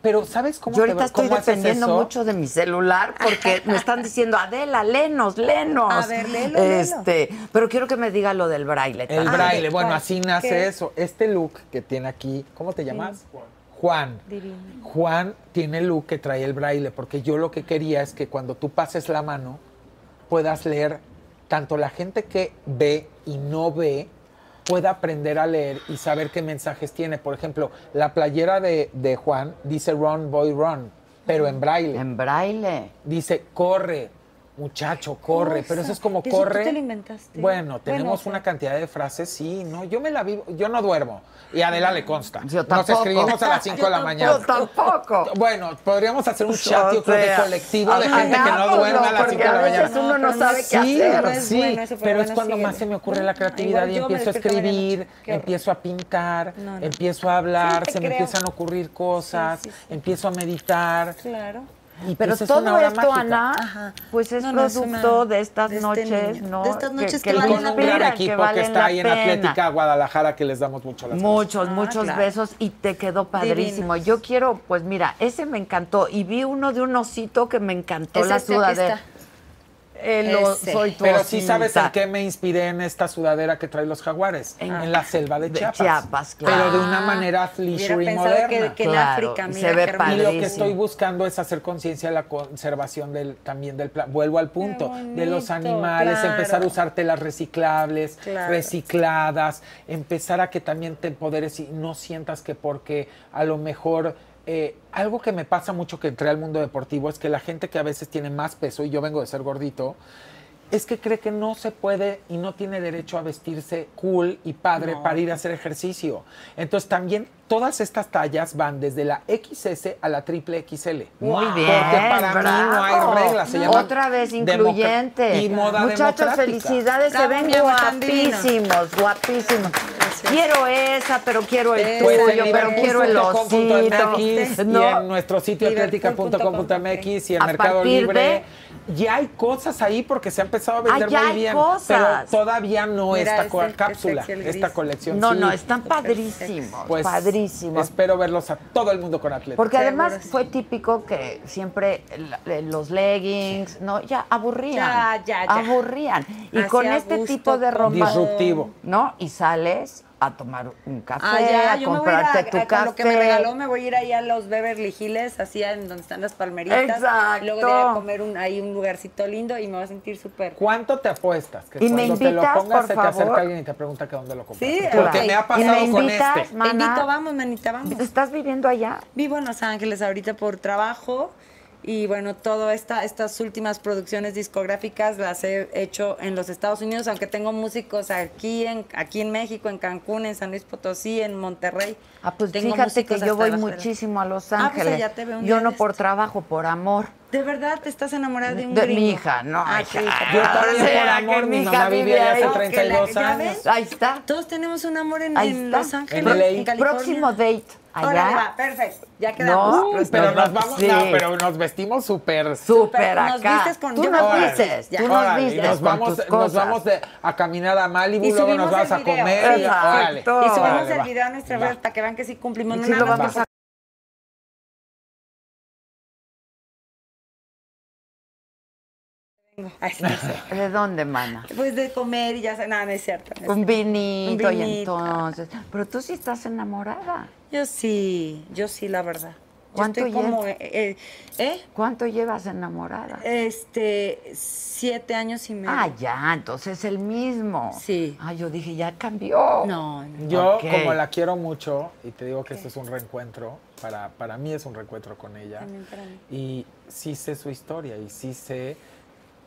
Speaker 4: pero ¿sabes cómo
Speaker 2: Yo
Speaker 4: te-
Speaker 2: ahorita estoy
Speaker 4: cómo haces
Speaker 2: dependiendo
Speaker 4: eso?
Speaker 2: mucho de mi celular porque me están diciendo, Adela, lenos, lenos.
Speaker 3: A ver, lelo, lelo.
Speaker 2: este, Pero quiero que me diga lo del braille.
Speaker 4: El
Speaker 2: también.
Speaker 4: braille,
Speaker 3: Ah,
Speaker 4: bueno,
Speaker 3: ¿cuál?
Speaker 4: así nace
Speaker 3: ¿Qué?
Speaker 4: eso. Este look que tiene aquí, ¿cómo te llamas? Juan.
Speaker 3: Divino.
Speaker 4: Juan tiene el look que trae el braille, porque yo lo que quería es que cuando tú pases la mano puedas leer tanto la gente que ve y no ve pueda aprender a leer y saber qué mensajes tiene. Por ejemplo, la playera de, de Juan dice Run, Boy, Run, pero en braille
Speaker 2: En braille.
Speaker 4: dice corre, muchacho, corre, pero eso es como
Speaker 3: Eso tú
Speaker 4: corre.
Speaker 3: te lo inventaste.
Speaker 4: Bueno,
Speaker 3: Bueno,
Speaker 4: tenemos
Speaker 3: o sea.
Speaker 4: una cantidad de frases, sí, no, yo me la vivo, yo no duermo. Y a Adela le consta.
Speaker 2: Yo
Speaker 4: Nos
Speaker 2: tampoco.
Speaker 4: escribimos
Speaker 3: [laughs]
Speaker 4: a las 5 de la mañana.
Speaker 2: Yo tampoco.
Speaker 4: Bueno, podríamos hacer un
Speaker 3: Pues,
Speaker 4: chat, yo
Speaker 2: O
Speaker 4: creo que
Speaker 2: sea,
Speaker 4: colectivo de gente que no
Speaker 2: hagámoslo,
Speaker 4: duerme a las
Speaker 2: porque
Speaker 4: 5 de la
Speaker 2: a veces
Speaker 4: mañana.
Speaker 2: uno no sabe qué
Speaker 4: sí,
Speaker 2: hacer.
Speaker 3: No es
Speaker 4: Sí,
Speaker 3: bueno eso,
Speaker 4: pero,
Speaker 3: pero bueno,
Speaker 4: es cuando
Speaker 3: síguele.
Speaker 4: más se me ocurre la creatividad
Speaker 3: Igual
Speaker 4: y
Speaker 3: yo me
Speaker 4: empiezo a
Speaker 3: despierto a medianoche.
Speaker 4: escribir,
Speaker 3: Qué horror.
Speaker 4: empiezo a pintar,
Speaker 3: No, no.
Speaker 4: empiezo a hablar,
Speaker 3: Sí, te
Speaker 4: se me
Speaker 3: creo.
Speaker 4: empiezan a ocurrir cosas,
Speaker 3: Sí, sí, sí.
Speaker 4: empiezo a meditar.
Speaker 3: Claro.
Speaker 4: y
Speaker 2: Pero
Speaker 4: pues es una
Speaker 2: todo
Speaker 4: hora
Speaker 2: esto,
Speaker 4: mágica.
Speaker 2: Ana,
Speaker 3: Ajá.
Speaker 2: pues es
Speaker 3: No, no, es
Speaker 2: producto
Speaker 3: una-
Speaker 2: de estas
Speaker 3: de este
Speaker 2: noches,
Speaker 3: niño.
Speaker 2: ¿no?
Speaker 3: De estas noches que
Speaker 2: lo
Speaker 4: Y
Speaker 3: valen
Speaker 4: con
Speaker 3: la
Speaker 4: un gran
Speaker 2: inspiran,
Speaker 3: pena,
Speaker 4: equipo que,
Speaker 2: valen
Speaker 4: está
Speaker 2: la
Speaker 4: ahí en
Speaker 2: pena.
Speaker 4: Atlética Guadalajara, que les damos mucho las gracias.
Speaker 2: Muchos,
Speaker 3: Ah,
Speaker 2: muchos
Speaker 3: claro.
Speaker 2: besos y te quedó padrísimo.
Speaker 3: Divinos.
Speaker 2: Yo quiero, pues mira, ese me encantó y vi uno de un osito que me encantó
Speaker 3: Es
Speaker 2: la
Speaker 3: este, aquí
Speaker 2: sudadera.
Speaker 3: está.
Speaker 2: El o-
Speaker 3: Ese.
Speaker 2: soy tu
Speaker 4: Pero sí sabes
Speaker 2: osita.
Speaker 4: en qué me inspiré en esta sudadera que traen los jaguares, en, la selva de
Speaker 2: de
Speaker 4: Chiapas.
Speaker 2: Chiapas, claro.
Speaker 4: Pero de una manera
Speaker 3: Hubiera
Speaker 4: athleisure y
Speaker 3: pensado
Speaker 4: moderna.
Speaker 3: que, que en
Speaker 2: Claro,
Speaker 3: África,
Speaker 2: y
Speaker 3: mira,
Speaker 2: se ve
Speaker 3: qué hermoso.
Speaker 4: Y lo que
Speaker 2: padrísimo.
Speaker 4: estoy buscando es hacer conciencia de la conservación del, también del planeta. Vuelvo al punto de los
Speaker 3: bonito,
Speaker 4: animales,
Speaker 3: claro.
Speaker 4: empezar a usar telas reciclables,
Speaker 3: Claro.
Speaker 4: recicladas, empezar a que también te empoderes y no sientas que porque a lo mejor... eh, algo que me pasa mucho que entré al mundo deportivo es que la gente que a veces tiene más peso, y yo vengo de ser gordito, es que cree que no se puede y no tiene derecho a vestirse cool y padre para ir a hacer ejercicio. Entonces también todas estas tallas van desde la XS a la triple XL.
Speaker 2: Muy bien,
Speaker 4: Porque para mí no
Speaker 2: bravo.
Speaker 4: hay reglas. Se llama
Speaker 2: Otra vez
Speaker 4: democ-
Speaker 2: incluyente.
Speaker 4: Y moda
Speaker 2: Muchachos,
Speaker 4: democrática.
Speaker 2: felicidades, se
Speaker 3: Bravo,
Speaker 2: ven
Speaker 3: mi amor, tan
Speaker 2: guapísimos, guapísimos.
Speaker 3: Gracias.
Speaker 2: Quiero esa, pero quiero el
Speaker 3: Pues,
Speaker 2: tuyo,
Speaker 3: en
Speaker 2: pero quiero el
Speaker 4: libertines.com.mx
Speaker 2: osito.
Speaker 4: y en nuestro sitio
Speaker 3: Liverpool.com.mx
Speaker 4: atlética.com.mx y en
Speaker 2: A
Speaker 4: Mercado
Speaker 2: partir
Speaker 4: Libre.
Speaker 2: de-
Speaker 4: Ya hay cosas ahí porque se ha empezado a
Speaker 2: Ah,
Speaker 4: vender
Speaker 2: ya
Speaker 4: muy
Speaker 2: hay
Speaker 4: bien.
Speaker 2: cosas.
Speaker 4: Pero todavía no
Speaker 3: Mira,
Speaker 4: esta
Speaker 3: es
Speaker 4: co-
Speaker 3: el- es
Speaker 4: cápsula,
Speaker 3: sexy el gris.
Speaker 4: esta colección.
Speaker 2: No,
Speaker 4: sí.
Speaker 2: no, están padrísimos,
Speaker 4: Pues,
Speaker 2: padrísimos.
Speaker 4: Espero verlos a todo el mundo con atletas.
Speaker 2: Porque
Speaker 3: Seguro
Speaker 2: además
Speaker 3: sí.
Speaker 2: fue típico que siempre la- eh, los leggings, ¿no? Ya aburrían.
Speaker 3: Ya, ya, ya.
Speaker 2: Aburrían. Y
Speaker 3: Hacía
Speaker 2: con este
Speaker 3: gusto
Speaker 2: tipo de ropa.
Speaker 4: Disruptivo.
Speaker 2: ¿No? Y sales a tomar un café,
Speaker 3: Ah, ya,
Speaker 2: a
Speaker 3: yo me voy a ir
Speaker 2: comprarte
Speaker 3: a-
Speaker 2: tu
Speaker 3: a-
Speaker 2: café.
Speaker 3: con lo que me regaló, me voy a ir ahí a los Beverly Hills, así en donde están las palmeritas.
Speaker 2: Exacto.
Speaker 3: Luego de ir a comer un, ahí un lugarcito lindo y me voy a sentir súper.
Speaker 4: ¿Cuánto te apuestas? Que
Speaker 2: Y me
Speaker 4: cuando te
Speaker 2: invitas,
Speaker 4: lo pongas, se
Speaker 2: por
Speaker 4: te
Speaker 2: favor.
Speaker 4: acerca alguien y te pregunta que dónde lo compraste.
Speaker 3: Sí,
Speaker 4: Porque
Speaker 3: claro.
Speaker 4: me ha
Speaker 2: Y
Speaker 4: pasado
Speaker 2: me
Speaker 4: con
Speaker 2: invitas,
Speaker 4: este.
Speaker 2: mana.
Speaker 3: Manito, vamos, manita, vamos.
Speaker 2: ¿Estás viviendo allá?
Speaker 3: Vivo en Los Ángeles ahorita por trabajo y bueno, todas esta, estas últimas producciones discográficas las he hecho en los Estados Unidos, aunque tengo músicos aquí en, aquí en México, en Cancún, en San Luis Potosí, en Monterrey.
Speaker 2: Ah, pues
Speaker 3: Tengo
Speaker 2: fíjate
Speaker 3: músicos
Speaker 2: que yo
Speaker 3: hasta
Speaker 2: voy
Speaker 3: debajo de la-
Speaker 2: muchísimo a Los
Speaker 3: Ah, pues
Speaker 2: Ángeles.
Speaker 3: allá te veo un
Speaker 2: yo
Speaker 3: día
Speaker 2: no
Speaker 3: de
Speaker 2: por
Speaker 3: estos.
Speaker 2: trabajo, por amor.
Speaker 3: ¿De verdad te estás enamorada de un
Speaker 2: De
Speaker 3: gringo?
Speaker 2: mi hija, no.
Speaker 3: Ah,
Speaker 2: hija.
Speaker 3: tu hija.
Speaker 4: Yo también
Speaker 2: O
Speaker 4: por
Speaker 2: sea, que
Speaker 4: amor,
Speaker 2: mi
Speaker 4: mi
Speaker 2: hija
Speaker 4: mamá
Speaker 2: vive
Speaker 4: vivía
Speaker 2: ahí.
Speaker 4: hace
Speaker 2: No, que la-
Speaker 4: 32
Speaker 3: ya
Speaker 4: años.
Speaker 3: ves.
Speaker 2: Ahí está.
Speaker 3: Todos tenemos un amor en,
Speaker 2: Ahí
Speaker 3: en
Speaker 2: está.
Speaker 3: Los Ángeles,
Speaker 4: En LA.
Speaker 3: en California.
Speaker 2: Próximo date
Speaker 3: Órale,
Speaker 2: allá.
Speaker 3: va, perfecto. Ya quedamos.
Speaker 2: No,
Speaker 4: Uy, pero nos vamos,
Speaker 2: sí.
Speaker 4: no, pero nos vestimos súper.
Speaker 2: Súper
Speaker 3: Nos
Speaker 2: acá.
Speaker 3: vistes con-
Speaker 2: tú
Speaker 3: yo-
Speaker 2: nos
Speaker 4: Órale,
Speaker 2: dices,
Speaker 3: ya.
Speaker 2: tú nos
Speaker 4: Órale, y
Speaker 2: dices.
Speaker 4: nos
Speaker 2: con
Speaker 4: vamos,
Speaker 2: tus
Speaker 4: nos
Speaker 2: cosas.
Speaker 4: vamos de- a caminar a Malibu,
Speaker 3: Y
Speaker 4: luego
Speaker 3: subimos
Speaker 4: nos vas
Speaker 3: el
Speaker 4: a
Speaker 3: video.
Speaker 4: comer. y-
Speaker 2: Exacto.
Speaker 4: órale.
Speaker 2: no.
Speaker 3: Y subimos
Speaker 4: Órale,
Speaker 3: el
Speaker 4: va.
Speaker 3: video a nuestra
Speaker 4: Va.
Speaker 3: red para que vean que sí cumplimos. No
Speaker 2: Sí,
Speaker 3: nada
Speaker 2: lo
Speaker 3: más
Speaker 2: vamos
Speaker 4: va.
Speaker 2: a
Speaker 3: Ay, sí, sí.
Speaker 2: ¿De dónde, mana?
Speaker 3: Pues de comer y ya sé, nada, no es cierto. no es
Speaker 2: Un vinito, y
Speaker 3: Este, vinito.
Speaker 2: entonces. Pero tú sí estás enamorada.
Speaker 3: cierto. Yo sí, yo sí, la verdad. Yo
Speaker 2: ¿Cuánto
Speaker 3: estoy como, eh, eh, eh,
Speaker 2: ¿Cuánto llevas enamorada?
Speaker 3: Este, siete años y medio.
Speaker 2: Ah, ya, entonces es el mismo.
Speaker 3: Sí.
Speaker 2: Ah, yo dije, ya cambió.
Speaker 3: No, no.
Speaker 4: Yo,
Speaker 2: Ok.
Speaker 4: como la quiero mucho, y te digo que esto es un reencuentro, para, para mí es un reencuentro con ella.
Speaker 3: También para mí.
Speaker 4: Y sí sé su historia, y sí sé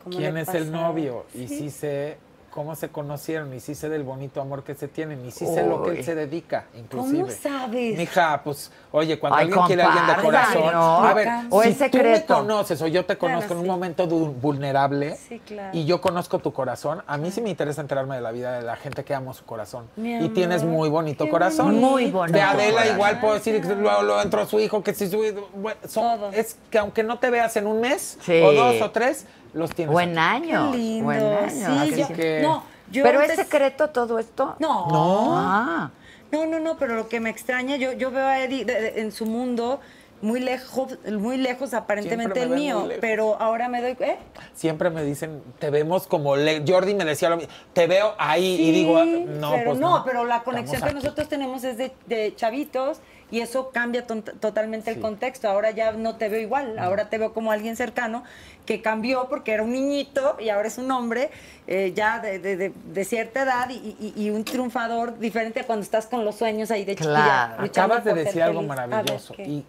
Speaker 3: ¿Cómo
Speaker 4: quién
Speaker 3: le
Speaker 4: es el
Speaker 3: pasaba?
Speaker 4: novio, y sí sé cómo se conocieron, y sí sé del bonito amor que se tienen, y sí sé lo que
Speaker 2: Uy.
Speaker 4: él se dedica, inclusive.
Speaker 3: ¿Cómo sabes?
Speaker 4: Mija, pues, oye, cuando
Speaker 2: Ay,
Speaker 4: alguien quiere a alguien de
Speaker 2: compártelo.
Speaker 4: corazón, a ver,
Speaker 2: O
Speaker 4: si
Speaker 2: es secreto.
Speaker 4: tú me conoces o yo te
Speaker 3: Claro,
Speaker 4: conozco en un
Speaker 3: sí.
Speaker 4: momento du- vulnerable
Speaker 3: Sí, claro.
Speaker 4: y yo conozco tu corazón, a mí sí me interesa enterarme de la vida de la gente que amo su corazón.
Speaker 3: Mi
Speaker 4: y
Speaker 3: amor,
Speaker 4: tienes muy bonito
Speaker 3: qué
Speaker 4: corazón.
Speaker 2: bonito. Muy bonito
Speaker 4: De Adela
Speaker 2: corazón.
Speaker 4: igual puedo decir que luego, luego entró su hijo, que si su hijo- bueno, son-
Speaker 3: Todo.
Speaker 4: es que aunque no te veas en un mes
Speaker 2: Sí.
Speaker 4: o dos o tres, los tienes.
Speaker 2: Buen
Speaker 4: aquí.
Speaker 3: Qué
Speaker 2: año.
Speaker 3: lindo.
Speaker 2: Buen año.
Speaker 3: sí,
Speaker 4: Así
Speaker 3: yo,
Speaker 4: que-
Speaker 3: no, yo
Speaker 2: Pero es
Speaker 3: antes-
Speaker 2: secreto todo esto.
Speaker 3: No.
Speaker 2: Ah,
Speaker 3: No, no, no, pero lo que me extraña, yo, yo veo a Eddie de- de- en su mundo muy lejos, muy lejos aparentemente
Speaker 4: Siempre
Speaker 3: el
Speaker 4: me ven muy
Speaker 3: mío,
Speaker 4: lejos.
Speaker 3: pero ahora me doy... ¿eh?
Speaker 4: Siempre me dicen, te vemos como le- Jordi me decía lo mismo, te veo ahí y
Speaker 3: Sí,
Speaker 4: digo, ah, no,
Speaker 3: pero
Speaker 4: pues
Speaker 3: no,
Speaker 4: no.
Speaker 3: pero la
Speaker 4: estamos
Speaker 3: conexión que
Speaker 4: aquí.
Speaker 3: nosotros tenemos es de, de chavitos y eso cambia ton- totalmente el
Speaker 4: Sí.
Speaker 3: contexto. Ahora ya no te veo igual, ahora te veo como alguien cercano que cambió porque era un niñito y ahora es un hombre eh, ya de, de- de- de cierta edad y, y- y un triunfador diferente a cuando estás con los sueños ahí de chiquilla.
Speaker 2: Claro.
Speaker 3: luchando
Speaker 4: Acabas de
Speaker 3: por ser
Speaker 4: decir algo
Speaker 3: feliz. A ver,
Speaker 4: maravilloso
Speaker 3: ¿qué?
Speaker 4: y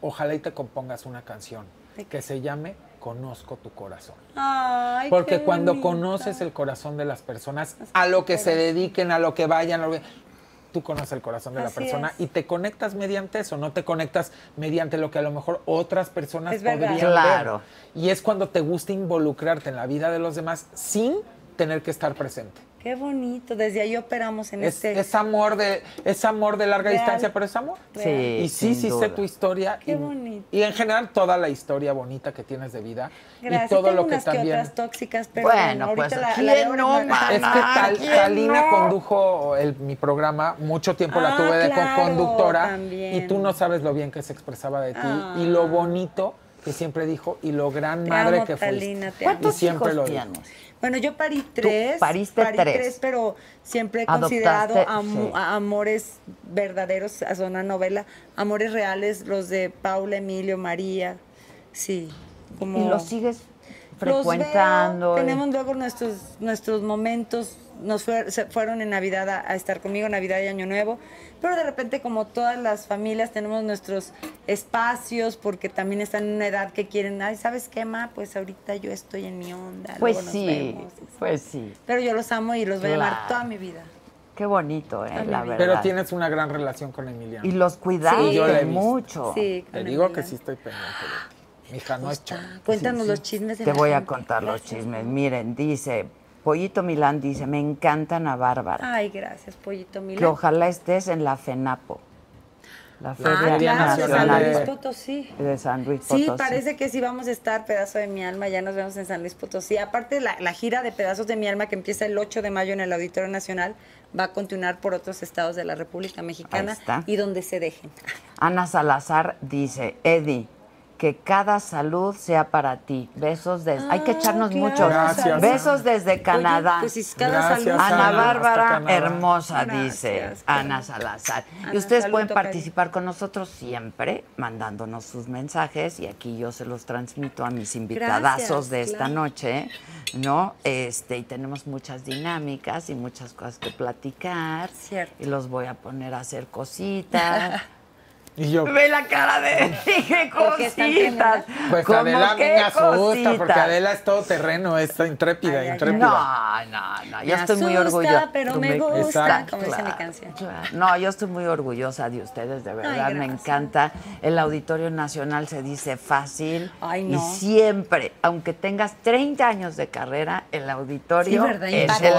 Speaker 4: ojalá y te compongas una canción
Speaker 3: ¿De qué?
Speaker 4: que se llame Conozco tu corazón.
Speaker 3: Ay,
Speaker 4: Porque
Speaker 3: qué
Speaker 4: cuando
Speaker 3: bonito.
Speaker 4: conoces el corazón de las personas, a lo que se dediquen, a lo que vayan, a lo que- tú conoces el corazón de la
Speaker 3: Así
Speaker 4: persona
Speaker 3: es.
Speaker 4: y te conectas mediante eso, no te conectas mediante lo que a lo mejor otras personas
Speaker 3: Es verdad.
Speaker 4: podrían
Speaker 2: Claro.
Speaker 4: ver. Y es cuando te gusta involucrarte en la vida de los demás sin tener que estar presente.
Speaker 3: Qué bonito, desde ahí operamos en
Speaker 4: Es,
Speaker 3: este...
Speaker 4: es amor de es amor de larga
Speaker 3: Real.
Speaker 4: distancia, pero es amor.
Speaker 2: sí.
Speaker 3: Real.
Speaker 4: Y sí,
Speaker 2: Eh, sin
Speaker 4: sí
Speaker 2: duda.
Speaker 4: sé tu historia.
Speaker 3: Qué
Speaker 4: y,
Speaker 3: bonito.
Speaker 4: Y en general toda la historia bonita que tienes de vida.
Speaker 3: Gracias.
Speaker 4: Y todo lo
Speaker 3: Tengo
Speaker 4: que
Speaker 3: unas que
Speaker 4: también...
Speaker 3: otras tóxicas, pero
Speaker 2: Bueno,
Speaker 3: ahorita
Speaker 2: pues,
Speaker 3: la, la
Speaker 2: ¿quién
Speaker 3: de ahora
Speaker 2: no,
Speaker 3: me-
Speaker 2: mana?
Speaker 4: Es que
Speaker 2: Ganar,
Speaker 4: Tal-
Speaker 2: ¿quién
Speaker 4: Talina
Speaker 2: no?
Speaker 4: condujo el- mi programa, mucho tiempo
Speaker 3: Ah,
Speaker 4: la tuve de co-
Speaker 3: claro,
Speaker 4: conductora
Speaker 3: también.
Speaker 4: y tú no sabes lo bien que se expresaba de ti
Speaker 3: Ah.
Speaker 4: y lo bonito que siempre dijo y lo gran
Speaker 3: Te
Speaker 4: madre
Speaker 3: amo,
Speaker 4: que fuiste.
Speaker 3: Talina, te amo.
Speaker 4: Y
Speaker 2: ¿Cuántos
Speaker 4: siempre lo
Speaker 2: hijos
Speaker 4: dijo.
Speaker 2: tienes?
Speaker 3: Bueno, yo parí tres.
Speaker 2: pariste
Speaker 3: parí
Speaker 2: tres.
Speaker 3: pero siempre he
Speaker 2: Adoptaste,
Speaker 3: considerado amu-
Speaker 2: sí.
Speaker 3: a- amores verdaderos, a una novela, amores reales, los de Paula, Emilio, María. Sí. Como
Speaker 2: Y lo sigues
Speaker 3: Los
Speaker 2: frecuentando.
Speaker 3: veo,
Speaker 2: y-
Speaker 3: tenemos luego nuestros, nuestros momentos, nos fue- se fueron en Navidad a, a estar conmigo, Navidad y Año Nuevo, pero de repente como todas las familias tenemos nuestros espacios porque también están en una edad que quieren, ay, ¿sabes qué, ma? Pues ahorita yo estoy en mi onda.
Speaker 2: Pues
Speaker 3: luego nos
Speaker 2: sí,
Speaker 3: vemos".
Speaker 2: pues sí.
Speaker 3: Pero yo los amo y los voy a
Speaker 2: Claro.
Speaker 3: amar toda mi vida.
Speaker 2: Qué bonito, ¿eh? La verdad.
Speaker 4: Pero tienes una gran relación con Emiliano.
Speaker 2: Y los cuidaste
Speaker 3: Sí, yo la
Speaker 4: he visto.
Speaker 2: mucho.
Speaker 3: Sí,
Speaker 4: Te
Speaker 3: con
Speaker 4: digo
Speaker 3: Emiliano.
Speaker 4: que sí estoy pendiente. de- Mija, no es chamba.
Speaker 3: Cuéntanos
Speaker 4: Sí, sí.
Speaker 3: los chismes. de
Speaker 2: Te
Speaker 3: la
Speaker 2: voy a
Speaker 3: gente.
Speaker 2: contar los
Speaker 3: Gracias.
Speaker 2: chismes. Miren, dice, Pollito Milán dice, me encantan a Bárbara.
Speaker 3: Ay, gracias, pollito
Speaker 2: que
Speaker 3: Milán.
Speaker 2: ojalá estés en la FENAPO. La Feria
Speaker 3: Ah, claro, de San
Speaker 2: Nacional
Speaker 3: Luis
Speaker 4: de-
Speaker 3: Potosí.
Speaker 2: de San Luis Potosí.
Speaker 3: Sí, parece que sí vamos a estar, pedazo de mi alma, ya nos vemos en San Luis Potosí. Aparte, la, la gira de pedazos de mi alma que empieza el 8 de mayo en el Auditorio Nacional va a continuar por otros estados de la República Mexicana
Speaker 2: Ahí está.
Speaker 3: y donde se dejen.
Speaker 2: Ana Salazar dice, Eddie, que cada salud sea para ti. Besos desde... Hay que
Speaker 3: Ah,
Speaker 2: echarnos
Speaker 3: claro,
Speaker 2: muchos.
Speaker 4: Gracias,
Speaker 2: Besos
Speaker 4: Ana.
Speaker 2: desde Canadá.
Speaker 3: Oye, pues si es cada
Speaker 4: Gracias,
Speaker 3: salud.
Speaker 2: Ana,
Speaker 4: Ana,
Speaker 2: Bárbara
Speaker 4: hasta Canadá.
Speaker 2: Hermosa,
Speaker 3: Gracias,
Speaker 2: dice
Speaker 3: Karen.
Speaker 2: Ana Salazar. y
Speaker 3: Ana,
Speaker 2: ustedes
Speaker 3: saludo,
Speaker 2: pueden
Speaker 3: Karen.
Speaker 2: participar con nosotros siempre mandándonos sus mensajes y aquí yo se los transmito a mis invitadazos
Speaker 3: Gracias,
Speaker 2: de esta
Speaker 3: claro.
Speaker 2: noche, ¿no? Este, y tenemos muchas dinámicas y muchas cosas que platicar.
Speaker 3: Cierto. [laughs]
Speaker 2: Y los voy a poner a hacer cositas.
Speaker 4: Y yo,
Speaker 2: Ve la cara de [laughs] dije
Speaker 3: Porque están tremendas.
Speaker 2: cositas.
Speaker 4: pues
Speaker 2: ¿Cómo
Speaker 4: Adela
Speaker 2: qué
Speaker 4: me asusta, porque
Speaker 2: cositas?
Speaker 4: Adela es todo terreno, es intrépida,
Speaker 3: Ay, ay, ay.
Speaker 4: intrépida.
Speaker 2: No, no, no, yo
Speaker 3: Me
Speaker 2: estoy muy
Speaker 3: asusta,
Speaker 2: orgullosa.
Speaker 3: pero
Speaker 2: Tú
Speaker 3: me gusta,
Speaker 4: Exacto.
Speaker 3: como dice mi
Speaker 2: claro,
Speaker 3: canción.
Speaker 2: claro. No, yo estoy muy orgullosa de ustedes, de verdad, me
Speaker 3: gracias.
Speaker 2: encanta. El Auditorio Nacional se dice fácil
Speaker 3: Ay,
Speaker 2: y
Speaker 3: no.
Speaker 2: siempre, aunque tengas 30 años de carrera, el auditorio
Speaker 3: Sí, ¿verdad?
Speaker 2: es
Speaker 3: Impacta.
Speaker 2: el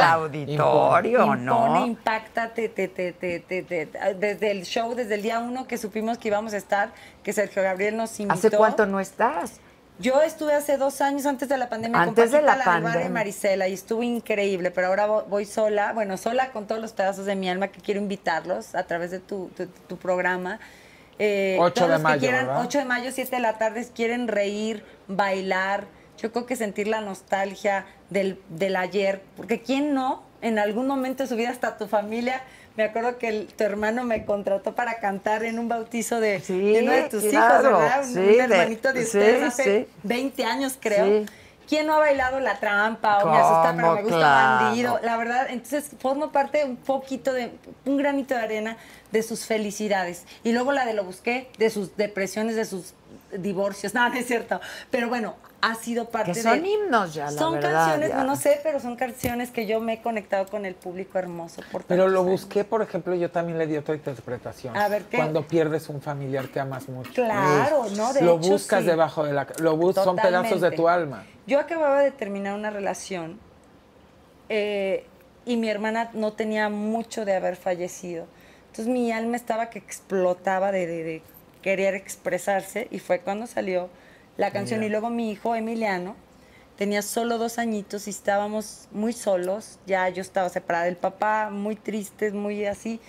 Speaker 2: auditorio,
Speaker 3: Impone,
Speaker 2: ¿no?
Speaker 3: impacta, te, te, te, te, te, te- desde el show, desde el día uno que supimos que íbamos a estar, que Sergio Gabriel nos invitó.
Speaker 2: ¿Hace cuánto no estás?
Speaker 3: Yo estuve hace dos años antes de la pandemia con
Speaker 2: Antes de
Speaker 3: Paquita
Speaker 2: la
Speaker 3: del Barrio
Speaker 2: pandemia.
Speaker 3: y Marisela y estuvo increíble, pero ahora vo- voy sola, bueno, sola con todos los pedazos de mi alma que quiero invitarlos a través de tu, tu- tu programa. Eh,
Speaker 4: Ocho
Speaker 3: todos
Speaker 4: de
Speaker 3: los que
Speaker 4: mayo,
Speaker 3: quieran,
Speaker 4: ¿verdad?
Speaker 3: 8 de mayo, 7 de la tarde, si quieren reír, bailar. Yo creo que sentir la nostalgia del, del ayer, porque ¿quién no? En algún momento de su vida, hasta tu familia. Me acuerdo que el- tu hermano me contrató para cantar en un bautizo de,
Speaker 2: Sí,
Speaker 3: de uno de tus
Speaker 2: claro,
Speaker 3: hijos, ¿verdad? Un,
Speaker 2: sí,
Speaker 3: un
Speaker 2: de-
Speaker 3: hermanito de
Speaker 2: sí,
Speaker 3: ustedes hace
Speaker 2: sí.
Speaker 3: 20 años, creo.
Speaker 2: Sí.
Speaker 3: ¿Quién no ha bailado la trampa o me asusta, pero
Speaker 2: ¿Cómo?
Speaker 3: me gusta
Speaker 2: Claro.
Speaker 3: bandido? La verdad, entonces formo parte un poquito de un granito de arena de sus felicidades. Y luego la de lo busqué, de sus depresiones, de sus divorcios. [laughs] Nada, no es cierto. Pero bueno, ha sido parte
Speaker 2: Que
Speaker 3: de.
Speaker 2: son himnos ya, la
Speaker 3: son
Speaker 2: verdad,
Speaker 3: canciones,
Speaker 2: ya.
Speaker 3: no sé, pero son canciones que yo me he conectado con el público hermoso. Por
Speaker 4: Pero
Speaker 3: tantos
Speaker 4: lo
Speaker 3: años.
Speaker 4: busqué, por ejemplo, yo también le di otra interpretación.
Speaker 3: A ver, ¿qué?
Speaker 4: Cuando pierdes un familiar que amas mucho.
Speaker 3: Claro, ¿no? De
Speaker 4: lo
Speaker 3: hecho,
Speaker 4: buscas
Speaker 3: sí.
Speaker 4: debajo de la... Lo bus- son pedazos de
Speaker 3: Totalmente.
Speaker 4: tu alma.
Speaker 3: Yo acababa de terminar una relación eh, y mi hermana no tenía mucho de haber fallecido. Entonces mi alma estaba que explotaba de, de- de querer expresarse y fue cuando salió la canción. Y luego mi hijo Emiliano tenía solo dos añitos y estábamos muy solos. Ya yo estaba separada del papá, muy tristes, muy así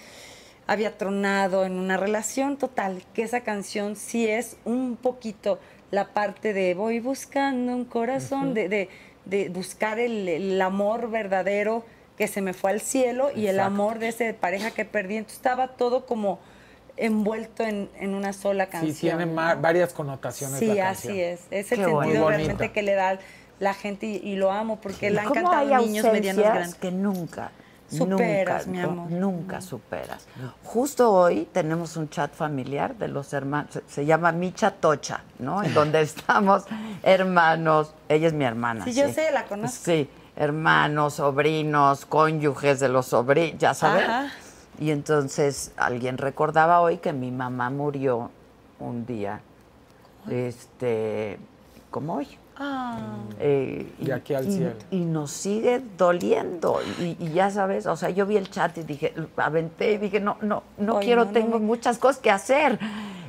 Speaker 3: había tronado en una relación total, que esa canción sí es un poquito la parte de voy buscando un corazón, de, de- de buscar el, el amor verdadero que se me fue al cielo y el amor de esa pareja que perdí. Entonces estaba todo como envuelto en, en una sola canción.
Speaker 4: Sí, tiene
Speaker 3: ¿no?
Speaker 4: ma- varias connotaciones
Speaker 3: Sí,
Speaker 4: la canción.
Speaker 3: así es. Es el
Speaker 2: Qué
Speaker 3: sentido
Speaker 2: bueno.
Speaker 4: Muy bonita.
Speaker 3: realmente que le da la gente y, y lo amo porque le
Speaker 2: ¿Y
Speaker 3: han
Speaker 2: cómo
Speaker 3: cantado
Speaker 2: hay
Speaker 3: niños medianos
Speaker 2: ausencias
Speaker 3: grandes.
Speaker 2: que nunca
Speaker 3: Superas,
Speaker 2: nunca,
Speaker 3: mi
Speaker 2: ¿no?
Speaker 3: amor.
Speaker 2: nunca superas. Justo hoy tenemos un chat familiar de los hermanos, se, se llama Micha Tocha, ¿no? En
Speaker 3: [laughs]
Speaker 2: donde estamos hermanos, ella es mi hermana.
Speaker 3: Sí, yo sé, la conozco.
Speaker 2: Sí, hermanos, sobrinos, cónyuges de los sobrinos, ya sabes.
Speaker 3: Ajá.
Speaker 2: Y entonces alguien recordaba hoy que mi mamá murió un día, este, como hoy.
Speaker 3: Ah.
Speaker 2: Eh,
Speaker 4: De aquí al cielo.
Speaker 2: y nos sigue doliendo. Y, y ya sabes, o sea, yo vi el chat y dije, aventé y dije, no, no, no
Speaker 3: Ay,
Speaker 2: quiero,
Speaker 3: no, no
Speaker 2: tengo
Speaker 3: me-
Speaker 2: muchas cosas que hacer.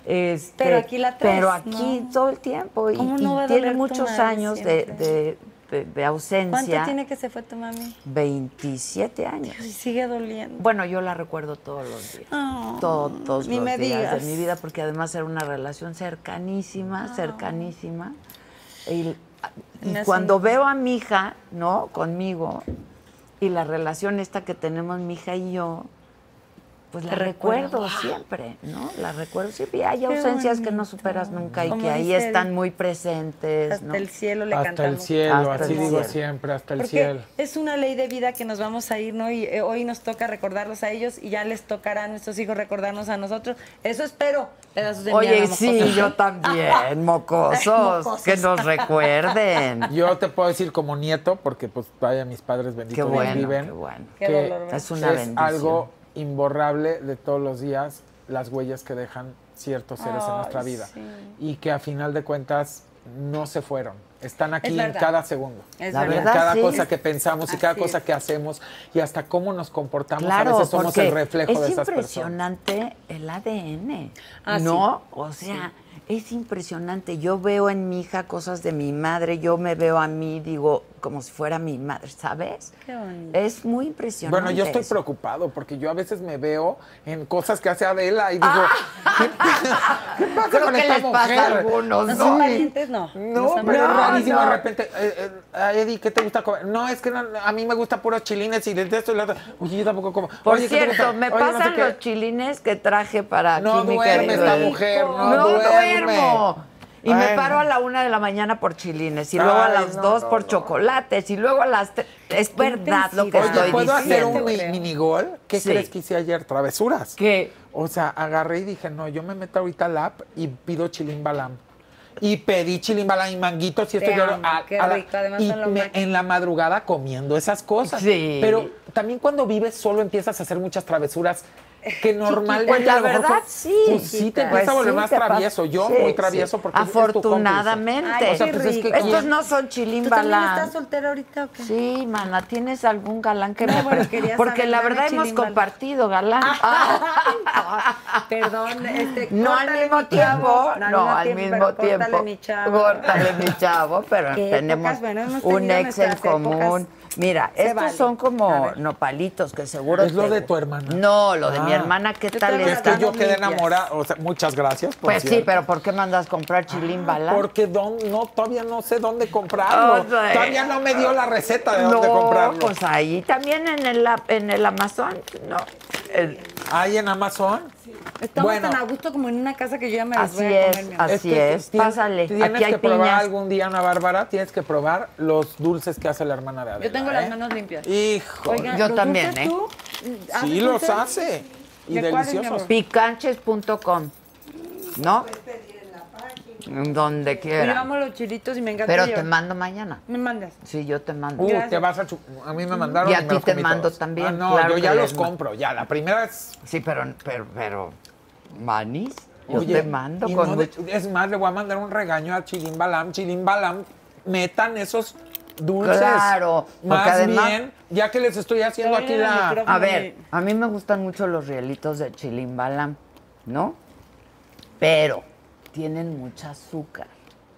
Speaker 2: Este,
Speaker 3: Pero aquí la traes,
Speaker 2: Pero aquí
Speaker 3: ¿no?
Speaker 2: todo el tiempo. Y,
Speaker 3: ¿Cómo
Speaker 2: y
Speaker 3: no va a
Speaker 2: tiene
Speaker 3: doler tu
Speaker 2: muchos
Speaker 3: madre
Speaker 2: años de,
Speaker 3: siempre?
Speaker 2: de- de- de
Speaker 3: ¿Cuánto
Speaker 2: ausencia.
Speaker 3: tiene que se fue tu mami?
Speaker 2: 27 años.
Speaker 3: Ay, sigue doliendo.
Speaker 2: Bueno, yo la recuerdo todos los días.
Speaker 3: Ah,
Speaker 2: todos
Speaker 3: ni
Speaker 2: los
Speaker 3: me
Speaker 2: días
Speaker 3: digas. Ah.
Speaker 2: de mi vida, porque además era una relación cercanísima, cercanísima. Y, y
Speaker 3: Nace
Speaker 2: cuando
Speaker 3: un-
Speaker 2: veo a mi hija, ¿no? Conmigo, y la relación esta que tenemos mi hija y yo, pues la
Speaker 3: Te
Speaker 2: recuerdo
Speaker 3: recuerdo.
Speaker 2: siempre, ¿no? La recuerdo siempre. Y hay
Speaker 3: Qué
Speaker 2: ausencias que no superas
Speaker 3: bonito.
Speaker 2: nunca y
Speaker 3: Como
Speaker 2: que ahí
Speaker 3: dice el-
Speaker 2: están muy presentes,
Speaker 3: Hasta
Speaker 2: pues, ¿no?
Speaker 3: el cielo le
Speaker 4: Hasta
Speaker 3: cantamos.
Speaker 4: el cielo,
Speaker 2: Hasta
Speaker 4: así
Speaker 2: el
Speaker 4: digo
Speaker 2: cielo.
Speaker 4: siempre, hasta el
Speaker 3: Porque
Speaker 4: cielo.
Speaker 3: es una ley de vida que nos vamos a ir, ¿no? Y eh, hoy nos toca recordarlos a ellos y ya les tocará a nuestros hijos recordarnos a nosotros. Eso espero, pedazos de
Speaker 2: Oye,
Speaker 3: mierda,
Speaker 2: sí,
Speaker 3: mocosos.
Speaker 2: yo
Speaker 3: [laughs]
Speaker 2: también, mocosos,
Speaker 3: Mocosos.
Speaker 2: que nos recuerden.
Speaker 4: [laughs] Yo te puedo decir como nieto, porque pues vaya mis padres benditos
Speaker 2: Qué
Speaker 4: donde
Speaker 2: bueno,
Speaker 4: viven,
Speaker 2: qué bueno.
Speaker 3: Qué
Speaker 4: que
Speaker 3: dolor, ¿verdad?
Speaker 2: Es una bendición.
Speaker 4: algo imborrable de todos los días las huellas que dejan ciertos seres en
Speaker 3: Ay,
Speaker 4: nuestra vida
Speaker 3: sí.
Speaker 4: y que a final de cuentas no se fueron. Están aquí en
Speaker 3: verdad.
Speaker 4: cada segundo.
Speaker 3: Es
Speaker 2: La
Speaker 4: Y en
Speaker 2: verdad,
Speaker 4: cada
Speaker 2: sí.
Speaker 4: cosa que pensamos y cada
Speaker 3: Así
Speaker 4: cosa
Speaker 3: es.
Speaker 4: que hacemos y hasta cómo nos comportamos.
Speaker 2: Claro,
Speaker 4: a veces somos
Speaker 2: porque
Speaker 4: el reflejo
Speaker 2: es
Speaker 4: de esas personas.
Speaker 2: impresionante el ADN,
Speaker 3: Ah, sí.
Speaker 2: ¿no? O sea, es impresionante. Yo veo en mi hija cosas de mi madre, yo me veo a mí, digo, como si fuera mi madre, ¿sabes?
Speaker 3: Qué bonito.
Speaker 2: Es muy impresionante.
Speaker 4: Bueno, yo estoy
Speaker 2: eso.
Speaker 4: preocupado porque yo a veces me veo en cosas que hace Adela y digo, ¿qué, pasa- qué pasa
Speaker 2: Ah. Creo
Speaker 4: con
Speaker 2: que
Speaker 4: esta
Speaker 2: les pasa
Speaker 4: mujer?
Speaker 2: a algunos,
Speaker 3: ¿No
Speaker 2: ¿no?
Speaker 3: son parientes? No.
Speaker 4: No,
Speaker 3: son
Speaker 4: pero es
Speaker 3: parientes.
Speaker 4: rarísimo
Speaker 2: no.
Speaker 4: de repente. eh, eh, a Eddie, ¿qué te gusta comer? No, es que no, a mí me gusta puros chilines y de esto y lo otro. Oye, yo tampoco como.
Speaker 2: Por
Speaker 4: Oye, ¿qué te gusta?
Speaker 2: cierto, me
Speaker 4: Oye, no sé
Speaker 2: pasan
Speaker 4: qué.
Speaker 2: los chilines que traje para
Speaker 4: No
Speaker 2: Química
Speaker 4: duerme esta
Speaker 2: Guerrero.
Speaker 4: mujer, no,
Speaker 2: No
Speaker 4: duerme.
Speaker 2: duermo. Y me
Speaker 4: Ay,
Speaker 2: paro
Speaker 4: no.
Speaker 2: a la una de la mañana por chilines, y luego a
Speaker 4: Ay,
Speaker 2: las
Speaker 4: no,
Speaker 2: dos
Speaker 4: no,
Speaker 2: por
Speaker 4: no.
Speaker 2: chocolates, y luego a las tres. Es verdad lo que
Speaker 3: intensidad.
Speaker 2: estoy
Speaker 4: Oye, ¿puedo hacer
Speaker 2: diciendo.
Speaker 4: un mi- minigol? ¿Qué
Speaker 2: Sí.
Speaker 4: crees que hice ayer? Travesuras.
Speaker 2: ¿Qué?
Speaker 4: O sea, agarré y dije, no, yo me meto ahorita al app y pido chilimbalam. Y pedí chilimbalam y manguitos y
Speaker 3: Te
Speaker 4: esto y lo-
Speaker 3: amo, qué rico, además
Speaker 4: y
Speaker 3: son lo
Speaker 4: me-
Speaker 3: máximo.
Speaker 4: en la madrugada comiendo esas cosas.
Speaker 2: Sí.
Speaker 4: Pero también cuando vives solo empiezas a hacer muchas travesuras
Speaker 2: [laughs]
Speaker 4: que normalmente
Speaker 2: Pues la
Speaker 4: a lo mejor
Speaker 2: verdad,
Speaker 4: son-
Speaker 2: sí.
Speaker 4: Pues sí, te
Speaker 2: Pues
Speaker 4: empieza a volver
Speaker 2: sí,
Speaker 4: más
Speaker 2: te pasa-
Speaker 4: travieso. Yo
Speaker 2: sí,
Speaker 4: muy
Speaker 2: sí.
Speaker 4: travieso porque es- es tu cómplice.
Speaker 2: Afortunadamente.
Speaker 3: Ay,
Speaker 4: O sea,
Speaker 3: qué
Speaker 4: pues es que
Speaker 3: rico.
Speaker 2: Estos no son
Speaker 3: ¿Tú también estás
Speaker 2: chilimbalas.
Speaker 3: soltera ahorita [laughs] o qué?
Speaker 2: Sí, mana, ¿tienes algún galán que
Speaker 3: No,
Speaker 2: me
Speaker 3: bueno,
Speaker 2: preste?
Speaker 3: quería
Speaker 2: Porque
Speaker 3: saber,
Speaker 2: la
Speaker 3: dame
Speaker 2: verdad hemos
Speaker 3: chilimbala.
Speaker 4: [laughs]
Speaker 2: compartido galán. Ah.
Speaker 3: Perdón, este,
Speaker 2: No al
Speaker 3: córtale,
Speaker 2: mismo
Speaker 3: mi chavo.
Speaker 2: tiempo,
Speaker 3: No,
Speaker 2: no al
Speaker 3: tiempo,
Speaker 2: mismo
Speaker 3: pero córtale,
Speaker 2: tiempo.
Speaker 3: mi chavo.
Speaker 2: Córtale, mi chavo, pero
Speaker 3: [laughs] Qué
Speaker 2: tenemos
Speaker 3: épocas, bueno, hemos
Speaker 2: un
Speaker 3: tenido
Speaker 2: ex en
Speaker 3: nuestras épocas.
Speaker 2: común. Mira,
Speaker 3: Se
Speaker 2: estos
Speaker 3: vale.
Speaker 2: son
Speaker 3: A
Speaker 2: como
Speaker 3: ver.
Speaker 2: nopalitos que seguro.
Speaker 4: Es lo
Speaker 2: te-
Speaker 4: de tu hermana.
Speaker 2: No, lo de mi
Speaker 4: Ah.
Speaker 2: hermana, ¿qué
Speaker 3: Yo
Speaker 2: tal
Speaker 3: tengo una
Speaker 4: Es que
Speaker 2: está?
Speaker 4: yo quedé
Speaker 3: Limpias.
Speaker 4: enamorada. O sea, muchas gracias. por
Speaker 2: Pues sí,
Speaker 4: cierto.
Speaker 2: pero ¿por qué mandas comprar
Speaker 4: Ah,
Speaker 2: chilimbala?
Speaker 4: Porque don, no, todavía no sé dónde comprarlo.
Speaker 2: O sea,
Speaker 4: todavía no me dio la receta de dónde
Speaker 2: Oh, No,
Speaker 4: comprarlo.
Speaker 2: pues ahí también en el, ap- en el Amazon, no. El-
Speaker 4: ¿Hay en Amazon?
Speaker 3: Estamos
Speaker 4: Bueno.
Speaker 3: tan a gusto como en una casa que yo ya me las
Speaker 2: así
Speaker 3: voy a comer,
Speaker 2: es,
Speaker 3: mi amor.
Speaker 2: así
Speaker 4: que
Speaker 2: es.
Speaker 4: tienes-
Speaker 2: Pásale,
Speaker 4: Este, Tienes
Speaker 2: aquí hay
Speaker 4: que probar
Speaker 2: piñas.
Speaker 4: algún día, Ana Bárbara, tienes que probar los dulces que hace la hermana de Adela.
Speaker 3: Yo tengo las
Speaker 4: ¿eh?
Speaker 3: manos limpias.
Speaker 4: Hijo,
Speaker 3: Oigan,
Speaker 2: Yo
Speaker 3: ¿los
Speaker 2: también,
Speaker 3: dulces
Speaker 2: ¿eh?
Speaker 3: tú? Ah, ¿Haces
Speaker 4: sí los
Speaker 3: dulces?
Speaker 4: hace. Y
Speaker 3: ¿De cuáles, mi
Speaker 4: deliciosos.
Speaker 3: amor?
Speaker 2: picanches.com, ¿no?
Speaker 3: Pues,
Speaker 2: En Donde
Speaker 3: Yo
Speaker 2: quiera.
Speaker 3: amo los chilitos y me encanta
Speaker 2: Pero te
Speaker 3: llevar.
Speaker 2: mando mañana.
Speaker 3: Me mandas.
Speaker 2: Sí, yo te mando.
Speaker 4: Uh,
Speaker 3: Gracias.
Speaker 4: te vas a, chu- a mí me mandaron
Speaker 2: Y a
Speaker 4: me
Speaker 2: ti
Speaker 4: los
Speaker 2: te
Speaker 4: comí
Speaker 2: mando
Speaker 4: todos.
Speaker 2: también,
Speaker 4: Ah, no,
Speaker 2: claro
Speaker 4: yo
Speaker 2: que
Speaker 4: ya
Speaker 2: les
Speaker 4: los
Speaker 2: mando.
Speaker 4: compro. Ya, la primera es.
Speaker 2: Sí, pero, pero, pero, manis, yo
Speaker 4: Oye,
Speaker 2: te mando
Speaker 4: y
Speaker 2: con
Speaker 4: no de-
Speaker 2: mucho-
Speaker 4: es más, le voy a mandar un regaño a Chilimbalam. Chilimbalam, metan esos dulces.
Speaker 2: Claro, porque
Speaker 4: Más
Speaker 2: además-
Speaker 4: bien, ya que les estoy haciendo
Speaker 3: Te
Speaker 4: aquí
Speaker 3: viene el
Speaker 4: la...
Speaker 3: micrófono.
Speaker 2: A ver, a mí me gustan mucho los rielitos de chilimbalam, ¿no? Pero tienen mucha azúcar,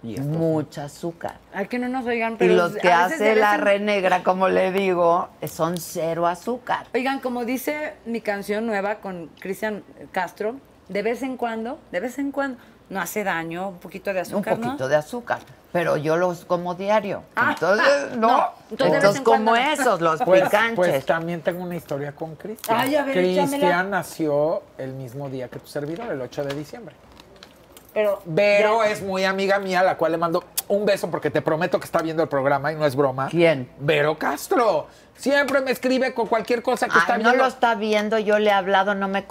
Speaker 2: mucha azúcar.
Speaker 3: Hay que no nos oigan,
Speaker 2: Y
Speaker 3: pero
Speaker 2: los que
Speaker 3: a veces de
Speaker 2: hace
Speaker 3: vez
Speaker 2: la
Speaker 3: en-
Speaker 2: re negra, como le digo, son cero azúcar.
Speaker 3: Oigan, como dice mi canción nueva con Cristian Castro, de vez en cuando, de vez en cuando, no hace daño, un poquito de
Speaker 2: Un
Speaker 3: azúcar,
Speaker 2: poquito
Speaker 3: ¿no?
Speaker 2: de azúcar, pero yo los como diario.
Speaker 3: Ah,
Speaker 2: Entonces,
Speaker 3: ah,
Speaker 2: no.
Speaker 3: no. Entonces, de vez
Speaker 2: Entonces,
Speaker 3: en cuando
Speaker 2: como
Speaker 3: no.
Speaker 2: esos, los
Speaker 4: Pues,
Speaker 2: picanches.
Speaker 4: pues también tengo una historia con Cristian.
Speaker 3: Ay, a ver, échamela.
Speaker 4: Cristian nació el mismo día que tu servidor, el 8 de diciembre.
Speaker 3: Pero,
Speaker 4: Pero
Speaker 3: ya.
Speaker 4: es muy amiga mía, la cual le mando un beso porque te prometo que está viendo el programa y no es broma.
Speaker 2: ¿Quién?
Speaker 4: Vero Castro. Siempre me escribe con cualquier cosa que
Speaker 2: Ay,
Speaker 4: está
Speaker 2: no
Speaker 4: viendo.
Speaker 2: lo está viendo, yo le he hablado, no me
Speaker 4: A ver,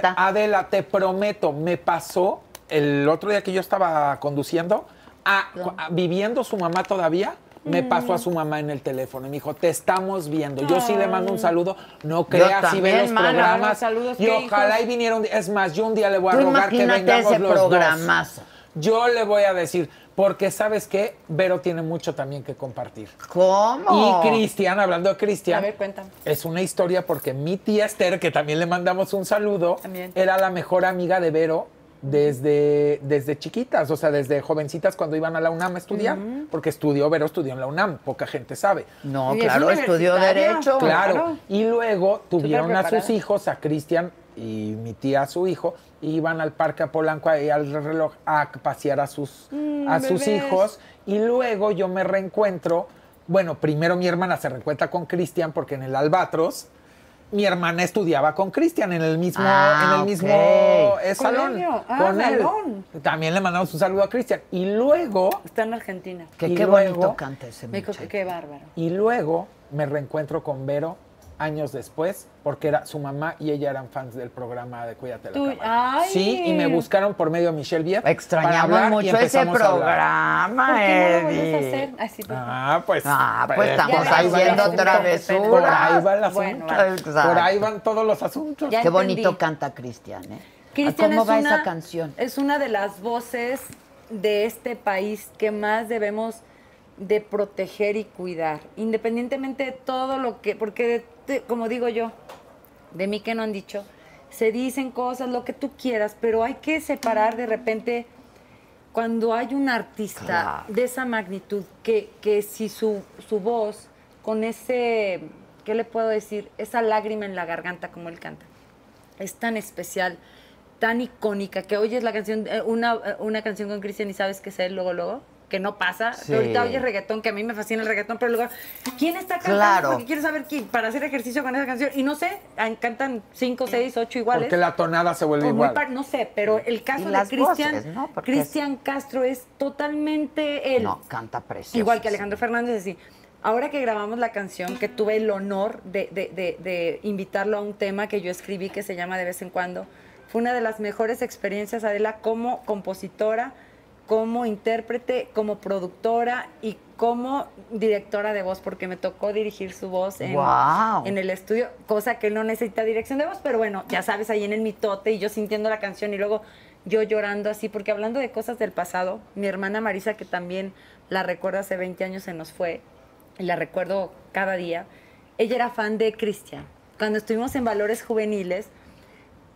Speaker 2: contesta.
Speaker 4: Adela, te prometo, me pasó el otro día que yo estaba conduciendo, a- a- viviendo su mamá todavía,
Speaker 2: Mm.
Speaker 4: me pasó a su mamá en el teléfono y me dijo, te estamos viendo. Yo sí le mando un saludo, no creas, si ve
Speaker 2: también,
Speaker 4: los
Speaker 2: mana.
Speaker 4: programas.
Speaker 3: Los saludos,
Speaker 4: y
Speaker 3: qué
Speaker 4: ojalá
Speaker 3: hijos.
Speaker 4: y viniera un día. Es más, yo un día le voy a
Speaker 2: Tú
Speaker 4: rogar que
Speaker 2: imagínate
Speaker 4: vengamos
Speaker 2: ese
Speaker 4: los dos.
Speaker 2: programazo.
Speaker 4: Yo le voy a decir, porque sabes que Vero tiene mucho también que compartir.
Speaker 2: ¿Cómo?
Speaker 4: Y Cristian, hablando de Cristian.
Speaker 3: A ver, cuéntame.
Speaker 4: Es una historia porque mi tía Esther, que también le mandamos un saludo,
Speaker 3: También.
Speaker 4: era la mejor amiga de Vero desde, desde chiquitas, o sea, desde jovencitas cuando iban a la UNAM a estudiar, porque estudió Vero, estudió en la UNAM, poca gente sabe.
Speaker 2: No,
Speaker 3: Y es
Speaker 2: claro, estudió
Speaker 3: universitaria.
Speaker 2: Derecho.
Speaker 4: Claro.
Speaker 3: claro.
Speaker 4: Y luego tuvieron a
Speaker 3: preparada.
Speaker 4: sus hijos, a Cristian y mi tía a su hijo, y iban al parque a Polanco ahí al reloj a pasear a sus, a sus
Speaker 3: Mm, bebés.
Speaker 4: hijos. Y luego yo me reencuentro. Bueno, primero mi hermana se reencuentra con Cristian porque en el Albatros mi hermana estudiaba con Cristian en el mismo,
Speaker 2: Ah,
Speaker 4: en el mismo
Speaker 2: ok.
Speaker 4: eh, salón.
Speaker 3: Colegio. Ah,
Speaker 4: con él.
Speaker 3: salón.
Speaker 4: También le mandamos un saludo a Cristian. Y luego
Speaker 3: Está en Argentina.
Speaker 2: Que
Speaker 4: Y
Speaker 2: qué
Speaker 4: luego-
Speaker 2: bonito canta ese
Speaker 3: Me dijo
Speaker 2: muchacho.
Speaker 3: que qué bárbaro.
Speaker 4: Y luego me reencuentro con Vero años después, porque era su mamá y ella eran fans del programa de Cuídate la
Speaker 3: Tú-
Speaker 4: Cámara.
Speaker 3: ¡ay!
Speaker 4: Sí, y me buscaron por medio de Michelle Viet. para
Speaker 2: Extrañamos
Speaker 4: hablar y
Speaker 2: mucho ese
Speaker 4: empezamos a hablar.
Speaker 2: programa,
Speaker 3: ¿Por qué no lo
Speaker 2: Ah, Eddie.
Speaker 3: volvés a hacer? Ay, sí, por favor.
Speaker 4: Ah, pues.
Speaker 2: Ah, pues estamos
Speaker 4: por ahí va el
Speaker 3: haciendo
Speaker 4: asunto.
Speaker 2: travesuras.
Speaker 4: Por ahí va el asunto.
Speaker 3: Bueno,
Speaker 2: va.
Speaker 4: por ahí van todos los asuntos.
Speaker 3: Ya
Speaker 2: Qué
Speaker 3: entendí.
Speaker 2: bonito canta Cristian, ¿eh?
Speaker 3: Cristian
Speaker 2: ¿Cómo
Speaker 3: es
Speaker 2: va
Speaker 3: una-
Speaker 2: esa canción?
Speaker 3: Es una de las voces de este país que más debemos de proteger y cuidar, independientemente de todo lo que, porque de- de- como digo yo, de mí que no han dicho, se dicen cosas, lo que tú quieras, pero hay que separar de repente cuando hay un artista
Speaker 2: Claro.
Speaker 3: de esa magnitud que, que si su, su voz, con ese, ¿qué le puedo decir? Esa lágrima en la garganta como él canta, es tan especial, tan icónica, que oyes la canción, eh, una, eh, una canción con Cristian y sabes que es él luego, luego. que no pasa.
Speaker 2: Sí.
Speaker 3: Ahorita oyes reggaetón, que a mí me fascina el reggaetón, pero luego, ¿quién está cantando?
Speaker 2: Claro.
Speaker 3: Porque quiero saber quién, para hacer ejercicio con esa canción. Y no sé, an- cantan cinco, seis, ocho iguales.
Speaker 4: Porque la tonada se vuelve
Speaker 3: O Pues muy
Speaker 4: igual.
Speaker 3: par- no sé, pero el
Speaker 2: Y
Speaker 3: caso de
Speaker 2: las voces,
Speaker 3: Cristian
Speaker 2: ¿no? Porque es-
Speaker 3: Cristian Castro es totalmente él.
Speaker 2: No, canta precioso.
Speaker 3: Igual que Alejandro Fernández, así. Ahora que grabamos la canción, que tuve el honor de, de- de- de invitarlo a un tema que yo escribí que se llama De vez en cuando, fue una de las mejores experiencias, Adela, como compositora, como intérprete, como productora y como directora de voz, porque me tocó dirigir su voz en,
Speaker 2: Guau.
Speaker 3: en el estudio, cosa que él no necesita dirección de voz, pero bueno, ya sabes, ahí en el mitote y yo sintiendo la canción y luego yo llorando así, porque hablando de cosas del pasado, mi hermana Marisa, que también la recuerdo hace 20 años, se nos fue, y la recuerdo cada día, ella era fan de Cristian. Cuando estuvimos en Valores Juveniles,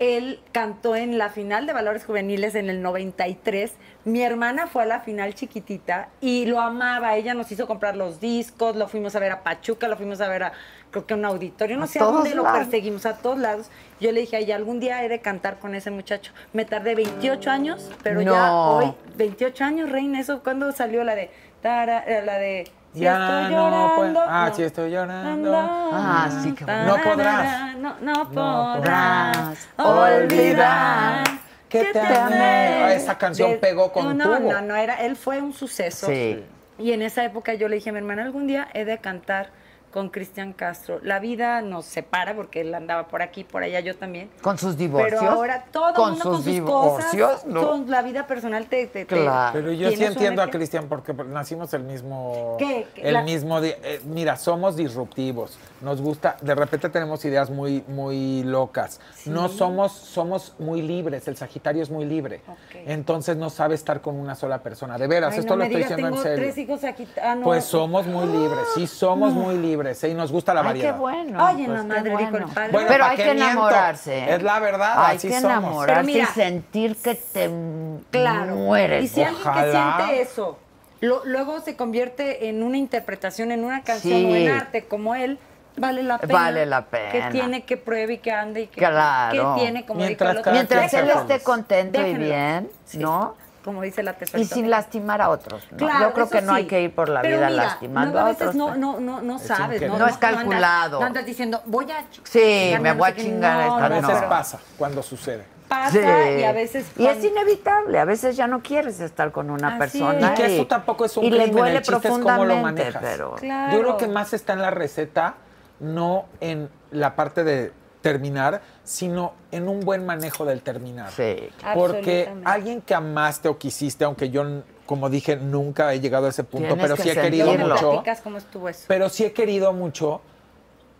Speaker 3: él cantó en la final de Valores Juveniles en el 93. Mi hermana fue a la final chiquitita y lo amaba. Ella nos hizo comprar los discos, lo fuimos a ver a Pachuca, lo fuimos a ver a, creo que a un auditorio, no
Speaker 2: A
Speaker 3: sé a dónde
Speaker 2: todos
Speaker 3: lo
Speaker 2: lados.
Speaker 3: perseguimos, a todos lados. Yo le dije, ay, algún día he de cantar con ese muchacho. Me tardé 28 años, pero ya
Speaker 2: No.
Speaker 3: hoy, 28 años, reina, eso, ¿cuándo salió la de... tara- eh, la de... Si
Speaker 4: Ya
Speaker 3: estoy
Speaker 4: no
Speaker 3: llorando.
Speaker 4: puedo- ah, si estoy llorando.
Speaker 2: Ah, sí, qué bueno.
Speaker 4: No podrás.
Speaker 3: No, no
Speaker 4: No
Speaker 3: podrás
Speaker 2: podrás
Speaker 3: olvidar
Speaker 4: que te amé.
Speaker 2: Ah,
Speaker 4: esa canción
Speaker 3: De-
Speaker 4: pegó con
Speaker 3: No,
Speaker 4: tubo.
Speaker 3: no, no, era, él fue un suceso.
Speaker 2: Sí.
Speaker 3: Y en esa época yo le dije a mi hermana, algún día he de cantar con Cristian Castro. La vida nos separa porque él andaba por aquí, por allá, yo también.
Speaker 2: Con sus divorcios.
Speaker 3: Pero ahora todo el
Speaker 2: con
Speaker 3: mundo
Speaker 2: sus
Speaker 3: con sus
Speaker 2: divorcios,
Speaker 3: cosas,
Speaker 2: ¿no?
Speaker 3: con la vida personal te... te- te-
Speaker 2: Claro.
Speaker 4: Pero yo sí
Speaker 3: tienes un
Speaker 4: entiendo a
Speaker 3: eje.
Speaker 4: Cristian porque nacimos el mismo.
Speaker 3: ¿Qué?
Speaker 4: El
Speaker 3: La-
Speaker 4: mismo. di- eh, mira, somos disruptivos. Nos gusta. De repente tenemos ideas muy, muy locas. No somos, somos muy libres. El Sagitario es muy libre.
Speaker 3: Ok.
Speaker 4: Entonces no sabe estar con una sola persona. De veras,
Speaker 3: Ay,
Speaker 4: esto
Speaker 3: no
Speaker 4: lo
Speaker 3: me
Speaker 4: estoy
Speaker 3: digas,
Speaker 4: diciendo
Speaker 3: tengo
Speaker 4: en serio.
Speaker 3: tres Ah. hijos aquí. Ah, no.
Speaker 4: Pues somos muy libres, sí, somos muy libres, ¿eh? y nos gusta la
Speaker 2: Ay,
Speaker 4: variedad.
Speaker 2: qué bueno.
Speaker 3: Oye, la
Speaker 2: qué
Speaker 3: madre, dijo el padre.
Speaker 4: Pues Bueno,
Speaker 2: Pero
Speaker 4: ¿pa'
Speaker 2: hay
Speaker 4: qué
Speaker 2: que
Speaker 4: miento?
Speaker 2: enamorarse.
Speaker 4: Es la verdad,
Speaker 2: Hay
Speaker 4: así
Speaker 2: que
Speaker 4: somos.
Speaker 2: enamorarse
Speaker 3: Pero mira,
Speaker 2: y sentir que te m-
Speaker 3: Claro.
Speaker 2: mueres.
Speaker 3: Y si
Speaker 4: Ojalá.
Speaker 3: alguien que siente eso, lo- luego se convierte en una interpretación, en una canción
Speaker 2: Sí.
Speaker 3: o en arte como él, vale la pena.
Speaker 2: Vale la pena.
Speaker 3: Que tiene, que pruebe y que ande y que,
Speaker 2: Claro.
Speaker 3: que tiene, como
Speaker 4: Mientras
Speaker 3: dijo el otro.
Speaker 4: cada
Speaker 2: Mientras
Speaker 4: quien
Speaker 2: él
Speaker 4: sea
Speaker 2: esté
Speaker 4: feliz.
Speaker 2: contento
Speaker 3: Déjenlo.
Speaker 2: y bien,
Speaker 3: Sí.
Speaker 2: ¿no?
Speaker 3: Como dice la tesorita.
Speaker 2: Y sin lastimar a otros. ¿no?
Speaker 3: Claro,
Speaker 2: Yo creo
Speaker 3: eso
Speaker 2: que no hay
Speaker 3: sí.
Speaker 2: que ir por la
Speaker 3: Pero
Speaker 2: vida
Speaker 3: mira,
Speaker 2: lastimando
Speaker 3: luego
Speaker 2: a
Speaker 3: a
Speaker 2: otros. ¿eh? pues.
Speaker 3: veces no, no, no, no sabes.
Speaker 4: increíble.
Speaker 3: No,
Speaker 4: No
Speaker 2: es
Speaker 3: andas-
Speaker 2: calculado.
Speaker 3: no andas diciendo, voy a...
Speaker 2: Sí,
Speaker 3: chingarme,
Speaker 2: me
Speaker 3: no
Speaker 2: voy
Speaker 3: sé
Speaker 2: a
Speaker 3: qué.
Speaker 2: chingar a esta
Speaker 4: A
Speaker 2: no,
Speaker 4: veces
Speaker 2: no.
Speaker 4: pasa cuando sucede.
Speaker 3: Pasa
Speaker 2: Sí.
Speaker 3: y a veces...
Speaker 2: Y es
Speaker 3: cuando-
Speaker 2: inevitable, a veces ya no quieres estar con una
Speaker 3: Así
Speaker 2: persona.
Speaker 3: es.
Speaker 4: Y que eso tampoco es un
Speaker 2: y le
Speaker 4: crimen,
Speaker 2: duele
Speaker 4: el chiste es cómo lo
Speaker 2: profundamente,
Speaker 4: manejas.
Speaker 2: pero
Speaker 3: Claro.
Speaker 4: Yo creo que más está en la receta, no en la parte de terminar, sino en un buen manejo del terminar.
Speaker 2: sí.
Speaker 4: Porque
Speaker 3: Absolutamente.
Speaker 4: alguien que amaste o quisiste, aunque yo, como dije, nunca he llegado a ese punto,
Speaker 2: Tienes
Speaker 4: pero
Speaker 2: que
Speaker 4: sí he querido
Speaker 3: Luego me
Speaker 2: sentirlo.
Speaker 4: mucho.
Speaker 3: platicas cómo estuvo eso.
Speaker 4: Pero sí he querido mucho.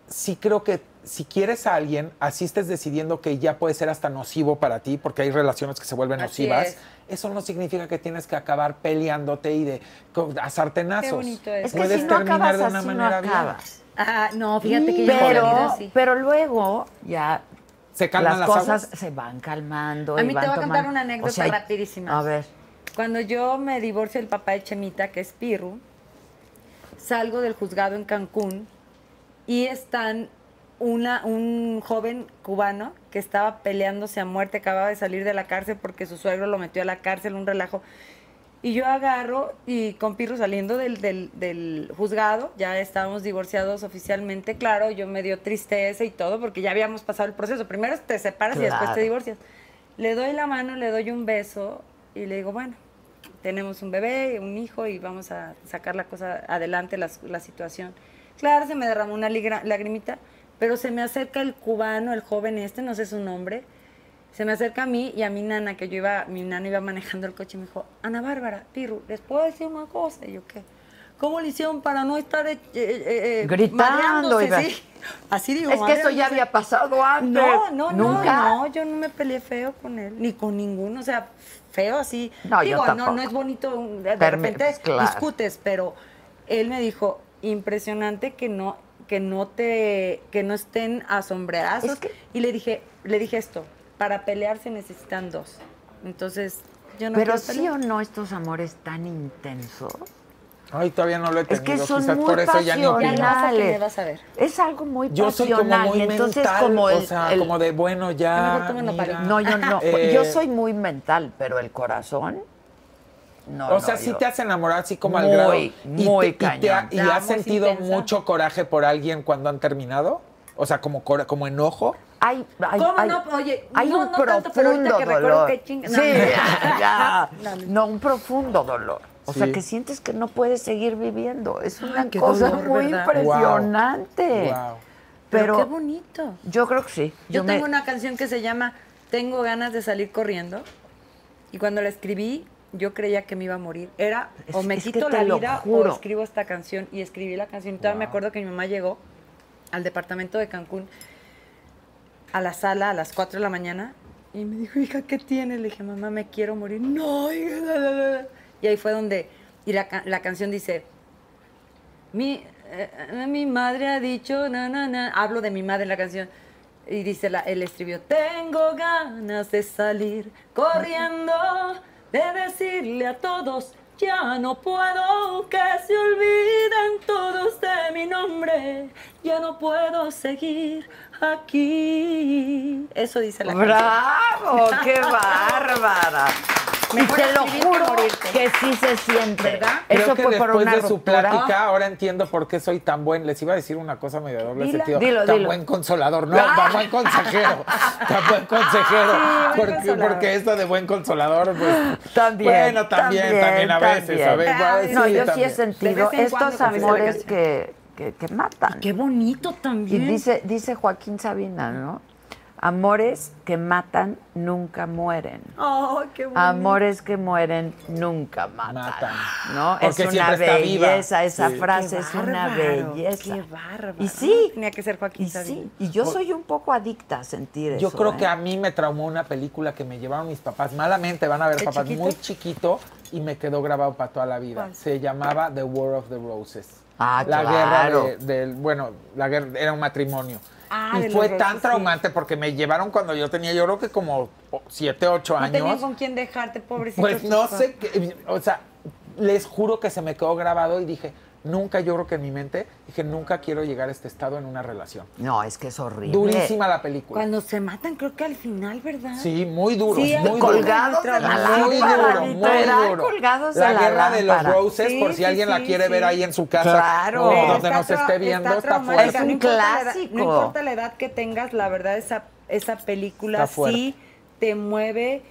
Speaker 4: Sí creo que si quieres a alguien, así estés decidiendo que ya puede ser hasta nocivo para ti, porque hay relaciones que se vuelven
Speaker 3: Así
Speaker 4: nocivas.
Speaker 3: es.
Speaker 4: Eso no significa que tienes que acabar peleándote y de co- a sartenazos.
Speaker 3: Qué bonito eso.
Speaker 2: Es que
Speaker 4: Puedes
Speaker 2: si no
Speaker 4: terminar
Speaker 2: acabas
Speaker 4: de una
Speaker 2: así, no
Speaker 4: manera bien.
Speaker 2: acabas.
Speaker 3: Ah, no, fíjate que yo en la vida
Speaker 2: Pero,
Speaker 3: sí.
Speaker 2: pero luego ya
Speaker 4: Se calman
Speaker 2: las
Speaker 4: las,
Speaker 2: cosas
Speaker 4: aguas.
Speaker 2: se van calmando.
Speaker 3: A
Speaker 2: y
Speaker 3: mí te
Speaker 2: van
Speaker 3: voy a contar
Speaker 2: tomando-
Speaker 3: una anécdota rapidísima.
Speaker 2: A ver,
Speaker 3: Cuando yo me divorcio del papá de Chemita, que es Pirru, salgo del juzgado en Cancún y están una, un joven cubano que estaba peleándose a muerte, acababa de salir de la cárcel porque su suegro lo metió a la cárcel, un relajo. Y yo agarro y con Pirru saliendo del, del- del juzgado, ya estábamos divorciados oficialmente, claro, yo me dio tristeza y todo porque ya habíamos pasado el proceso. Primero te separas y después
Speaker 2: Claro.
Speaker 3: te divorcias. Le doy la mano, le doy un beso y le digo, bueno, tenemos un bebé, un hijo y vamos a sacar la cosa adelante, la, la situación. Claro, se me derramó una ligra- lagrimita, pero se me acerca el cubano, el joven este, no sé su nombre, se me acerca a mí y a mi nana, que yo iba, mi nana iba manejando el coche y me dijo, Ana Bárbara, Pirru, ¿les puedo decir una cosa? Y yo, ¿qué? ¿Cómo le hicieron para no estar eh, eh, eh,
Speaker 2: Gritando,
Speaker 3: mareándose,
Speaker 2: Iván.
Speaker 3: sí? Así digo,
Speaker 2: es que eso ya
Speaker 3: mareándose.
Speaker 2: había pasado antes.
Speaker 3: No, no,
Speaker 2: Ah, ¿Nunca?
Speaker 3: no, no, yo no me peleé feo con él, ni con ninguno, o sea, feo así.
Speaker 2: No, yo
Speaker 3: Digo, no,
Speaker 2: tampoco.
Speaker 3: no es bonito, un- de
Speaker 2: Perme-
Speaker 3: repente
Speaker 2: claro.
Speaker 3: discutes, pero él me dijo, impresionante que no, que no te, que no estén asombreazos.
Speaker 2: Es que-
Speaker 3: Y le dije, le dije esto, para pelear se necesitan dos. Entonces, yo no
Speaker 2: Pero
Speaker 3: quiero
Speaker 2: sí
Speaker 3: pelear.
Speaker 2: o no estos amores tan intensos.
Speaker 4: Ay, todavía no lo he
Speaker 2: Es
Speaker 4: tenido.
Speaker 2: que son
Speaker 4: quizás
Speaker 2: muy
Speaker 4: por eso ya ni
Speaker 3: Ya le vas
Speaker 4: opino.
Speaker 3: a que
Speaker 2: pasionales.
Speaker 3: me vas a ver.
Speaker 2: Es algo muy
Speaker 4: Yo soy como
Speaker 2: pasional.
Speaker 4: muy
Speaker 2: y entonces
Speaker 4: mental,
Speaker 2: como el,
Speaker 4: o sea,
Speaker 2: el-
Speaker 4: como de eh, bueno
Speaker 3: A lo
Speaker 4: ya.
Speaker 3: mejor tú me
Speaker 4: [laughs]
Speaker 3: lo
Speaker 4: mira.
Speaker 3: pareces.
Speaker 2: no, yo no.
Speaker 4: Eh,
Speaker 2: yo soy muy mental, pero el corazón No,
Speaker 4: o sea,
Speaker 2: no,
Speaker 4: sí
Speaker 2: yo-
Speaker 4: te has enamorado así como al
Speaker 2: Muy,
Speaker 4: grado.
Speaker 2: muy
Speaker 4: y te- y te ha-
Speaker 2: cañón.
Speaker 4: ¿Y,
Speaker 3: La
Speaker 4: has
Speaker 3: amo, es
Speaker 4: sentido
Speaker 3: intensa.
Speaker 4: mucho coraje por alguien cuando han terminado? O sea, como, cora- como enojo.
Speaker 2: Hay, hay,
Speaker 3: ¿Cómo
Speaker 2: hay-
Speaker 3: no? Oye,
Speaker 2: hay
Speaker 3: no,
Speaker 2: un
Speaker 3: no
Speaker 2: profundo
Speaker 3: tanto, pero ahorita que recuerdo
Speaker 2: dolor.
Speaker 3: que ching- no,
Speaker 2: sí, ya,
Speaker 3: no.
Speaker 2: ya.
Speaker 3: [laughs] No, no.
Speaker 2: No, un profundo dolor. O sea,
Speaker 4: Sí.
Speaker 2: que sientes que no puedes seguir viviendo. Es una
Speaker 3: Ay, Ah, qué
Speaker 2: cosa
Speaker 3: dolor,
Speaker 2: muy
Speaker 3: ¿verdad?
Speaker 2: impresionante.
Speaker 4: Wow.
Speaker 3: Pero,
Speaker 2: Pero,
Speaker 3: qué bonito.
Speaker 2: yo creo que sí.
Speaker 3: Yo,
Speaker 2: me-
Speaker 3: tengo una canción que se llama Tengo ganas de salir corriendo. Y cuando la escribí, yo creía que me iba a morir. Era o
Speaker 2: Es-
Speaker 3: me
Speaker 2: es que
Speaker 3: quito
Speaker 2: te
Speaker 3: la
Speaker 2: lo
Speaker 3: vida
Speaker 2: juro.
Speaker 3: o escribo esta canción. Y escribí la canción. Y todavía me acuerdo que mi mamá llegó al departamento de Cancún a la sala a las 4 de la mañana y me dijo, hija, ¿qué tienes? Le dije, mamá, me quiero morir. No, hija. la, la, la, la". Y ahí fue donde... Y la, ca- la canción dice, mi, eh, eh, mi madre ha dicho, na, na, na. Hablo de mi madre en la canción. Y dice la, el estribillo, tengo ganas de salir corriendo, de decirle a todos, ya no puedo, que se olviden todos de mi nombre, ya no puedo seguir aquí. Eso dice la canción.
Speaker 2: ¡Bravo!
Speaker 3: [laughs]
Speaker 2: ¡Qué bárbara! Y
Speaker 3: Mejor
Speaker 2: te lo
Speaker 3: escribir que
Speaker 2: juro
Speaker 3: morirte.
Speaker 2: que sí se siente.
Speaker 3: ¿Verdad?
Speaker 2: Eso
Speaker 4: Creo que
Speaker 2: fue por
Speaker 4: después
Speaker 2: una
Speaker 4: de su
Speaker 2: ruptura.
Speaker 4: plática, ahora entiendo por qué soy tan buen. Les iba a decir una cosa medio doble
Speaker 3: Dila.
Speaker 4: sentido.
Speaker 2: Dilo,
Speaker 4: tan
Speaker 2: dilo.
Speaker 4: buen consolador,
Speaker 2: [laughs]
Speaker 4: no, tan buen consejero. tan buen consejero.
Speaker 3: Sí, buen
Speaker 4: porque,
Speaker 3: consolador.
Speaker 4: porque esto de buen consolador, pues.
Speaker 2: También.
Speaker 4: Bueno, también, también, a veces,
Speaker 2: también.
Speaker 4: a veces. a veces,
Speaker 2: No, yo sí
Speaker 4: también.
Speaker 2: he sentido
Speaker 3: vez en
Speaker 2: estos
Speaker 3: cuando, como
Speaker 2: amores
Speaker 3: dice la
Speaker 2: que, que, que matan.
Speaker 3: Qué bonito
Speaker 2: Y
Speaker 3: también.
Speaker 2: dice, dice Joaquín Sabina, ¿no? Amores que matan nunca mueren.
Speaker 3: Oh, qué bonito.
Speaker 2: Amores que mueren nunca matan.
Speaker 4: Matan.
Speaker 2: ¿No?
Speaker 4: Porque
Speaker 2: es
Speaker 4: siempre
Speaker 2: una
Speaker 4: está viva.
Speaker 2: belleza, esa
Speaker 4: Sí.
Speaker 2: frase es una belleza.
Speaker 3: Qué bárbaro.
Speaker 2: Y sí,
Speaker 3: Tenía que ser Joaquín
Speaker 2: y sí.
Speaker 3: Sabina.
Speaker 2: Y yo soy un poco adicta a sentir
Speaker 4: Yo
Speaker 2: eso.
Speaker 4: creo
Speaker 2: ¿eh?
Speaker 4: que a mí me traumó una película que me llevaron mis papás. Malamente van a ver
Speaker 3: ¿De
Speaker 4: papás
Speaker 3: chiquito?
Speaker 4: muy chiquito y me quedó grabado para toda la vida.
Speaker 3: ¿Cuál?
Speaker 4: Se llamaba The War of the Roses.
Speaker 2: Ah,
Speaker 4: la
Speaker 2: claro.
Speaker 4: guerra de- del bueno, la guerra era un matrimonio.
Speaker 3: Ah, de
Speaker 4: y
Speaker 3: los
Speaker 4: fue
Speaker 3: Roses,
Speaker 4: tan
Speaker 3: sí.
Speaker 4: traumante porque me llevaron cuando yo tenía, yo creo que como 7, 8
Speaker 3: No tenían
Speaker 4: años.
Speaker 3: con quién dejarte, pobrecito.
Speaker 4: Pues
Speaker 3: tus
Speaker 4: no
Speaker 3: papás.
Speaker 4: sé, qué- o sea, les juro que se me quedó grabado y dije, nunca, yo creo que en mi mente, dije, nunca quiero llegar a este estado en una relación.
Speaker 2: No, es que es horrible.
Speaker 4: Durísima la película.
Speaker 3: Cuando se matan, creo que al final, ¿verdad?
Speaker 4: Sí, muy duro,
Speaker 3: Sí,
Speaker 4: muy
Speaker 3: colgado.
Speaker 2: colgados de la
Speaker 4: duro. Muy
Speaker 2: lámpara,
Speaker 4: duro,
Speaker 2: literal,
Speaker 4: muy duro.
Speaker 2: colgados
Speaker 4: la
Speaker 2: de la
Speaker 4: guerra de los
Speaker 2: lámpara.
Speaker 4: roses,
Speaker 3: Sí,
Speaker 4: por si
Speaker 3: sí,
Speaker 4: alguien la
Speaker 3: sí,
Speaker 4: quiere
Speaker 3: sí.
Speaker 4: ver ahí en su casa,
Speaker 2: Claro.
Speaker 4: o donde
Speaker 3: Está
Speaker 4: nos
Speaker 3: tra-
Speaker 4: esté viendo, está,
Speaker 3: traumática.
Speaker 4: fuerte.
Speaker 2: Es un
Speaker 3: No importa la edad-
Speaker 2: clásico.
Speaker 3: No importa la edad que tengas, la verdad, esa, esa película
Speaker 4: Está fuerte.
Speaker 3: sí te mueve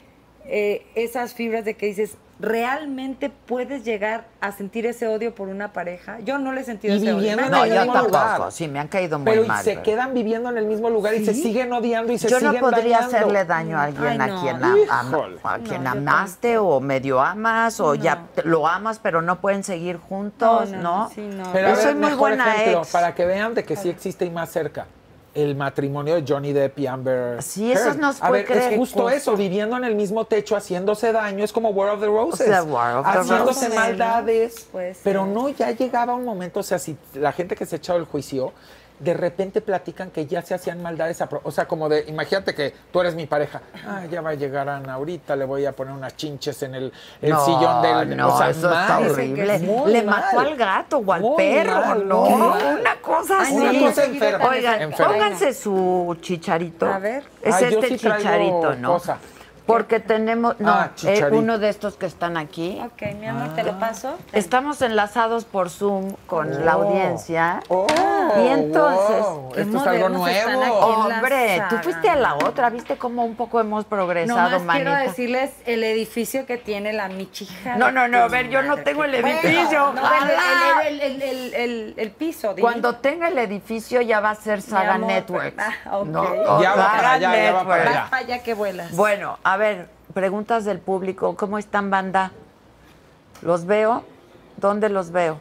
Speaker 3: eh, esas fibras de que dices, ¿realmente puedes llegar a sentir ese odio por una pareja? Yo no le he sentido
Speaker 4: Y
Speaker 3: ese odio.
Speaker 4: viviendo
Speaker 3: Me han
Speaker 4: en
Speaker 2: No,
Speaker 4: el
Speaker 3: caído
Speaker 2: yo
Speaker 3: bien.
Speaker 4: mismo lugar.
Speaker 2: tampoco. Sí, me han caído muy
Speaker 4: Pero y
Speaker 2: mal.
Speaker 4: se
Speaker 2: pero-
Speaker 4: quedan viviendo en el mismo lugar y se siguen odiando y se
Speaker 2: Yo no
Speaker 4: siguen
Speaker 2: podría
Speaker 4: dañando.
Speaker 2: hacerle daño a alguien
Speaker 3: Ay,
Speaker 2: a
Speaker 3: no.
Speaker 2: quien, am- am-
Speaker 4: Híjole.
Speaker 2: a quien
Speaker 3: No, yo
Speaker 2: amaste o medio amas o ya
Speaker 3: No.
Speaker 2: te- lo amas pero no pueden seguir juntos, ¿no?
Speaker 3: No, no, no, sí, no.
Speaker 4: Pero
Speaker 2: Yo
Speaker 4: a ver,
Speaker 2: soy muy
Speaker 4: mejor
Speaker 2: buena
Speaker 4: ejemplo,
Speaker 2: ex.
Speaker 4: para que vean de que sí existe y más cerca. El matrimonio de Johnny Depp y Amber.
Speaker 2: Ah, Sí, esos
Speaker 4: Heard.
Speaker 2: nos
Speaker 4: A
Speaker 2: puede
Speaker 4: ver,
Speaker 2: creer
Speaker 4: es justo
Speaker 2: cosa.
Speaker 4: eso, viviendo en el mismo techo, haciéndose daño, es como War of the Roses.
Speaker 2: O sea, War of the
Speaker 4: haciéndose
Speaker 2: Roses.
Speaker 4: maldades.
Speaker 3: Pues,
Speaker 4: pero
Speaker 3: sí.
Speaker 4: no, ya llegaba un momento, o sea, si la gente que se ha echado el juicio, de repente platican que ya se hacían maldades. a pro- o sea, como de, imagínate que tú eres mi pareja. Ah, ya va a llegar Ana ahorita, le voy a poner unas chinches en el, el
Speaker 2: No,
Speaker 4: sillón del.
Speaker 2: no,
Speaker 4: o sea,
Speaker 2: eso está
Speaker 4: mal.
Speaker 2: horrible.
Speaker 4: Muy
Speaker 2: Le
Speaker 4: mal.
Speaker 2: mató al gato o al
Speaker 4: Muy
Speaker 2: perro,
Speaker 4: mal,
Speaker 2: ¿no?
Speaker 4: muy mal.
Speaker 2: Una cosa
Speaker 3: Ay,
Speaker 2: así.
Speaker 3: no,
Speaker 4: Una
Speaker 3: yo
Speaker 4: cosa
Speaker 3: seguí de
Speaker 4: enferma.
Speaker 3: tan
Speaker 2: Oigan,
Speaker 4: enferma.
Speaker 2: pónganse su chicharito.
Speaker 3: A ver.
Speaker 2: Es
Speaker 4: Ay, yo
Speaker 2: este
Speaker 4: sí traigo
Speaker 2: chicharito, ¿no?
Speaker 4: cosa.
Speaker 2: Porque tenemos, no,
Speaker 4: Ah,
Speaker 2: eh,
Speaker 4: chicharito.
Speaker 2: uno de estos que están aquí.
Speaker 3: Ok, mi amor, te
Speaker 2: Ah.
Speaker 3: lo paso.
Speaker 2: Estamos enlazados por Zoom con la
Speaker 4: Oh.
Speaker 2: audiencia.
Speaker 4: Oh,
Speaker 2: y entonces,
Speaker 4: wow,
Speaker 3: qué
Speaker 4: esto es algo
Speaker 3: modernos están
Speaker 4: nuevo.
Speaker 3: aquí.
Speaker 2: hombre, tú
Speaker 3: enlazada.
Speaker 2: fuiste a la otra, viste cómo un poco hemos progresado,
Speaker 3: Nomás
Speaker 2: manita.
Speaker 3: quiero decirles el edificio que tiene la Michija.
Speaker 2: No, no, no, a ver, yo no tengo el edificio, Ah.
Speaker 3: no,
Speaker 2: ojalá.
Speaker 3: el, el- el- el- el- el piso. dime.
Speaker 2: Cuando tenga el edificio ya va a ser Saga
Speaker 3: amor,
Speaker 2: Networks.
Speaker 3: ah, ok.
Speaker 2: No,
Speaker 4: Ya va
Speaker 2: Saga
Speaker 4: para allá, ya va para
Speaker 2: Networks.
Speaker 4: allá.
Speaker 3: Vas para allá que vuelas.
Speaker 2: Bueno, a ver, preguntas del público. ¿Cómo están, banda? ¿Los veo? ¿Dónde los veo?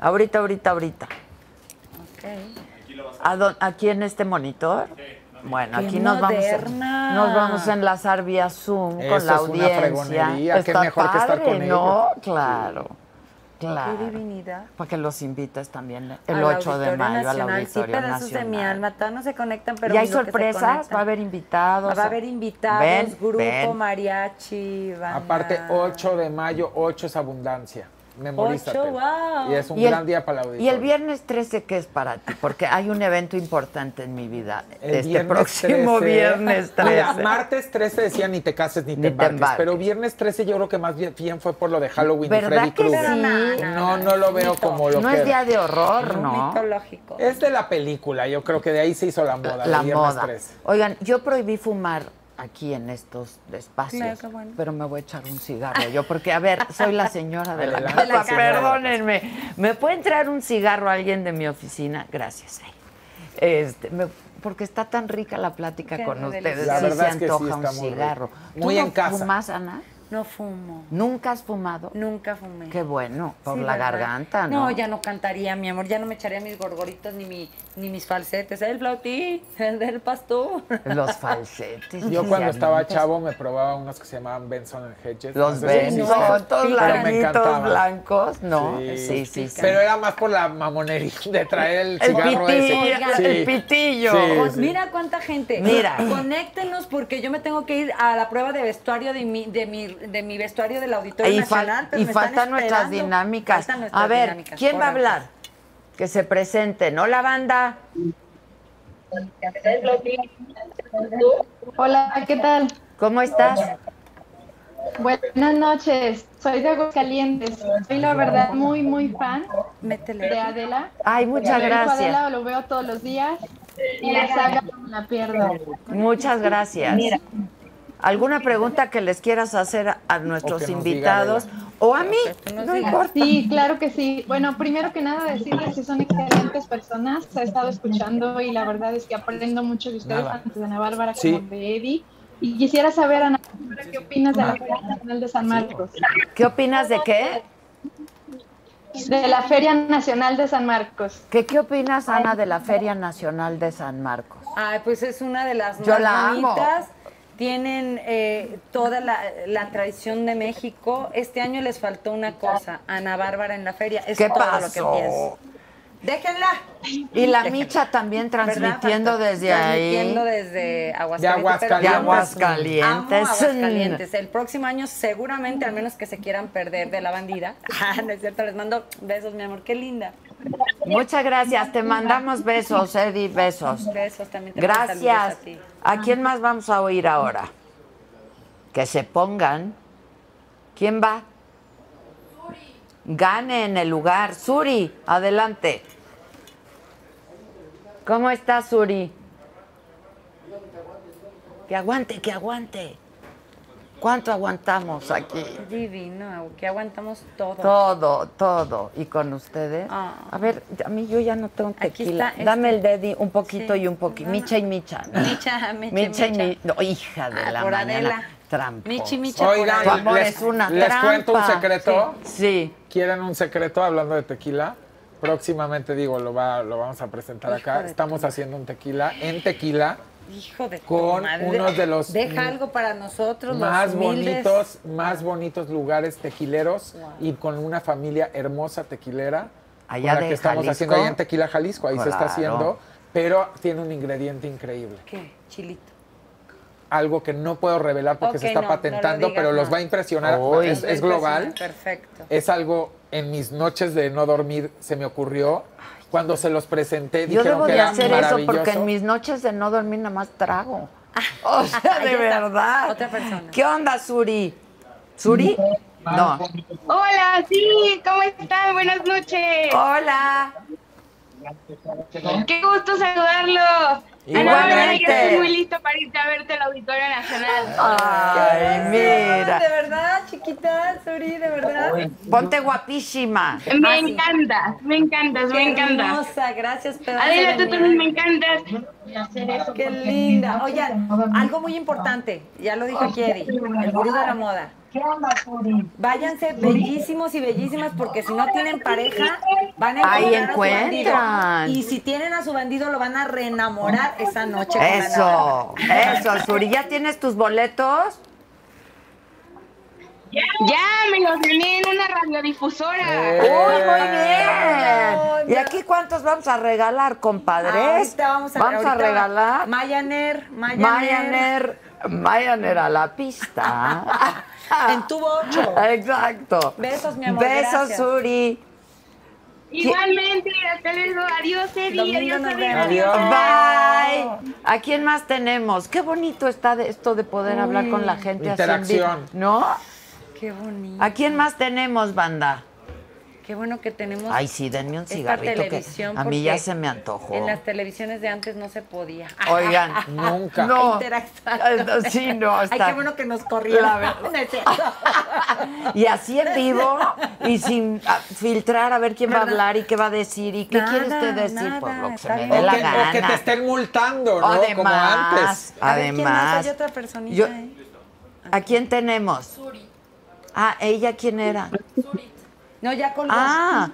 Speaker 2: Ahorita, ahorita, ahorita. Ahorita,
Speaker 3: Ok.
Speaker 2: ¿A dó- ¿Aquí en este monitor? Bueno,
Speaker 3: Qué
Speaker 2: aquí nos vamos, a,
Speaker 3: moderna.
Speaker 2: nos vamos a enlazar vía Zoom
Speaker 4: Eso
Speaker 2: con la
Speaker 4: es una
Speaker 2: audiencia.
Speaker 4: fregonería, qué mejor que estar
Speaker 2: padre,
Speaker 4: con
Speaker 2: ¿no? Claro,
Speaker 3: Qué
Speaker 2: claro.
Speaker 3: divinidad.
Speaker 2: Para que los invites también el
Speaker 3: Al
Speaker 2: 8 de
Speaker 3: Auditorio
Speaker 2: mayo al
Speaker 3: Nacional.
Speaker 2: Auditorio
Speaker 3: Sí, pedazos
Speaker 2: Nacional.
Speaker 3: de mi alma. Todas no se conectan, pero.
Speaker 2: y hay
Speaker 3: miro que se
Speaker 2: sorpresas,
Speaker 3: conectan.
Speaker 2: va a haber invitados.
Speaker 3: Va a haber invitados,
Speaker 2: Ven,
Speaker 3: grupo,
Speaker 2: ven.
Speaker 3: mariachi, banda.
Speaker 4: Aparte, 8 de mayo, 8 es abundancia. memorízate.
Speaker 3: Ocho, wow.
Speaker 4: Y es un
Speaker 2: el-
Speaker 4: gran día para la audiencia.
Speaker 2: Y el viernes 13, ¿qué es para ti? Porque hay un evento importante en mi vida.
Speaker 4: El
Speaker 2: este
Speaker 4: viernes
Speaker 2: próximo
Speaker 4: 13.
Speaker 2: viernes 13.
Speaker 4: Mira, martes 13 decía ni te cases ni, te, embarques,
Speaker 2: embarques.
Speaker 4: Pero viernes 13 yo creo que más bien- bien fue por lo de Halloween y
Speaker 2: ¿Verdad
Speaker 4: Freddy
Speaker 2: que
Speaker 4: Krueger.
Speaker 2: sí?
Speaker 4: No, no lo veo
Speaker 3: Mito.
Speaker 4: como lo
Speaker 2: no
Speaker 4: que
Speaker 2: es
Speaker 4: era.
Speaker 2: día de horror, ¿no?
Speaker 3: Mitológico.
Speaker 4: Es de la película, yo creo que de ahí se hizo la moda.
Speaker 2: la
Speaker 4: de Viernes
Speaker 2: moda.
Speaker 4: 13.
Speaker 2: Oigan, yo prohibí fumar aquí en estos espacios,
Speaker 3: Claro, qué bueno.
Speaker 2: pero me voy a echar un cigarro yo, porque a ver, soy la señora de la
Speaker 4: Adelante, señora
Speaker 2: casa,
Speaker 4: de la casa.
Speaker 2: perdónenme. ¿Me puede entrar un cigarro a alguien de mi oficina? Gracias, ay. Este, me- porque está tan rica la plática
Speaker 3: Qué
Speaker 2: con
Speaker 3: delicia.
Speaker 2: ustedes,
Speaker 4: La
Speaker 2: sí se
Speaker 4: verdad es que sí,
Speaker 2: antoja
Speaker 4: está
Speaker 2: un
Speaker 4: muy rico.
Speaker 2: cigarro. ¿Tú
Speaker 4: Muy
Speaker 2: no
Speaker 4: en casa.
Speaker 2: ¿Fumas, Ana?
Speaker 3: No fumo.
Speaker 2: ¿Nunca has fumado?
Speaker 3: Nunca fumé.
Speaker 2: Qué bueno, por
Speaker 3: Sí,
Speaker 2: la
Speaker 3: ¿verdad?
Speaker 2: garganta, ¿no?
Speaker 3: ya no cantaría, mi amor. Ya no me echaría mis gorgoritos ni, mi, ni mis falsetes. El flautí, [laughs] el del pastor.
Speaker 2: Los falsetes.
Speaker 4: Yo cuando estaba
Speaker 2: diamantes.
Speaker 4: chavo me probaba unos que se llamaban Benson and Hedges. no
Speaker 2: Los
Speaker 4: sé si
Speaker 2: ven,
Speaker 4: existen,
Speaker 2: son
Speaker 4: pero
Speaker 2: todos
Speaker 4: me
Speaker 2: larguitos,
Speaker 4: encantaban.
Speaker 2: blancos, ¿no? Sí, sí, sí.
Speaker 4: Pero era más por la mamonería [laughs] de traer el
Speaker 2: el,
Speaker 4: cigarro ese.
Speaker 2: pitillo,
Speaker 4: Sí.
Speaker 2: el pitillo.
Speaker 4: Sí.
Speaker 3: Pues mira cuánta gente.
Speaker 2: Mira.
Speaker 3: Conéctenos porque yo me tengo que ir a la prueba de vestuario de mi, de mi, de mi vestuario del Auditorio
Speaker 2: Y, fal-
Speaker 3: Nacional. pero
Speaker 2: y
Speaker 3: me están
Speaker 2: faltan nuestras
Speaker 3: esperando.
Speaker 2: dinámicas.
Speaker 3: Faltan nuestras
Speaker 2: A ver,
Speaker 3: dinámicas,
Speaker 2: ¿quién va a
Speaker 3: órale.
Speaker 2: hablar? Que se presente, ¿no? La banda.
Speaker 5: Hola, ¿qué tal?
Speaker 2: ¿Cómo estás?
Speaker 5: Buenas noches. Soy de Aguascalientes. Soy la verdad muy, muy fan
Speaker 3: pues, Métele.
Speaker 5: de Adela.
Speaker 2: Ay, muchas
Speaker 5: Lo veo a
Speaker 2: gracias.
Speaker 5: Adela lo veo todos los días y la saga no me la pierdo.
Speaker 2: Muchas gracias. ¿Alguna pregunta que les quieras hacer a, a nuestros
Speaker 4: nos
Speaker 2: invitados? O a mí, no importa.
Speaker 5: Sí, claro que sí. Bueno, primero que nada decirles que son excelentes personas. He estado escuchando y la verdad es que aprendo mucho de ustedes,
Speaker 4: Nada.
Speaker 5: tanto de Ana Bárbara
Speaker 4: Sí.
Speaker 5: como de Eddie. Y quisiera saber, Ana, Bárbara, ¿qué opinas de la Feria Nacional de San Marcos?
Speaker 2: ¿Qué opinas de qué?
Speaker 5: De la Feria Nacional de San Marcos.
Speaker 2: ¿Qué, qué opinas, Ana, de la Feria Nacional de San Marcos?
Speaker 3: Ay, pues es una de las
Speaker 2: Yo
Speaker 3: más
Speaker 2: la amo.
Speaker 3: bonitas. Tienen eh, toda la, la tradición de México. Este año les faltó una cosa, Ana Bárbara en la feria. Es
Speaker 2: ¿Qué
Speaker 3: todo lo que
Speaker 2: pasó?
Speaker 3: pienso. Déjenla.
Speaker 2: Y la Micha también transmitiendo
Speaker 3: ¿verdad?
Speaker 2: desde ahí.
Speaker 3: Transmitiendo desde Aguascalientes.
Speaker 4: Aguascalientes.
Speaker 3: pero
Speaker 4: De
Speaker 3: amo
Speaker 2: Aguascalientes.
Speaker 3: Aguascalientes. El próximo año seguramente, al menos que se quieran perder de la bandida. [laughs] Ah, no es cierto, les mando besos, mi amor. Qué linda.
Speaker 2: Muchas gracias, te mandamos besos, Eddie, besos.
Speaker 3: Besos también. te mando saludos
Speaker 2: Gracias.
Speaker 3: a ti.
Speaker 2: ¿A quién más vamos a oír ahora? Que se pongan. ¿Quién va? Gane en el lugar. Suri, adelante. ¿Cómo estás, Suri? Que aguante, que aguante. ¿Cuánto aguantamos aquí?
Speaker 3: Divino, que aguantamos
Speaker 2: Todo, todo. ¿Y con ustedes?
Speaker 3: Ah.
Speaker 2: A ver, a mí yo ya no tengo
Speaker 3: Aquí
Speaker 2: tequila.
Speaker 3: está
Speaker 2: Dame
Speaker 3: este.
Speaker 2: el dedi un poquito
Speaker 3: Sí.
Speaker 2: y un poquito.
Speaker 3: No, no.
Speaker 2: Micha y micha. ¿no?
Speaker 3: [laughs] Micha, Micha,
Speaker 2: Micha y
Speaker 3: Micha.
Speaker 2: mi- no, hija de
Speaker 3: Ah,
Speaker 2: la
Speaker 3: por
Speaker 2: mañana.
Speaker 3: Adela.
Speaker 2: Trampo.
Speaker 3: Michi, Micha, por
Speaker 4: Oigan,
Speaker 3: ahí.
Speaker 2: Tu amor
Speaker 4: les,
Speaker 2: es una
Speaker 4: les
Speaker 2: trampa.
Speaker 4: cuento un secreto.
Speaker 2: Sí.
Speaker 4: ¿Quieren un secreto hablando de tequila? Próximamente, digo, lo, va, lo vamos a presentar acá. Estamos haciendo un tequila en tequila.
Speaker 3: Hijo de tu
Speaker 4: Con
Speaker 3: madre.
Speaker 4: uno de los-
Speaker 3: Deja algo para nosotros, los
Speaker 4: Más
Speaker 3: humildes.
Speaker 4: bonitos, más bonitos lugares tequileros y con una familia hermosa tequilera.
Speaker 2: Allá
Speaker 4: con la
Speaker 2: de
Speaker 4: que estamos
Speaker 2: Jalisco.
Speaker 4: haciendo allá en Tequila, Jalisco. Ahí se está
Speaker 2: Claro.
Speaker 4: haciendo, pero tiene un ingrediente increíble.
Speaker 3: ¿Qué? Chilito.
Speaker 4: Algo que no puedo revelar porque
Speaker 3: Ok,
Speaker 4: se está
Speaker 3: no, no lo
Speaker 4: patentando,
Speaker 3: digas,
Speaker 4: pero los
Speaker 3: no.
Speaker 4: va a impresionar.
Speaker 2: Uy.
Speaker 4: Es, es global.
Speaker 3: Perfecto.
Speaker 4: Es algo en mis noches de no dormir se me ocurrió. Cuando se los presenté,
Speaker 2: Yo
Speaker 4: dijeron
Speaker 2: debo
Speaker 4: que
Speaker 2: de
Speaker 4: era
Speaker 2: hacer eso porque
Speaker 4: maravilloso.
Speaker 2: en mis noches de no dormir nada más trago. [laughs] O sea,
Speaker 3: Ah, Ahí
Speaker 2: de
Speaker 3: está,
Speaker 2: verdad.
Speaker 3: otra persona.
Speaker 2: ¿Qué onda, Suri? ¿Suri? No.
Speaker 5: Hola, sí, ¿cómo están? Buenas noches.
Speaker 2: Hola.
Speaker 5: Qué gusto saludarlo.
Speaker 2: Igualmente.
Speaker 5: Ana, estoy muy listo para irte a verte al Auditorio Nacional.
Speaker 2: Ay, mira.
Speaker 3: De verdad, chiquita, Suri, de verdad.
Speaker 2: Ponte guapísima.
Speaker 5: Me encanta, me encantas, me
Speaker 3: Ah, Qué
Speaker 5: encanta.
Speaker 3: hermosa, gracias, Pedro.
Speaker 5: Adela, tú también me encantas.
Speaker 3: Qué linda. Oye, algo muy importante, ya lo dijo Kieri, el gurú de la moda. Váyanse bellísimos y bellísimas porque si no tienen pareja, van a
Speaker 2: Ahí
Speaker 3: encontrar a su bandido.
Speaker 2: encuentran.
Speaker 3: Y si tienen a su bandido, lo van a reenamorar esa noche. con la navaja.
Speaker 2: Eso, eso, Suri. ¿Ya tienes tus boletos?
Speaker 5: Ya me los gané en una radiodifusora.
Speaker 2: ¡Uy,
Speaker 4: Eh.
Speaker 2: muy bien! ¿Y
Speaker 3: ya.
Speaker 2: aquí cuántos vamos a regalar, compadres?
Speaker 3: Ahorita vamos a, ahorita
Speaker 2: regalar.
Speaker 3: Mayaner, Mayaner.
Speaker 2: Mayaner Vayan era la pista.
Speaker 3: [laughs] En tubo 8.
Speaker 2: Exacto.
Speaker 3: Besos, mi amor,
Speaker 2: Besos,
Speaker 3: gracias.
Speaker 2: Suri.
Speaker 5: Igualmente, hasta luego. Adiós, Eddie.
Speaker 3: Domingo
Speaker 5: Adiós,
Speaker 3: nos
Speaker 5: Adriana.
Speaker 3: vemos.
Speaker 4: Adiós.
Speaker 2: Bye. ¿A quién más tenemos? Qué bonito está de- esto de poder hablar con la gente así en vivo,
Speaker 4: Interacción.
Speaker 2: ¿No?
Speaker 3: Qué bonito.
Speaker 2: ¿A quién más tenemos, banda?
Speaker 3: Qué bueno que tenemos
Speaker 2: Ay, sí, denme un
Speaker 3: esta
Speaker 2: cigarrito que
Speaker 3: televisión
Speaker 2: a mí ya
Speaker 3: porque
Speaker 2: se me antojó.
Speaker 3: en las televisiones de antes no se podía.
Speaker 2: [laughs]
Speaker 3: [laughs]
Speaker 2: Oigan,
Speaker 4: Nunca.
Speaker 2: No.
Speaker 3: Interactuar.
Speaker 2: Sí, no,
Speaker 3: Ay,
Speaker 2: está.
Speaker 3: qué bueno que nos corrieron.
Speaker 2: La verdad.
Speaker 3: No es cierto.
Speaker 2: Y así en vivo y sin ah, filtrar a ver quién va a
Speaker 3: ¿Verdad?
Speaker 2: hablar y qué va a decir y qué
Speaker 3: Nada,
Speaker 2: quiere usted decir,
Speaker 3: nada,
Speaker 2: pues lo que se
Speaker 3: está
Speaker 2: me
Speaker 3: bien.
Speaker 2: dé
Speaker 4: O
Speaker 2: la
Speaker 4: que, o que te
Speaker 2: gana.
Speaker 4: estén multando, ¿no? Como antes.
Speaker 2: Además,
Speaker 3: A ver, ¿quién más?
Speaker 2: además.
Speaker 3: Hay otra personita,
Speaker 2: Yo-
Speaker 3: ¿eh?
Speaker 2: ¿A quién tenemos? Ah, ¿ella quién era?
Speaker 3: No, ya colgó.
Speaker 2: Ah,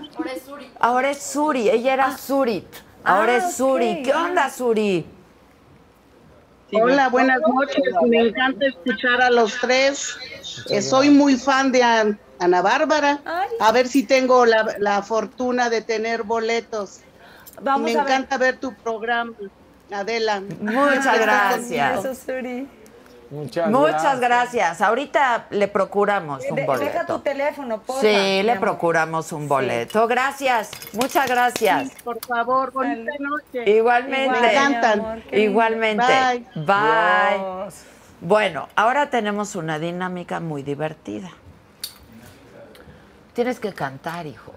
Speaker 2: ahora es Suri. Ella era Surit. Ahora
Speaker 3: Ah,
Speaker 2: es Suri.
Speaker 3: ok.
Speaker 2: ¿Qué onda, Suri?
Speaker 6: Hola, buenas noches. Me encanta escuchar a los tres. Eh, soy muy fan de An- Ana Bárbara.
Speaker 3: Ay.
Speaker 6: A ver si tengo la, la fortuna de tener boletos.
Speaker 3: Vamos
Speaker 6: Me
Speaker 3: a ver.
Speaker 6: encanta ver tu programa, Adela.
Speaker 2: Muchas gracias.
Speaker 3: Besos, Suri.
Speaker 4: Muchas,
Speaker 2: Muchas gracias. Ahorita le procuramos un
Speaker 3: De- deja tu
Speaker 2: boleto.
Speaker 3: teléfono, porfa. mi
Speaker 2: Sí, le
Speaker 3: amor.
Speaker 2: procuramos un boleto. Gracias. Muchas gracias.
Speaker 6: Por favor, bonita noche.
Speaker 2: Igualmente.
Speaker 6: Me encantan.
Speaker 3: mi amor, qué lindo.
Speaker 2: Igualmente.
Speaker 6: Bye.
Speaker 2: Bye.
Speaker 4: Dios.
Speaker 2: Bueno, ahora tenemos una dinámica muy divertida. Tienes que cantar, hijo.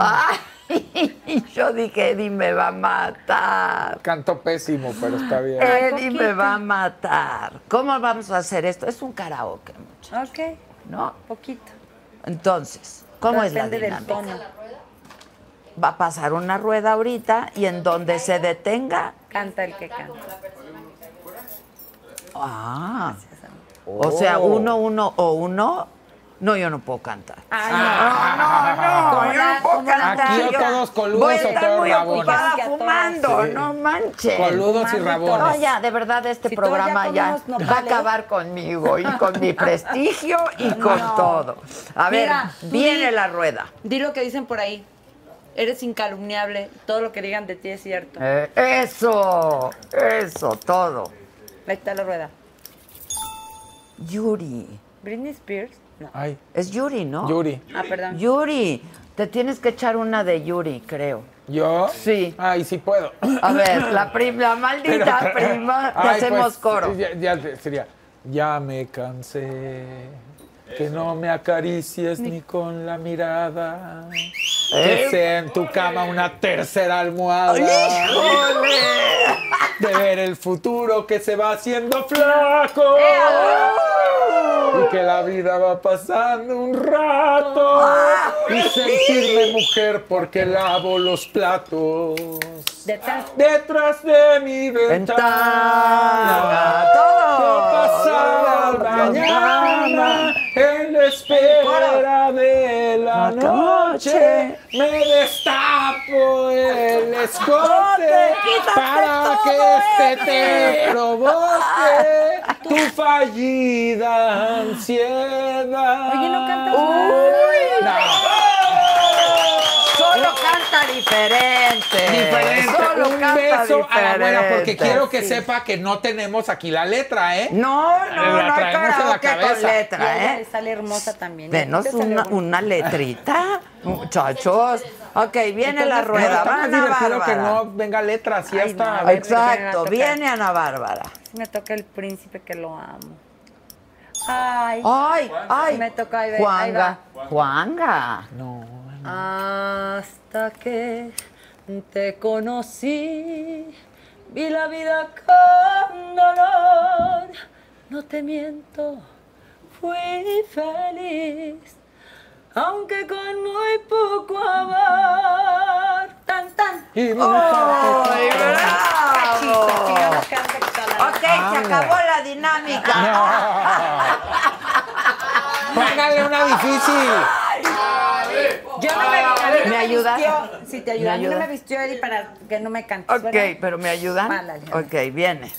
Speaker 3: Ah.
Speaker 2: Ay, [laughs] yo dije, Eddie me va a matar.
Speaker 4: Canto pésimo, pero está bien.
Speaker 2: Eddie me va a matar. ¿Cómo vamos a hacer esto? Es un karaoke, mucho,
Speaker 3: Ok,
Speaker 2: ¿no?
Speaker 3: poquito.
Speaker 2: Entonces, ¿cómo es la
Speaker 3: Depende del
Speaker 2: dinámica?
Speaker 3: tono.
Speaker 2: Va a pasar una rueda ahorita y en donde se detenga.
Speaker 3: Canta el que canta.
Speaker 2: Ah. O sea,
Speaker 4: Oh.
Speaker 2: uno, uno o uno. No, yo no puedo cantar.
Speaker 3: Ay,
Speaker 2: Ah, no,
Speaker 3: Ah.
Speaker 2: yo
Speaker 3: Como
Speaker 2: no
Speaker 3: la-
Speaker 2: puedo
Speaker 3: como la-
Speaker 2: cantar,
Speaker 4: Aquí o
Speaker 2: yo
Speaker 4: todos coludos
Speaker 2: Voy a
Speaker 4: o
Speaker 2: estar
Speaker 4: todos
Speaker 2: muy
Speaker 4: rabones.
Speaker 2: ocupada
Speaker 3: Sí, a todos.
Speaker 2: fumando,
Speaker 4: Sí.
Speaker 2: no manches.
Speaker 4: Coludos y
Speaker 3: Maldito.
Speaker 2: No,
Speaker 4: rabones.
Speaker 2: ya, de verdad, este
Speaker 3: Si todos
Speaker 2: programa
Speaker 3: ya
Speaker 2: ya,
Speaker 3: comimos nopales.
Speaker 2: va a acabar conmigo y con mi prestigio
Speaker 3: [laughs]
Speaker 2: y con
Speaker 3: No.
Speaker 2: todo. A ver,
Speaker 3: Mira, tú
Speaker 2: viene
Speaker 3: di-
Speaker 2: la rueda.
Speaker 3: Di lo que dicen por ahí. Eres incalumniable. Todo lo que digan de ti es cierto.
Speaker 2: Eh, eso, eso, todo.
Speaker 3: Ahí está la rueda.
Speaker 2: Yuri,
Speaker 3: Britney Spears. No.
Speaker 4: Ay,
Speaker 2: es Yuri, ¿no?
Speaker 4: Yuri.
Speaker 3: Ah, perdón.
Speaker 2: Yuri, te tienes que echar una de Yuri, creo.
Speaker 4: ¿Yo?
Speaker 2: Sí.
Speaker 4: Ay, sí puedo.
Speaker 2: A ver,
Speaker 4: [laughs]
Speaker 2: la, prim- la
Speaker 4: Pero-
Speaker 2: maldita prima, te
Speaker 4: [laughs] Ay,
Speaker 2: hacemos
Speaker 4: pues,
Speaker 2: coro.
Speaker 4: Ya, ya te- sería, ya me cansé, que no me acaricies ni con la mirada,
Speaker 2: ¿Eh?
Speaker 4: que sea en tu cama una tercera almohada,
Speaker 2: ¡Híjole!
Speaker 4: de ver el futuro que se va haciendo flaco. Y que la vida va pasando un rato. Y sentirme mujer porque lavo los platos.
Speaker 3: Detrás.
Speaker 4: Detrás de mi
Speaker 2: Ventana,
Speaker 4: ventana.
Speaker 2: todo.
Speaker 4: Pasar
Speaker 2: Todo.
Speaker 4: mañana en la espera de la noche. Me destapo el escote
Speaker 2: quítate
Speaker 4: para
Speaker 2: todo
Speaker 4: que
Speaker 2: esto.
Speaker 4: este te provoque tu fallida ansiedad.
Speaker 3: Oye, ¿no cantas
Speaker 2: Uy.
Speaker 4: No.
Speaker 2: Solo canta diferente.
Speaker 4: Diferente.
Speaker 2: Solo
Speaker 4: un
Speaker 2: canta
Speaker 4: beso a la abuela, porque
Speaker 2: diferente.
Speaker 4: quiero que
Speaker 2: Sí.
Speaker 4: sepa que no tenemos aquí la letra, ¿eh?
Speaker 2: No, no,
Speaker 4: La
Speaker 2: no hay
Speaker 4: traemos en la
Speaker 2: karaoke con
Speaker 4: cabeza.
Speaker 3: Y a ella
Speaker 2: letra,
Speaker 3: le
Speaker 2: ¿eh?
Speaker 3: sale hermosa también.
Speaker 2: Denos
Speaker 3: Te sale
Speaker 2: una,
Speaker 3: bonita.
Speaker 2: una letrita, muchachos. Ok, viene la
Speaker 4: Pero
Speaker 2: rueda.
Speaker 4: está
Speaker 2: Va
Speaker 4: más
Speaker 2: Ana
Speaker 4: divertido que
Speaker 2: Bárbara.
Speaker 4: no venga letra, así
Speaker 3: Ay,
Speaker 4: hasta.
Speaker 3: no,
Speaker 4: a ver,
Speaker 2: Exacto,
Speaker 3: Toca.
Speaker 2: viene Ana Bárbara.
Speaker 3: Me toca el príncipe que lo amo. Ay.
Speaker 2: Ay, ay.
Speaker 3: Me toca, ahí va, ahí
Speaker 2: Juanga.
Speaker 3: va.
Speaker 2: Juanga.
Speaker 4: No.
Speaker 3: Hasta que te conocí, vi la vida con dolor. No te miento, fui feliz, aunque con muy poco amor. Tan, tan.
Speaker 4: Y
Speaker 2: ¡Ay,
Speaker 4: [laughs]
Speaker 2: bravo! Ok, se acabó la dinámica.
Speaker 4: Póngale una difícil.
Speaker 3: Yo no me, a mí no
Speaker 2: ¿Me ayudas?
Speaker 3: vistió- Sí, te ayudo.
Speaker 2: ¿Me
Speaker 3: A mí no
Speaker 2: ayudas?
Speaker 3: me vistió Eddie para que no me cantes.
Speaker 2: Ok,
Speaker 3: ¿verdad?
Speaker 2: pero ¿me ayudan?
Speaker 3: Ándale, ándale.
Speaker 2: Ok, viene.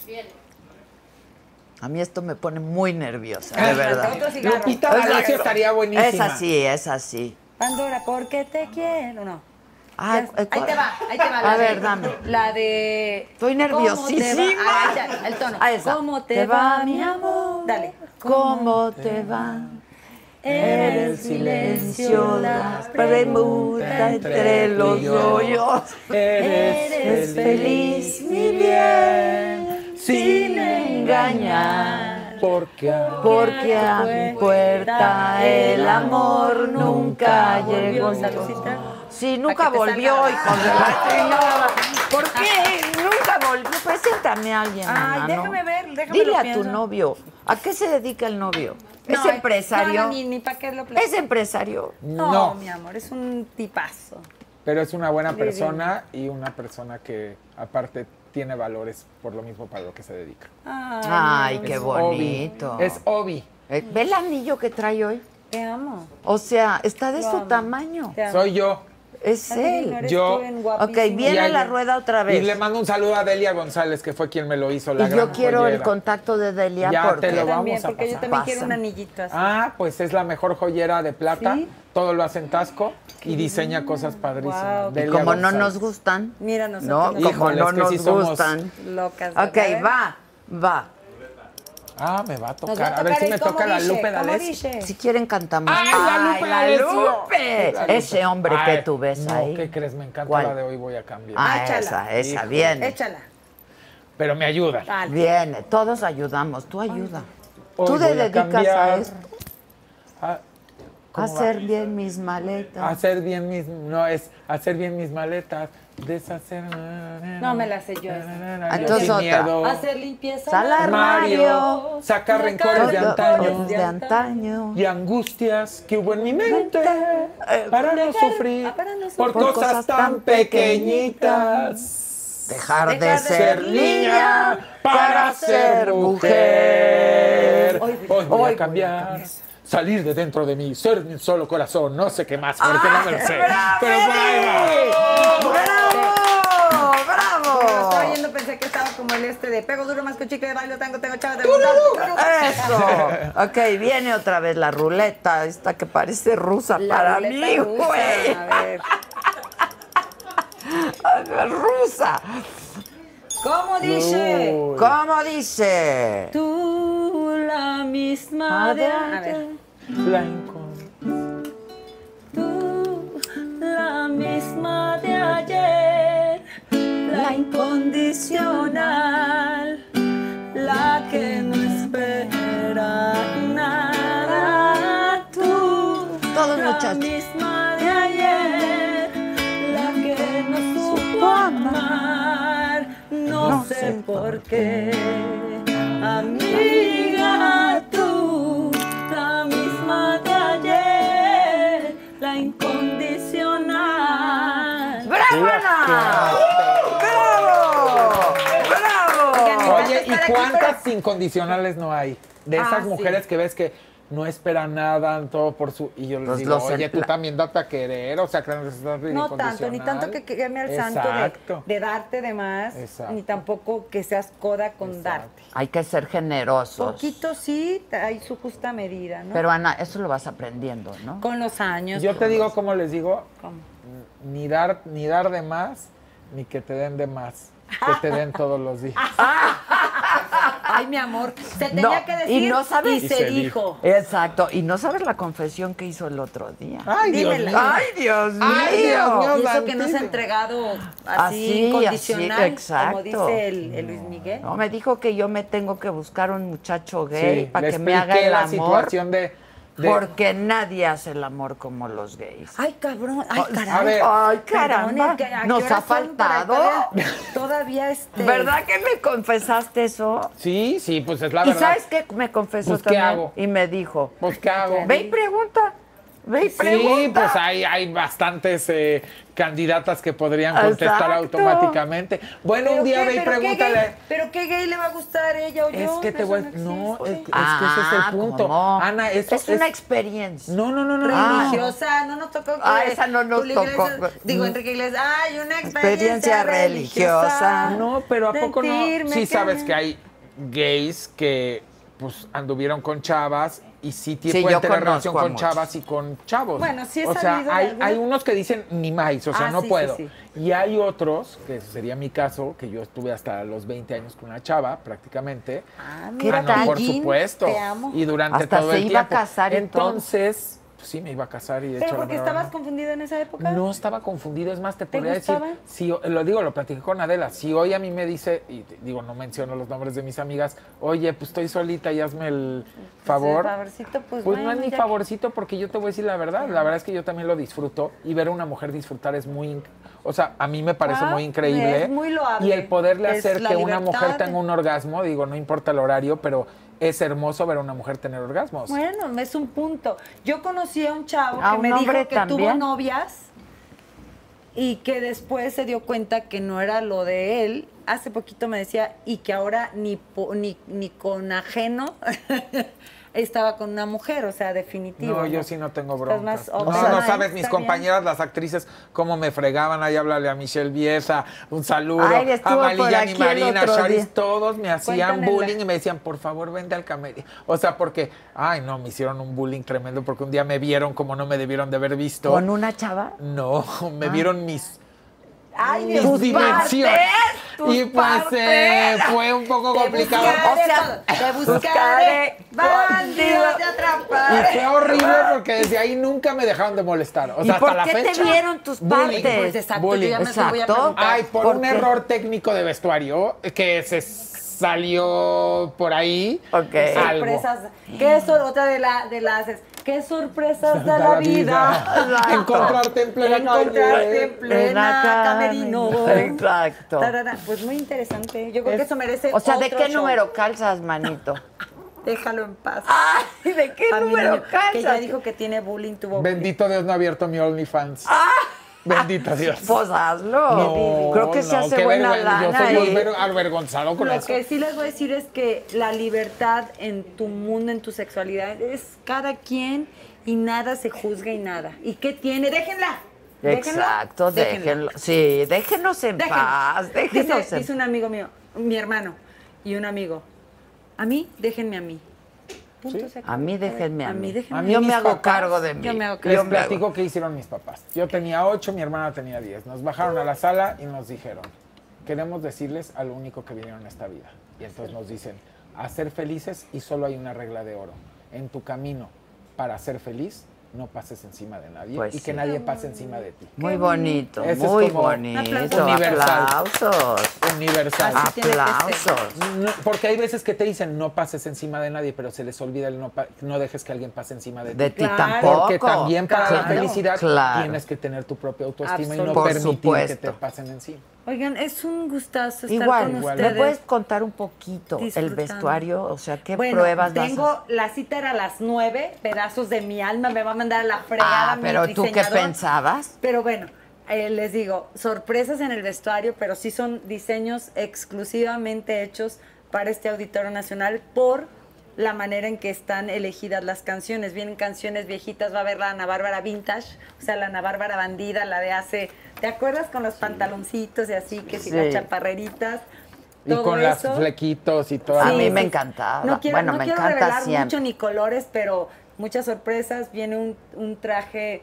Speaker 2: A mí esto me pone muy nerviosa, de verdad.
Speaker 3: Otro cigarro.
Speaker 4: Lupita Valencia
Speaker 2: Exacto.
Speaker 4: estaría buenísima.
Speaker 2: Es así, es así.
Speaker 3: Pandora, ¿por qué te quiero? No.
Speaker 2: Ah,
Speaker 3: Ya- ahí
Speaker 2: ¿cuál?
Speaker 3: te va, ahí te va.
Speaker 2: A
Speaker 3: la
Speaker 2: ver,
Speaker 3: de-
Speaker 2: dame.
Speaker 3: La de.
Speaker 2: Estoy
Speaker 3: ¿Cómo te va?
Speaker 2: nerviosísima.
Speaker 3: Ah, ya, el tono.
Speaker 2: Ah, esa.
Speaker 3: ¿Cómo te, va, mi amor? Dale.
Speaker 2: ¿Cómo te va?
Speaker 3: En el silencio la
Speaker 2: premuta entre los hoyos.
Speaker 4: Eres
Speaker 2: Eres feliz, mi bien, sin engañar.
Speaker 4: Porque amor
Speaker 2: Porque a mi puerta el amor nunca llegó.
Speaker 3: Salucita.
Speaker 2: Sí,
Speaker 3: Pa'
Speaker 2: nunca
Speaker 3: que te
Speaker 2: volvió,
Speaker 3: salga.
Speaker 2: hijos
Speaker 3: [laughs]
Speaker 2: de la chingada. ¿Por qué? Nunca volvió. Preséntame a alguien.
Speaker 3: Ay,
Speaker 2: mana, ¿no?
Speaker 3: déjame ver, déjame
Speaker 2: Dile
Speaker 3: lo
Speaker 2: a
Speaker 3: pienso.
Speaker 2: tu novio. ¿A qué se dedica el novio? ¿Es
Speaker 3: No, eh,
Speaker 2: empresario?
Speaker 3: no, ni, ni para qué lo
Speaker 2: ¿Es em-
Speaker 3: platico.
Speaker 2: empresario?
Speaker 3: No,
Speaker 4: No.
Speaker 3: mi amor, es un tipazo.
Speaker 4: Pero es una buena persona y una persona que aparte tiene valores por lo mismo para lo que se dedica.
Speaker 2: Ay, qué
Speaker 4: Es obi.
Speaker 2: bonito.
Speaker 4: Es obi.
Speaker 2: Eh, ¿Ve el anillo que trae hoy?
Speaker 3: Te amo.
Speaker 2: O sea, está de
Speaker 3: Lo
Speaker 2: su
Speaker 3: amo.
Speaker 2: tamaño.
Speaker 3: Te amo.
Speaker 4: Soy yo.
Speaker 2: Es
Speaker 3: Ay, divino,
Speaker 2: él.
Speaker 3: eres
Speaker 4: yo-
Speaker 3: tú bien
Speaker 4: Ok,
Speaker 2: Ok,
Speaker 3: guapísima.
Speaker 4: Y
Speaker 2: viene la
Speaker 4: alguien-
Speaker 2: rueda otra vez.
Speaker 4: Y le mando un saludo a Delia González, que fue quien me lo hizo la
Speaker 2: Y
Speaker 4: gran
Speaker 2: yo quiero el
Speaker 4: joyera.
Speaker 2: contacto de Delia
Speaker 4: Ya te
Speaker 2: porque
Speaker 4: lo
Speaker 3: Yo también,
Speaker 4: vamos a
Speaker 3: porque yo
Speaker 4: pasar.
Speaker 3: también quiero un
Speaker 2: Pásame.
Speaker 3: anillito así.
Speaker 4: Ah, pues es la mejor joyera de plata.
Speaker 3: Sí.
Speaker 4: Todo lo hace en tasco y diseña cosas padrísimas.
Speaker 3: Guau. Y
Speaker 4: Delia
Speaker 2: como no
Speaker 4: González.
Speaker 2: nos gustan.
Speaker 3: Mira,
Speaker 2: No,
Speaker 3: nosotros nos-
Speaker 2: como
Speaker 4: Híjole,
Speaker 2: no
Speaker 4: es que
Speaker 2: nos
Speaker 4: sí somos-
Speaker 2: gustan.
Speaker 3: Locas. de
Speaker 2: Ok,
Speaker 3: ver.
Speaker 2: va, va.
Speaker 4: Ah, me va a
Speaker 3: Nos
Speaker 4: tocar.
Speaker 3: va
Speaker 4: a, ver
Speaker 3: tocar
Speaker 4: si
Speaker 3: el
Speaker 4: me
Speaker 3: cómo
Speaker 4: toca la
Speaker 3: dice,
Speaker 4: Lupe
Speaker 3: cómo
Speaker 4: D'Alessio.
Speaker 3: dice.
Speaker 2: Si quieren cantamos.
Speaker 4: ¡Ay, la Lupe
Speaker 2: la
Speaker 4: D'Alessio!
Speaker 2: Lupe!
Speaker 4: La Lupe.
Speaker 2: Ese hombre
Speaker 4: Ay,
Speaker 2: que tú ves
Speaker 4: no,
Speaker 2: ahí.
Speaker 4: ¿Qué crees? Me encanta
Speaker 2: ¿Cuál?
Speaker 4: la de hoy, voy a cambiar.
Speaker 2: Ah,
Speaker 3: Échala.
Speaker 2: esa, esa,
Speaker 4: Híjole.
Speaker 2: viene.
Speaker 3: Échala.
Speaker 4: Pero me ayuda.
Speaker 3: Dale.
Speaker 2: Viene, todos ayudamos, tú ayuda.
Speaker 4: Hoy
Speaker 2: tú
Speaker 4: voy
Speaker 2: te
Speaker 4: a
Speaker 2: dedicas a
Speaker 4: cambiar.
Speaker 2: esto,
Speaker 4: Ah,
Speaker 2: a
Speaker 4: ¿cómo va?
Speaker 2: hacer bien mis maletas.
Speaker 4: Hacer bien mis no es hacer bien mis maletas, deshacer. No
Speaker 3: me la sé yo esa.
Speaker 2: Ah, Entonces
Speaker 4: sin
Speaker 2: otra.
Speaker 4: miedo.
Speaker 3: Hacer limpieza.
Speaker 2: Sal al
Speaker 4: Mario, sacar rencores de
Speaker 2: Todo-
Speaker 4: antaño.
Speaker 2: los de antaño.
Speaker 4: Y angustias que hubo en mi mente
Speaker 2: Eh,
Speaker 4: para no sufrir
Speaker 3: para no
Speaker 4: por
Speaker 2: Por
Speaker 3: sufrir.
Speaker 4: cosas tan pequeñitas.
Speaker 2: Dejar, de,
Speaker 3: Dejar de
Speaker 2: ser niña para ser mujer.
Speaker 4: Hoy voy
Speaker 2: Hoy
Speaker 4: a cambiar. Salir de dentro de mí, ser mi solo corazón, no sé qué más, porque no me lo sé.
Speaker 2: ¡Bravo!
Speaker 4: Pero por ahí
Speaker 2: ¡Bravo!
Speaker 3: Cuando lo estaba
Speaker 2: ¡Bravo!
Speaker 3: oyendo pensé que estaba como el este de pego duro más que chicle, bailo tango, tengo chavas de
Speaker 2: Eso. Ok, viene otra vez la ruleta, esta que parece rusa
Speaker 3: La
Speaker 2: para
Speaker 3: ruleta
Speaker 2: mí,
Speaker 3: rusa,
Speaker 2: güey. [laughs]
Speaker 3: A ver.
Speaker 2: Rusa.
Speaker 3: ¿Cómo dice?
Speaker 2: Uh.
Speaker 4: va.
Speaker 2: ¿Cómo dice?
Speaker 3: Tú la
Speaker 2: Ah,
Speaker 3: misma
Speaker 2: A
Speaker 3: de
Speaker 2: ver.
Speaker 3: ayer.
Speaker 4: La incon-
Speaker 3: Tú la misma de ayer. La incondicional. La que no espera nada. Tú.
Speaker 2: Todos
Speaker 3: la
Speaker 2: muchachos.
Speaker 3: misma de ayer. La que no supo amar. No,
Speaker 2: No
Speaker 3: sé,
Speaker 2: sé
Speaker 3: por qué. Amiga, tú, la misma de ayer, la incondicional.
Speaker 2: ¡Brávana! ¡Uh! ¡Bravo! ¡Bravo!
Speaker 4: Oye,
Speaker 3: Estar aquí,
Speaker 4: ¿y cuántas incondicionales no hay? De esas
Speaker 3: Ah, sí.
Speaker 4: mujeres que ves que no esperan nada, dan todo por su. Y yo les
Speaker 2: Pues
Speaker 4: digo,
Speaker 2: los
Speaker 4: oye, tú
Speaker 2: empla-
Speaker 4: también date a querer, o sea, que no seas
Speaker 3: No tanto, ni tanto que que ame al santo
Speaker 4: Exacto.
Speaker 3: de, de darte de más,
Speaker 4: Exacto.
Speaker 3: ni tampoco que seas coda con darte.
Speaker 2: Hay que ser generosos.
Speaker 3: Poquito sí, hay su justa medida, ¿no?
Speaker 2: Pero Ana, eso lo vas aprendiendo, ¿no?
Speaker 3: con los años.
Speaker 4: Yo te digo, como les digo,
Speaker 3: ¿Cómo?
Speaker 4: ni dar, ni dar de más, ni que te den de más. Que te den todos los
Speaker 3: [laughs]
Speaker 4: días.
Speaker 3: Ay, mi amor, se tenía
Speaker 2: No,
Speaker 3: que decir
Speaker 2: y no sabes.
Speaker 3: se, dijo.
Speaker 2: Exacto, y no sabes la confesión que hizo el otro día.
Speaker 4: Ay, Dios
Speaker 3: Dímela.
Speaker 4: mío.
Speaker 2: ¡Ay, Dios mío!
Speaker 4: Ay, Dios mío.
Speaker 3: Y eso que no se ha
Speaker 4: Santísimo.
Speaker 3: entregado
Speaker 2: Así,
Speaker 3: así,
Speaker 2: así,
Speaker 3: condicional,
Speaker 2: exacto.
Speaker 3: como dice el, el Luis Miguel.
Speaker 2: No, me dijo que yo me tengo que buscar un muchacho gay
Speaker 4: Sí,
Speaker 2: para
Speaker 4: le
Speaker 2: que me haga
Speaker 4: expliqué
Speaker 2: el
Speaker 4: la
Speaker 2: amor.
Speaker 4: situación de. de-
Speaker 2: Porque nadie hace el amor como los gays. Oh,
Speaker 3: Ay, cabrón, ay, caray.
Speaker 4: a ver.
Speaker 2: Ay,
Speaker 3: Perdón,
Speaker 2: caramba,
Speaker 3: ¿a qué- a qué
Speaker 2: nos
Speaker 3: horas
Speaker 2: ha
Speaker 3: son para
Speaker 2: faltado.
Speaker 3: Todavía,
Speaker 2: [laughs]
Speaker 3: todavía este.
Speaker 2: ¿Verdad que me confesaste eso?
Speaker 4: Sí, sí, pues es la
Speaker 2: ¿Y
Speaker 4: verdad.
Speaker 2: sabes qué me confesó
Speaker 4: Pues, ¿qué
Speaker 2: también?
Speaker 4: hago?
Speaker 2: Y me dijo,
Speaker 4: Pues, ¿qué hago?
Speaker 2: ve y pregunta, ve y pregunta.
Speaker 4: Sí, pues hay, hay bastantes eh, candidatas que podrían contestar
Speaker 2: Exacto.
Speaker 4: automáticamente. Bueno,
Speaker 3: ¿Pero
Speaker 4: un día
Speaker 3: qué-
Speaker 4: ve y
Speaker 3: pero qué
Speaker 4: pregúntale.
Speaker 3: gay- ¿Pero qué gay le va a gustar ella o yo?
Speaker 4: Es que te
Speaker 3: Eso
Speaker 4: voy a...
Speaker 3: no
Speaker 4: No, es,
Speaker 3: existe.
Speaker 4: es que ese es
Speaker 2: Ah,
Speaker 4: el punto.
Speaker 2: ¿cómo no?
Speaker 4: Ana, eso
Speaker 2: es una experiencia.
Speaker 4: No, no, no, no. no.
Speaker 2: Ah.
Speaker 3: religiosa, no nos tocó. que
Speaker 2: Ah, esa no nos
Speaker 3: Julio Iglesias-
Speaker 2: tocó.
Speaker 3: digo,
Speaker 4: Mm.
Speaker 3: Enrique Iglesias, ay, una experiencia,
Speaker 2: Experiencia religiosa.
Speaker 3: religiosa.
Speaker 4: No, pero ¿a poco no?
Speaker 3: Sentirme
Speaker 4: Sí sabes
Speaker 3: que-
Speaker 4: que hay gays que pues anduvieron con chavas y sí,
Speaker 2: Sí,
Speaker 4: pueden
Speaker 2: yo
Speaker 4: tener
Speaker 2: conozco
Speaker 4: relación
Speaker 2: a
Speaker 4: con
Speaker 2: muchos.
Speaker 4: chavas y con chavos.
Speaker 3: Bueno, sí he
Speaker 4: O sea,
Speaker 3: sabido de
Speaker 4: hay,
Speaker 3: algunos.
Speaker 4: hay unos que dicen ni más, o sea,
Speaker 3: Ah,
Speaker 4: no
Speaker 3: sí, sí,
Speaker 4: puedo.
Speaker 3: sí.
Speaker 4: Y hay otros, que eso sería mi caso, que yo estuve hasta los 20 años con una chava prácticamente.
Speaker 3: Ah,
Speaker 2: ¿Qué
Speaker 4: Ah, no,
Speaker 2: tal?
Speaker 4: por
Speaker 2: Jean,
Speaker 4: supuesto.
Speaker 3: te amo.
Speaker 4: Y durante
Speaker 2: Hasta
Speaker 4: todo
Speaker 2: se
Speaker 4: el
Speaker 2: iba a
Speaker 4: tiempo.
Speaker 2: casar y todo.
Speaker 4: Entonces, pues, sí, me iba a casar y de hecho.
Speaker 3: ¿Pero
Speaker 4: la
Speaker 3: porque
Speaker 4: verdad,
Speaker 3: estabas
Speaker 4: no.
Speaker 3: confundido en esa época?
Speaker 4: No estaba confundido, es más, te
Speaker 3: ¿Te
Speaker 4: podría decir,
Speaker 3: gustaba?
Speaker 4: si, lo digo, lo platiqué con Adela, si hoy a mí me dice, y te- digo, no menciono los nombres de mis amigas, oye, pues estoy solita y hazme el favor.
Speaker 3: Pues, favorcito, pues,
Speaker 4: Pues, no es
Speaker 3: bueno,
Speaker 4: mi
Speaker 3: ya
Speaker 4: favorcito porque yo te voy a decir la verdad, la verdad es que yo también lo disfruto y ver a una mujer disfrutar es muy, inc- o sea, a mí me parece
Speaker 3: Ah,
Speaker 4: muy increíble.
Speaker 3: es muy loable.
Speaker 4: Y el poderle
Speaker 3: Es
Speaker 4: hacer
Speaker 3: la
Speaker 4: que una
Speaker 3: libertad.
Speaker 4: mujer tenga un orgasmo, digo, no importa el horario, pero es hermoso ver a una mujer tener orgasmos.
Speaker 3: Bueno, es un punto. Yo conocí a un chavo
Speaker 2: ¿A
Speaker 3: que
Speaker 2: un
Speaker 3: me dijo
Speaker 2: hombre
Speaker 3: que tuvo
Speaker 2: también?
Speaker 3: novias y que después se dio cuenta que no era lo de él. Hace poquito me decía y que ahora ni po- ni, ni con ajeno [laughs] estaba con una mujer, o sea, definitivo.
Speaker 4: No, yo sí no tengo
Speaker 3: Estás
Speaker 4: broncas.
Speaker 3: más
Speaker 4: no,
Speaker 3: open
Speaker 4: no
Speaker 2: Ah,
Speaker 3: mind,
Speaker 4: sabes, mis
Speaker 3: está bien.
Speaker 4: compañeras, las actrices, cómo me fregaban. Ahí háblale a Michelle Viesa, un saludo.
Speaker 2: Ay,
Speaker 4: a
Speaker 2: estuvo por
Speaker 4: Malilla y
Speaker 2: aquí el
Speaker 4: Marina,
Speaker 2: otro
Speaker 4: Charis,
Speaker 2: día.
Speaker 4: todos me hacían
Speaker 3: Cuéntanela.
Speaker 4: bullying y me decían, por favor, vende al camerino. O sea, porque, ay, no, me hicieron un bullying tremendo porque un día me vieron como no me debieron de haber visto.
Speaker 2: ¿Con Ah. una chava?
Speaker 4: No, [laughs] me vieron mis,
Speaker 3: Ay,
Speaker 4: mis
Speaker 3: Dios mío.
Speaker 4: dimensiones.
Speaker 2: tus
Speaker 4: y pues eh, fue un poco
Speaker 3: Te
Speaker 4: complicado.
Speaker 3: buscaré,
Speaker 2: O sea, [laughs]
Speaker 3: te buscaré, bandido, te
Speaker 4: Y
Speaker 3: atraparé.
Speaker 4: fue horrible porque desde ahí nunca me dejaron de molestar. O sea,
Speaker 2: ¿Y por
Speaker 4: hasta
Speaker 2: qué
Speaker 4: la
Speaker 2: te
Speaker 4: fecha.
Speaker 2: vieron tus
Speaker 4: bullying.
Speaker 2: partes?
Speaker 3: Pues exacto,
Speaker 4: Bullying.
Speaker 3: yo ya me estoy voy a
Speaker 2: Exacto.
Speaker 3: preguntar.
Speaker 4: Ay, por,
Speaker 2: Ah, ¿Por
Speaker 4: un
Speaker 2: qué?
Speaker 4: error técnico de vestuario que se salió por ahí.
Speaker 2: Ok.
Speaker 4: Algo.
Speaker 3: sorpresas. ¿Qué sor- otra de la de las es, qué [laughs] sorpresas da la vida. [laughs]
Speaker 4: Encontrarte en plena
Speaker 3: Encontrarte
Speaker 4: calle.
Speaker 3: en plena
Speaker 2: calle.
Speaker 3: camerino.
Speaker 2: Exacto.
Speaker 3: Tarara. Pues muy interesante. Yo creo que eso merece
Speaker 2: O sea, ¿de
Speaker 3: otro
Speaker 2: qué
Speaker 3: show.
Speaker 2: número calzas,
Speaker 3: [laughs]
Speaker 2: manito?
Speaker 3: Déjalo en paz.
Speaker 2: Ay, ¿de qué
Speaker 3: A mi
Speaker 2: número
Speaker 3: niño, Que ya
Speaker 2: calzas?
Speaker 3: dijo que tiene bullying, tuvo bullying.
Speaker 4: Bendito Dios no ha abierto mi OnlyFans.
Speaker 2: Ah.
Speaker 4: Bendito Dios.
Speaker 2: Pues hazlo.
Speaker 4: No,
Speaker 2: Creo que se
Speaker 4: no,
Speaker 2: hace
Speaker 4: qué
Speaker 2: buena
Speaker 4: vergüenza.
Speaker 2: lana.
Speaker 4: Yo soy
Speaker 2: y-
Speaker 4: aver- avergonzado con
Speaker 3: Lo
Speaker 4: eso.
Speaker 3: que sí les voy a decir es que la libertad en tu mundo, en tu sexualidad, es cada quien y nada se juzga y nada. ¿Y qué tiene? Déjenla.
Speaker 2: Exacto,
Speaker 3: déjenla,
Speaker 2: déjenlo.
Speaker 3: déjenla.
Speaker 2: Sí, déjenos en
Speaker 3: Déjenlo.
Speaker 2: paz. Déjenos
Speaker 3: dice,
Speaker 2: en
Speaker 3: dice un amigo mío, mi hermano y un amigo. A mí, déjenme a mí. Punto, se acabó.
Speaker 2: A mí déjenme a,
Speaker 3: A mí déjenme
Speaker 4: a mí.
Speaker 2: Yo
Speaker 4: mis
Speaker 2: me hago
Speaker 4: papás,
Speaker 2: cargo de mí.
Speaker 3: yo me hago
Speaker 4: Les
Speaker 2: Yo me hago-
Speaker 4: platico qué hicieron mis papás. Yo tenía ocho, mi hermana tenía diez. Nos bajaron a la sala y nos dijeron, queremos decirles a lo único que vinieron a esta vida. Y entonces nos dicen, a ser felices y solo hay una regla de oro. En tu camino para ser feliz, no pases encima de nadie
Speaker 2: Pues
Speaker 4: y que
Speaker 2: sí.
Speaker 4: nadie pase encima de ti.
Speaker 2: Muy bonito,
Speaker 4: Ese es
Speaker 2: muy
Speaker 4: como
Speaker 2: bonito.
Speaker 4: un universal.
Speaker 2: Aplausos.
Speaker 4: Universal.
Speaker 3: Así tiene que ser.
Speaker 2: Aplausos.
Speaker 4: No, porque hay veces que te dicen no pases encima de nadie, pero se les olvida el no, pa- no dejes que alguien pase encima de ti.
Speaker 2: De ti
Speaker 3: Claro.
Speaker 2: tampoco.
Speaker 4: Porque también para la
Speaker 2: Claro,
Speaker 4: felicidad
Speaker 2: claro.
Speaker 4: tienes que tener tu propia autoestima y no
Speaker 3: Absolut-
Speaker 2: Por
Speaker 4: permitir que te
Speaker 2: supuesto.
Speaker 4: pasen encima.
Speaker 3: Oigan, es un gustazo estar
Speaker 2: Igual,
Speaker 3: con
Speaker 4: Igual.
Speaker 2: ¿me
Speaker 3: ustedes.
Speaker 2: puedes contar un poquito el
Speaker 3: disfrutando.
Speaker 2: vestuario? O sea, ¿qué
Speaker 3: Bueno,
Speaker 2: pruebas vas a
Speaker 3: tengo, la cita era a las nueve, pedazos de mi alma, me va a mandar a la fregada
Speaker 2: Ah,
Speaker 3: mi
Speaker 2: pero ¿tú qué
Speaker 3: diseñador.
Speaker 2: pensabas?
Speaker 3: Pero bueno, eh, les digo, sorpresas en el vestuario, pero sí son diseños exclusivamente hechos para este Auditorio Nacional por la manera en que están elegidas las canciones. Vienen canciones viejitas, va a haber la Ana Bárbara Vintage, o sea, la Ana Bárbara Bandida, la de hace... ¿Te acuerdas con los pantaloncitos y así, que si las
Speaker 2: Sí.
Speaker 3: chaparreritas?
Speaker 4: Y
Speaker 3: todo
Speaker 4: con
Speaker 3: eso?
Speaker 4: las flequitos y todo.
Speaker 2: A
Speaker 3: Sí,
Speaker 2: mí me
Speaker 3: sí.
Speaker 2: encantaba.
Speaker 3: No quiero,
Speaker 2: Bueno,
Speaker 3: no
Speaker 2: me
Speaker 3: quiero
Speaker 2: encanta
Speaker 3: revelar
Speaker 2: siempre.
Speaker 3: mucho ni colores, pero muchas sorpresas. Viene un, un traje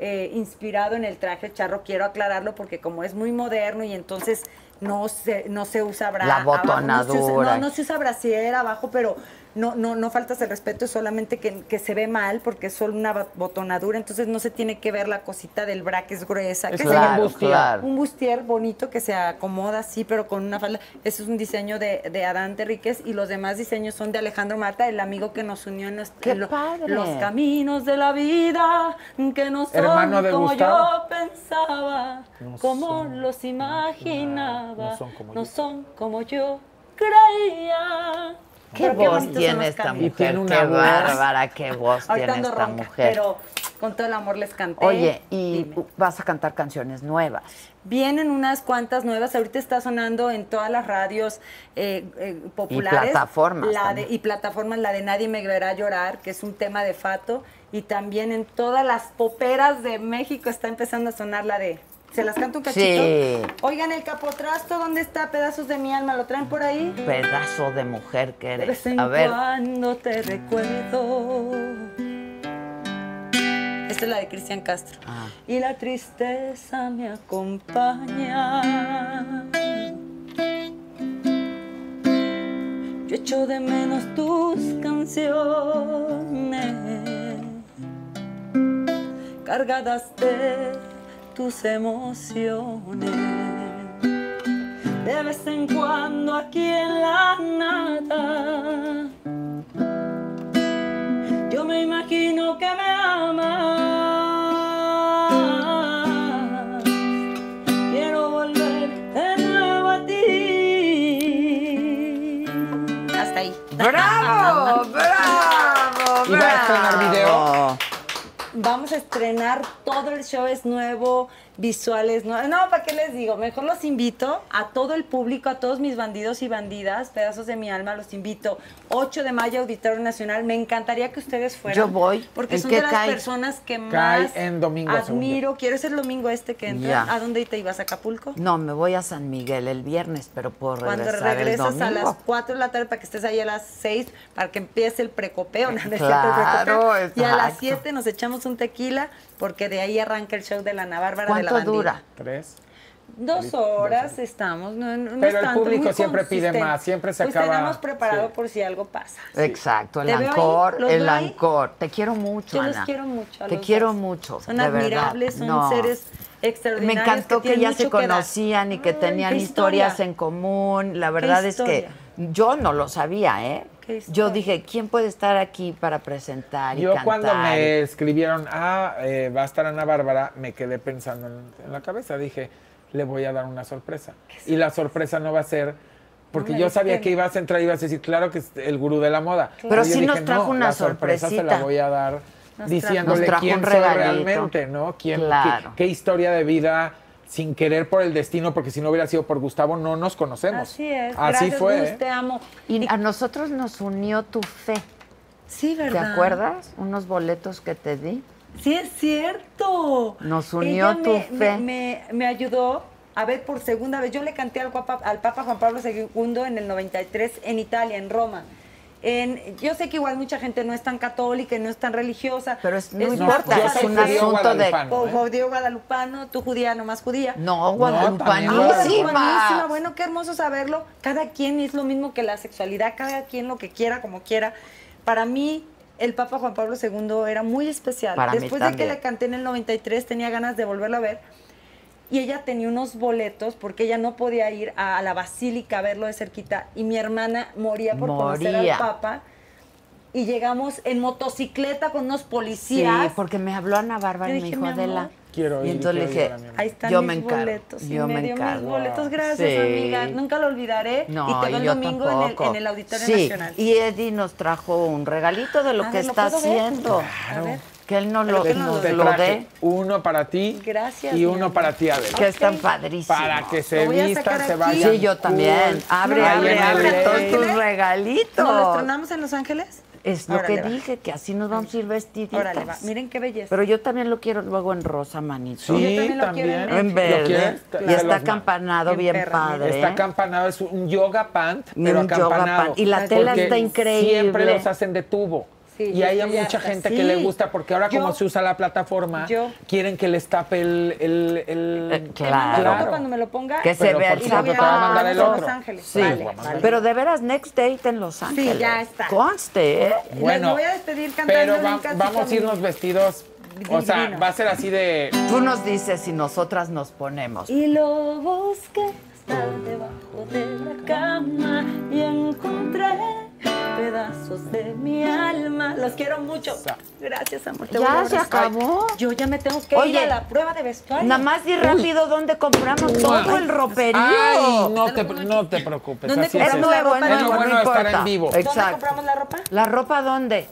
Speaker 3: eh, inspirado en el traje charro, quiero aclararlo porque como es muy moderno y entonces no se, no se usa bra
Speaker 2: La
Speaker 3: abajo, no se usa-
Speaker 2: botonadura.
Speaker 3: No, no se usa brasier abajo, pero no, no, no faltas el respeto, es solamente que, que se ve mal porque es solo una ba- botonadura, entonces no se tiene que ver la cosita del bra que es gruesa.
Speaker 4: Es
Speaker 3: que se
Speaker 4: un
Speaker 3: ve
Speaker 2: Claro,
Speaker 4: embustido.
Speaker 2: claro.
Speaker 3: un bustier bonito que se acomoda así, pero con una falda. Ese es un diseño de, de Adán Terríquez y los demás diseños son de Alejandro Marta, el amigo que nos unió en, los-
Speaker 2: ¡Qué
Speaker 3: en lo-
Speaker 2: padre!
Speaker 3: los caminos de la vida, que no son
Speaker 4: Hermano de
Speaker 3: como
Speaker 4: Gustavo.
Speaker 3: yo pensaba,
Speaker 4: No
Speaker 3: como
Speaker 4: son
Speaker 3: los
Speaker 4: como
Speaker 3: imaginaba,
Speaker 4: yo- no son como
Speaker 3: no
Speaker 4: yo.
Speaker 3: son como yo creía.
Speaker 2: ¿Qué
Speaker 3: Pero qué
Speaker 2: voz
Speaker 3: bonitos son
Speaker 2: tiene
Speaker 3: los
Speaker 2: esta
Speaker 3: caminos.
Speaker 2: mujer?
Speaker 4: Y tiene una
Speaker 2: qué
Speaker 4: voz.
Speaker 2: bárbara, qué voz
Speaker 3: Ahorita
Speaker 2: tiene
Speaker 3: ando
Speaker 2: esta
Speaker 3: ronca,
Speaker 2: mujer.
Speaker 3: pero con todo el amor les canté.
Speaker 2: Oye, y
Speaker 3: Dime.
Speaker 2: vas a cantar canciones nuevas.
Speaker 3: Vienen unas cuantas nuevas. Ahorita está sonando en todas las radios eh, eh, populares.
Speaker 2: plataformas
Speaker 3: La de,
Speaker 2: también.
Speaker 3: y plataformas, la de Nadie me verá llorar, que es un tema de Fato. Y también en todas las poperas de México está empezando a sonar la de se las canto un cachito.
Speaker 2: Sí.
Speaker 3: Oigan, el capotrasto, ¿dónde está? Pedazos de mi alma, ¿lo traen por ahí?
Speaker 2: Pedazo de mujer que
Speaker 3: De vez
Speaker 2: eres.
Speaker 3: en
Speaker 2: A ver,
Speaker 3: cuando te recuerdo. Esta es la de Cristian Castro.
Speaker 2: Ah.
Speaker 3: Y la tristeza me acompaña. Yo echo de menos tus canciones, cargadas de tus emociones de vez en cuando aquí en la nada. Yo me imagino que me amas. Quiero volver de nuevo a ti. Hasta ahí.
Speaker 2: [laughs]
Speaker 3: [laughs]
Speaker 2: ¡bravo! ¡Bravo!
Speaker 4: ¿Y va a estrenar
Speaker 2: bravo!
Speaker 4: video?
Speaker 3: Vamos a estrenar todo el show es nuevo, visuales nuevos. No, ¿para qué les digo? Mejor los invito a todo el público, a todos mis bandidos y bandidas, pedazos de mi alma, los invito. 8 de mayo, Auditorio Nacional. Me encantaría que ustedes fueran.
Speaker 2: Yo voy.
Speaker 3: Porque
Speaker 2: ¿En
Speaker 3: son
Speaker 2: qué
Speaker 3: de las
Speaker 2: cae?
Speaker 3: personas que
Speaker 4: Cae
Speaker 3: más
Speaker 4: en domingo, según
Speaker 3: admiro. Quiero ser el domingo este que entra.
Speaker 2: Ya.
Speaker 3: ¿A dónde te ibas? ¿A Acapulco?
Speaker 2: No, me voy a San Miguel el viernes, pero puedo
Speaker 3: Cuando
Speaker 2: regresar el
Speaker 3: regresas
Speaker 2: domingo.
Speaker 3: a las 4 de la tarde para que estés ahí a las 6 para que empiece el precopeo. ¿no? [laughs] No es
Speaker 2: Claro,
Speaker 3: cierto, el precopeo. Y a las
Speaker 2: exacto.
Speaker 3: 7 nos echamos un tequila porque de ahí arranca el show de la Ana Bárbara de la
Speaker 2: ¿Cuánto
Speaker 3: bandida.
Speaker 2: dura?
Speaker 4: Tres.
Speaker 3: Dos horas estamos. No, no- no
Speaker 4: Pero
Speaker 3: es
Speaker 4: el
Speaker 3: tanto,
Speaker 4: público
Speaker 3: muy
Speaker 4: siempre pide
Speaker 3: consistente.
Speaker 4: más, siempre se
Speaker 3: pues
Speaker 4: acaba,
Speaker 3: tenemos preparado
Speaker 4: sí.
Speaker 3: por si algo pasa.
Speaker 2: Exacto, el
Speaker 3: Te veo ahí,
Speaker 2: ancor,
Speaker 3: los
Speaker 2: el
Speaker 3: veo ahí.
Speaker 2: ancor. Te quiero mucho,
Speaker 3: Yo
Speaker 2: Ana.
Speaker 3: los quiero mucho. a
Speaker 2: Te
Speaker 3: los
Speaker 2: quiero
Speaker 3: dos.
Speaker 2: mucho.
Speaker 3: Son
Speaker 2: de verdad.
Speaker 3: admirables, son
Speaker 2: No.
Speaker 3: seres
Speaker 2: Me
Speaker 3: extraordinarios.
Speaker 2: encantó que,
Speaker 3: tienen
Speaker 2: ya
Speaker 3: mucho
Speaker 2: se
Speaker 3: que dar.
Speaker 2: conocían y que
Speaker 3: Ay,
Speaker 2: tenían
Speaker 3: qué
Speaker 2: historias
Speaker 3: historia.
Speaker 2: en común. La verdad es que
Speaker 3: historia.
Speaker 2: yo no lo sabía, ¿eh?
Speaker 3: Qué historia.
Speaker 2: Yo dije, ¿quién puede estar aquí para presentar y
Speaker 4: Yo
Speaker 2: cantar?
Speaker 4: cuando me escribieron, ah, eh, va a estar Ana Bárbara, me quedé pensando en, en la cabeza. Dije, le voy a dar una sorpresa. Y la sorpresa no va a ser, porque
Speaker 3: No me
Speaker 4: yo
Speaker 3: des
Speaker 4: sabía
Speaker 3: pena.
Speaker 4: que ibas a entrar y ibas a decir, claro que es el gurú de la moda.
Speaker 2: Pero
Speaker 4: Y yo
Speaker 2: sí nos
Speaker 4: dije,
Speaker 2: trajo
Speaker 4: no,
Speaker 2: una
Speaker 4: la sorpresa se la
Speaker 2: sorpresita.
Speaker 4: voy a dar
Speaker 3: Nos
Speaker 4: diciéndole
Speaker 2: trajo-
Speaker 4: quién
Speaker 2: Nos
Speaker 4: soy
Speaker 2: trajo un regalito.
Speaker 4: realmente, ¿no? ¿Quién, qué-
Speaker 2: Claro.
Speaker 4: qué, historia de vida sin querer por el destino, porque si no hubiera sido por Gustavo, no nos conocemos.
Speaker 3: Así es.
Speaker 4: Así
Speaker 3: Gracias,
Speaker 4: fue.
Speaker 3: Gus,
Speaker 4: ¿eh?
Speaker 3: te amo.
Speaker 2: Y a nosotros nos unió tu fe.
Speaker 3: Sí,
Speaker 2: ¿Te
Speaker 3: ¿verdad?
Speaker 2: acuerdas? Unos boletos que te di.
Speaker 3: Sí, es cierto.
Speaker 2: Nos unió
Speaker 3: Ella
Speaker 2: tu
Speaker 3: me-
Speaker 2: fe.
Speaker 3: Me, me- me ayudó. A ver, por segunda vez, yo le canté al, guapa- al Papa Juan Pablo II en el 93 en Italia, en Roma. En- yo sé que igual mucha gente no es tan católica y no es tan religiosa.
Speaker 2: Pero es- no
Speaker 3: una
Speaker 2: importa,
Speaker 3: cosa
Speaker 4: yo
Speaker 2: es
Speaker 4: soy
Speaker 3: de
Speaker 2: un
Speaker 4: judío
Speaker 3: fe.
Speaker 2: asunto de...
Speaker 4: guadalupano.
Speaker 3: O
Speaker 4: ¿eh?
Speaker 3: judío guadalupano, tú judía, no más judía.
Speaker 2: No,
Speaker 4: también
Speaker 3: Ah,
Speaker 2: guadalupanísima.
Speaker 3: guadalupanísima. Bueno, qué hermoso saberlo. Cada quien es lo mismo que la sexualidad, cada quien lo que quiera, como quiera. Para mí, el Papa Juan Pablo II era muy especial.
Speaker 2: Para mí
Speaker 3: Después de que
Speaker 2: también.
Speaker 3: le canté en el 93, tenía ganas de volverlo a ver. Y ella tenía unos boletos porque ella no podía ir a, la basílica a verlo de cerquita. Y mi hermana moría por conocer
Speaker 2: Moría.
Speaker 3: al Papa. Y llegamos en motocicleta con unos
Speaker 2: Sí,
Speaker 3: policías.
Speaker 2: porque me habló Ana Bárbara
Speaker 3: Yo
Speaker 2: y me
Speaker 3: dije,
Speaker 2: dijo
Speaker 3: mi amor,
Speaker 2: Adela.
Speaker 4: Quiero
Speaker 2: y
Speaker 4: ir,
Speaker 2: entonces le
Speaker 4: quiero
Speaker 2: dije,
Speaker 4: ir a mi amigo.
Speaker 3: Ahí están
Speaker 2: yo
Speaker 3: mis
Speaker 2: me encargo.
Speaker 3: boletos. y
Speaker 2: Yo
Speaker 3: me,
Speaker 2: me
Speaker 3: dio
Speaker 2: encargo.
Speaker 3: mis boletos. Gracias,
Speaker 2: Sí.
Speaker 3: amiga. Nunca lo olvidaré. y te veo el
Speaker 2: yo
Speaker 3: domingo en el,
Speaker 2: tampoco.
Speaker 3: en el Auditorio
Speaker 2: sí,
Speaker 3: Nacional.
Speaker 2: Y Eddie nos trajo un regalito de lo
Speaker 3: Ah,
Speaker 2: que
Speaker 3: ¿lo
Speaker 2: está
Speaker 3: puedo ver?
Speaker 2: haciendo.
Speaker 3: A ver.
Speaker 2: Que él no
Speaker 3: Pero
Speaker 2: lo,
Speaker 3: que
Speaker 2: nos
Speaker 3: nos lo
Speaker 2: lo
Speaker 4: traje
Speaker 2: dé,
Speaker 4: Uno para ti.
Speaker 3: Gracias,
Speaker 4: Y
Speaker 3: mi
Speaker 4: uno
Speaker 3: amor.
Speaker 4: para ti, Adela.
Speaker 2: que están
Speaker 3: Ok.
Speaker 2: padrísimos.
Speaker 4: Para que se
Speaker 3: Lo voy a
Speaker 4: vistan,
Speaker 3: sacar
Speaker 4: se
Speaker 3: aquí.
Speaker 4: vayan.
Speaker 2: Sí, yo también.
Speaker 4: cool.
Speaker 2: Abre,
Speaker 3: No,
Speaker 2: abre,
Speaker 4: Ahí en
Speaker 2: abre
Speaker 4: el-
Speaker 3: abre.
Speaker 2: todos tus
Speaker 3: ¿Nos lo
Speaker 2: regalitos.
Speaker 3: estrenamos en Los Ángeles?
Speaker 2: Es lo
Speaker 3: Órale,
Speaker 2: que
Speaker 3: va.
Speaker 2: dije, que así nos vamos a ir vestiditas.
Speaker 3: Órale, va. Miren qué belleza.
Speaker 2: Pero yo también lo quiero luego en rosa, manito.
Speaker 4: Sí,
Speaker 3: Yo también lo
Speaker 4: también.
Speaker 3: quiero
Speaker 2: En
Speaker 4: ¿Lo
Speaker 2: verde.
Speaker 4: quieres?
Speaker 2: Y
Speaker 4: Te los
Speaker 2: está
Speaker 4: mando.
Speaker 2: acampanado bien,
Speaker 3: Bien perra,
Speaker 2: padre.
Speaker 4: Está
Speaker 2: ¿eh?
Speaker 4: acampanado, es un yoga pant,
Speaker 2: Un
Speaker 4: pero
Speaker 2: yoga
Speaker 4: acampanado.
Speaker 2: pant. Y la tela
Speaker 4: Porque
Speaker 2: está increíble.
Speaker 4: Siempre los hacen de tubo.
Speaker 3: Sí,
Speaker 4: y
Speaker 3: yo
Speaker 4: hay a
Speaker 3: estoy
Speaker 4: mucha
Speaker 3: harta.
Speaker 4: gente
Speaker 3: Sí.
Speaker 4: que le gusta, porque ahora como
Speaker 3: Yo-
Speaker 4: se usa la plataforma,
Speaker 3: Yo-
Speaker 4: quieren que les tape el... el, el-
Speaker 2: Eh,
Speaker 3: Te mando
Speaker 2: Claro.
Speaker 3: cuando me lo ponga.
Speaker 2: Que se
Speaker 4: Pero,
Speaker 2: vea
Speaker 4: por
Speaker 2: el
Speaker 4: supuesto, te voy a mandar el
Speaker 2: zapato.
Speaker 4: otro.
Speaker 3: Los Ángeles.
Speaker 2: Sí,
Speaker 3: Vale,
Speaker 4: vamos a
Speaker 3: vale.
Speaker 2: pero de veras, next date en Los Ángeles.
Speaker 3: ya está.
Speaker 2: Conste, ¿eh?
Speaker 4: Bueno,
Speaker 3: voy a despedir
Speaker 4: pero
Speaker 3: cantando Ven, Casi
Speaker 4: vamos a
Speaker 3: conmigo.
Speaker 4: irnos vestidos, o sea,
Speaker 3: Divino.
Speaker 4: va a ser así de...
Speaker 2: Tú nos dices si nosotras nos ponemos.
Speaker 3: Y lo busqué hasta debajo de la cama y encontré pedazos de mi alma. Los quiero mucho. Gracias, amor. Te voy a
Speaker 2: Ya se
Speaker 3: abrazar.
Speaker 2: acabó.
Speaker 3: Yo ya me tengo que ir
Speaker 2: Oye,
Speaker 3: a la prueba de vestuario.
Speaker 2: Nada más di rápido dónde compramos todo el roperío.
Speaker 4: Ay, no te,
Speaker 3: Te lo pongo
Speaker 4: no te preocupes.
Speaker 3: ¿Dónde
Speaker 4: así
Speaker 2: es
Speaker 4: es.
Speaker 3: compramos la
Speaker 2: nuevo,
Speaker 3: ropa?
Speaker 2: es
Speaker 4: Es
Speaker 2: nuevo,
Speaker 4: lo bueno
Speaker 2: no
Speaker 4: de estar
Speaker 2: importa.
Speaker 4: en vivo.
Speaker 2: Exacto.
Speaker 3: ¿Dónde compramos la ropa?
Speaker 2: ¿La ropa dónde?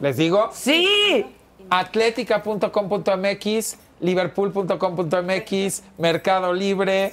Speaker 4: Les digo,
Speaker 2: Sí.
Speaker 4: atlética.com.mx, liverpool.com.mx, Mercado Libre,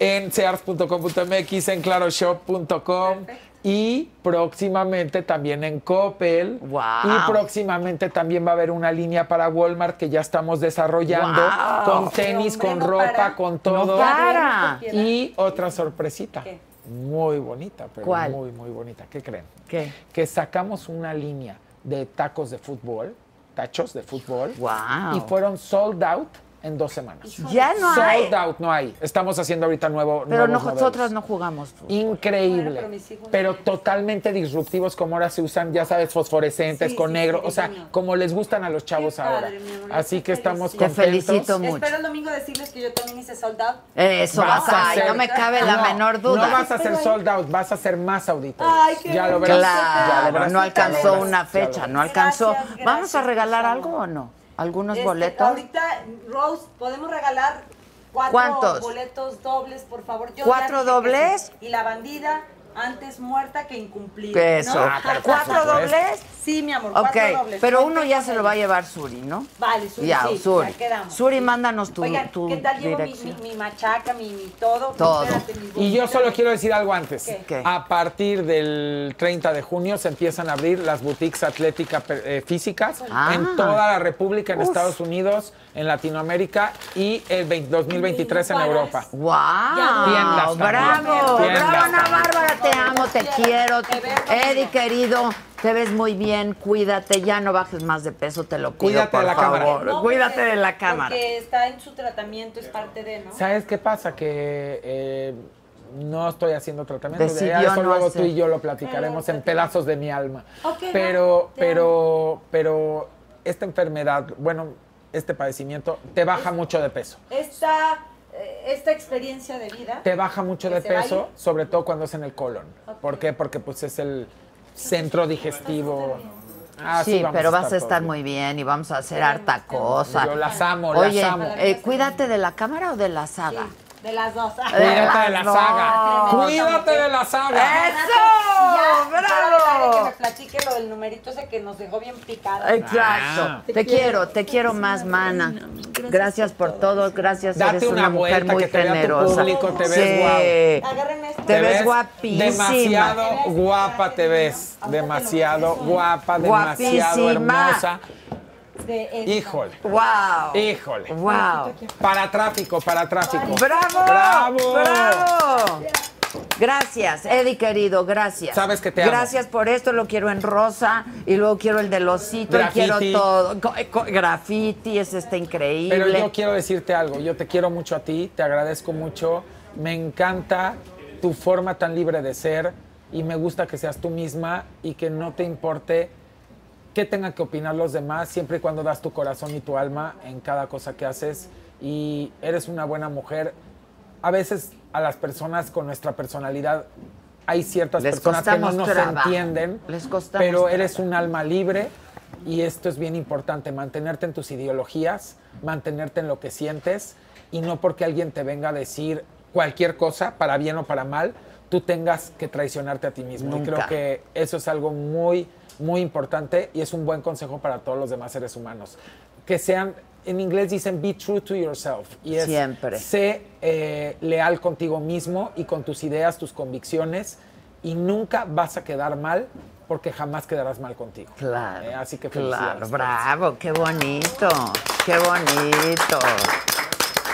Speaker 4: en sears.com.mx, en claroshop.com, Y próximamente también en Coppel.
Speaker 2: Guau.
Speaker 4: Y próximamente también va a haber una línea para Walmart que ya estamos desarrollando
Speaker 2: Guau.
Speaker 4: con tenis,
Speaker 3: Hombre,
Speaker 4: con
Speaker 3: no
Speaker 4: ropa,
Speaker 3: para.
Speaker 4: con todo.
Speaker 2: No para.
Speaker 4: Y otra sorpresita.
Speaker 3: ¿Qué?
Speaker 4: Muy bonita, pero
Speaker 2: ¿Cuál?
Speaker 4: muy, muy bonita. ¿Qué creen?
Speaker 2: ¿Qué?
Speaker 4: Que sacamos una línea de tacos de fútbol, tachos de fútbol,
Speaker 2: Guau.
Speaker 4: y fueron sold out en dos semanas.
Speaker 2: Ya no hay.
Speaker 4: Sold out no hay. Estamos haciendo ahorita nuevo.
Speaker 2: Pero
Speaker 4: nuevos
Speaker 2: nosotros
Speaker 4: modelos.
Speaker 2: no jugamos. fútbol.
Speaker 4: Increíble,
Speaker 3: Bueno, pero mis hijos-
Speaker 4: pero totalmente disruptivos como ahora se usan, ya sabes, fosforescentes
Speaker 3: Sí,
Speaker 4: con
Speaker 3: sí,
Speaker 4: negro,
Speaker 3: sí,
Speaker 4: o sea,
Speaker 3: diseño.
Speaker 4: como les gustan a los chavos
Speaker 3: padre,
Speaker 4: ahora.
Speaker 3: mi amor, yo
Speaker 4: Así
Speaker 3: te
Speaker 4: que estamos
Speaker 2: felicito.
Speaker 4: contentos.
Speaker 2: Te felicito mucho.
Speaker 3: Espero el domingo decirles que yo también hice soldado.
Speaker 2: Eso vas a, ay,
Speaker 4: hacer-
Speaker 2: no me cabe la
Speaker 4: No,
Speaker 2: menor duda.
Speaker 4: No vas a hacer sold out, vas a hacer más auditores.
Speaker 3: Ay, qué
Speaker 4: ya lo verás. ya lo
Speaker 2: Claro,
Speaker 4: verás,
Speaker 2: no
Speaker 4: ya
Speaker 2: alcanzó
Speaker 4: lo verás,
Speaker 2: una
Speaker 4: ya lo
Speaker 2: fecha,
Speaker 4: verás.
Speaker 2: no alcanzó.
Speaker 3: Gracias, gracias,
Speaker 2: ¿Vamos a regalar
Speaker 3: Susana.
Speaker 2: algo o no? ¿Algunos
Speaker 3: Este,
Speaker 2: boletos?
Speaker 3: Ahorita, Rose, podemos regalar cuatro
Speaker 2: ¿Cuántos?
Speaker 3: boletos dobles, por favor. Yo
Speaker 2: ¿Cuatro
Speaker 3: ya dije que
Speaker 2: dobles?
Speaker 3: sí. Y la bandida, antes muerta que incumplida.
Speaker 2: Que Eso. Ah,
Speaker 3: ¿no?
Speaker 2: ¿Cuatro
Speaker 4: supuesto.
Speaker 2: dobles?
Speaker 3: Sí, mi amor,
Speaker 2: Ok,
Speaker 3: cuatro dobles.
Speaker 2: pero
Speaker 3: Cuatro
Speaker 2: uno ya se lo va a
Speaker 3: dobles.
Speaker 2: llevar Suri, ¿no?
Speaker 3: Vale, Suri,
Speaker 2: Ya,
Speaker 3: sí,
Speaker 2: Suri.
Speaker 3: ya quedamos.
Speaker 2: Suri, mándanos tu,
Speaker 3: Oigan,
Speaker 2: tu
Speaker 3: ¿qué tal llevo mi,
Speaker 2: dirección.
Speaker 3: mi- mi machaca, mi, mi todo?
Speaker 2: Todo.
Speaker 3: mis
Speaker 4: Y yo
Speaker 3: bolsitas.
Speaker 4: solo quiero decir algo antes.
Speaker 3: ¿Qué?
Speaker 2: ¿Qué?
Speaker 4: A partir del 30 de junio se empiezan a abrir las boutiques atléticas físicas
Speaker 2: Ah.
Speaker 4: en toda la República, en
Speaker 2: Uf.
Speaker 4: Estados Unidos, en Latinoamericas y el 20 2023 en
Speaker 3: Mil
Speaker 4: Europa.
Speaker 2: ¡Wow!
Speaker 4: Tiendas también.
Speaker 2: ¡Bravo!
Speaker 4: Tiendas
Speaker 2: ¡Bravo, Ana
Speaker 4: también.
Speaker 2: Bárbara! Te amo, te quiero.
Speaker 3: Quiero, te veo conmigo.
Speaker 2: Eddie, querido, te ves muy bien. Cuídate, ya no bajes más de peso, te lo pido,
Speaker 4: Cuídate
Speaker 2: por
Speaker 4: de la
Speaker 2: favor.
Speaker 4: cámara.
Speaker 3: No,
Speaker 2: Cuídate
Speaker 3: porque-
Speaker 2: de la cámara.
Speaker 3: Porque está en su tratamiento, es parte de, ¿no?
Speaker 4: ¿Sabes qué pasa? Que eh, no estoy haciendo tratamiento. de
Speaker 2: Decidió
Speaker 4: eso
Speaker 2: no
Speaker 4: luego
Speaker 2: hacer.
Speaker 4: tú y yo lo platicaremos en pedazos de mi alma.
Speaker 3: Ok, va,
Speaker 4: pero,
Speaker 3: te
Speaker 4: pero, pero esta enfermedad, bueno, este padecimiento te baja mucho de peso.
Speaker 3: Esta, eh, esta experiencia de vida.
Speaker 4: Te baja mucho
Speaker 3: ¿Que
Speaker 4: de
Speaker 3: se va a
Speaker 4: peso,
Speaker 3: ir?
Speaker 4: sobre todo cuando es en el colon. ¿Por qué? Porque pues es el centro digestivo. Ah,
Speaker 2: sí,
Speaker 4: vamos
Speaker 2: pero vas a
Speaker 4: todos
Speaker 2: estar
Speaker 4: bien.
Speaker 2: muy bien y vamos a hacer harta cosa.
Speaker 4: Yo las amo,
Speaker 2: Oye,
Speaker 4: las amo.
Speaker 2: eh, cuídate de la cámara o de la
Speaker 3: Sí,
Speaker 2: saga.
Speaker 3: de las dos.
Speaker 4: Cuídate de la
Speaker 2: No.
Speaker 4: saga. Cuídate de la saga.
Speaker 2: ¡Eso!
Speaker 3: Ya, ya
Speaker 2: ¡Bravo!
Speaker 3: dejaré que me platique lo del numerito ese que nos dejó bien picada.
Speaker 2: Exacto.
Speaker 4: Ah.
Speaker 2: Te, quiero, te quiero más, mana. Gracias, por todo, gracias.
Speaker 4: Date
Speaker 2: eres una,
Speaker 4: una
Speaker 2: mujer
Speaker 4: vuelta,
Speaker 2: muy
Speaker 4: que te vea tu
Speaker 2: generosa.
Speaker 4: público, te ves
Speaker 2: Sí.
Speaker 3: Agarren esto.
Speaker 2: Te ves guapísima.
Speaker 4: Demasiado guapa te ves. Demasiado guapa, demasiado
Speaker 2: Guapísima.
Speaker 4: hermosa.
Speaker 3: de esto.
Speaker 4: Híjole,
Speaker 2: Wow.
Speaker 4: híjole.
Speaker 2: Wow.
Speaker 4: Para tráfico, para tráfico.
Speaker 2: Bravo.
Speaker 4: Bravo.
Speaker 2: Bravo. Gracias, Eddie querido, gracias.
Speaker 4: Sabes que te amo.
Speaker 2: Gracias por esto, lo quiero en rosa y luego quiero el del osito y
Speaker 4: Graffiti.
Speaker 2: quiero todo. Co- eh, co- Graffiti, es este increíble.
Speaker 4: Pero yo quiero decirte algo, yo te quiero mucho a ti, te agradezco mucho, me encanta tu forma tan libre de ser y me gusta que seas tú misma y que no te importe qué tengan que opinar los demás, siempre y cuando das tu corazón y tu alma en cada cosa que haces y eres una buena mujer. A veces a las personas con nuestra personalidad hay ciertas
Speaker 2: Les
Speaker 4: personas que no
Speaker 2: costamos
Speaker 4: nos
Speaker 2: trabajo.
Speaker 4: entienden,
Speaker 2: Les costamos
Speaker 4: pero eres un alma libre y esto es bien importante, mantenerte en tus ideologías, mantenerte en lo que sientes y no porque alguien te venga a decir cualquier cosa, para bien o para mal, tú tengas que traicionarte a ti mismo. Y
Speaker 2: Nunca.
Speaker 4: creo que eso es algo muy, muy importante y es un buen consejo para todos los demás seres humanos. Que sean, en inglés dicen, be true to yourself. Y es,
Speaker 2: Siempre.
Speaker 4: Sé eh, leal contigo mismo y con tus ideas, tus convicciones y nunca vas a quedar mal porque jamás quedarás mal contigo.
Speaker 2: Claro.
Speaker 4: Eh, así que
Speaker 2: Claro,
Speaker 4: felicidades.
Speaker 2: bravo, qué bonito, qué bonito.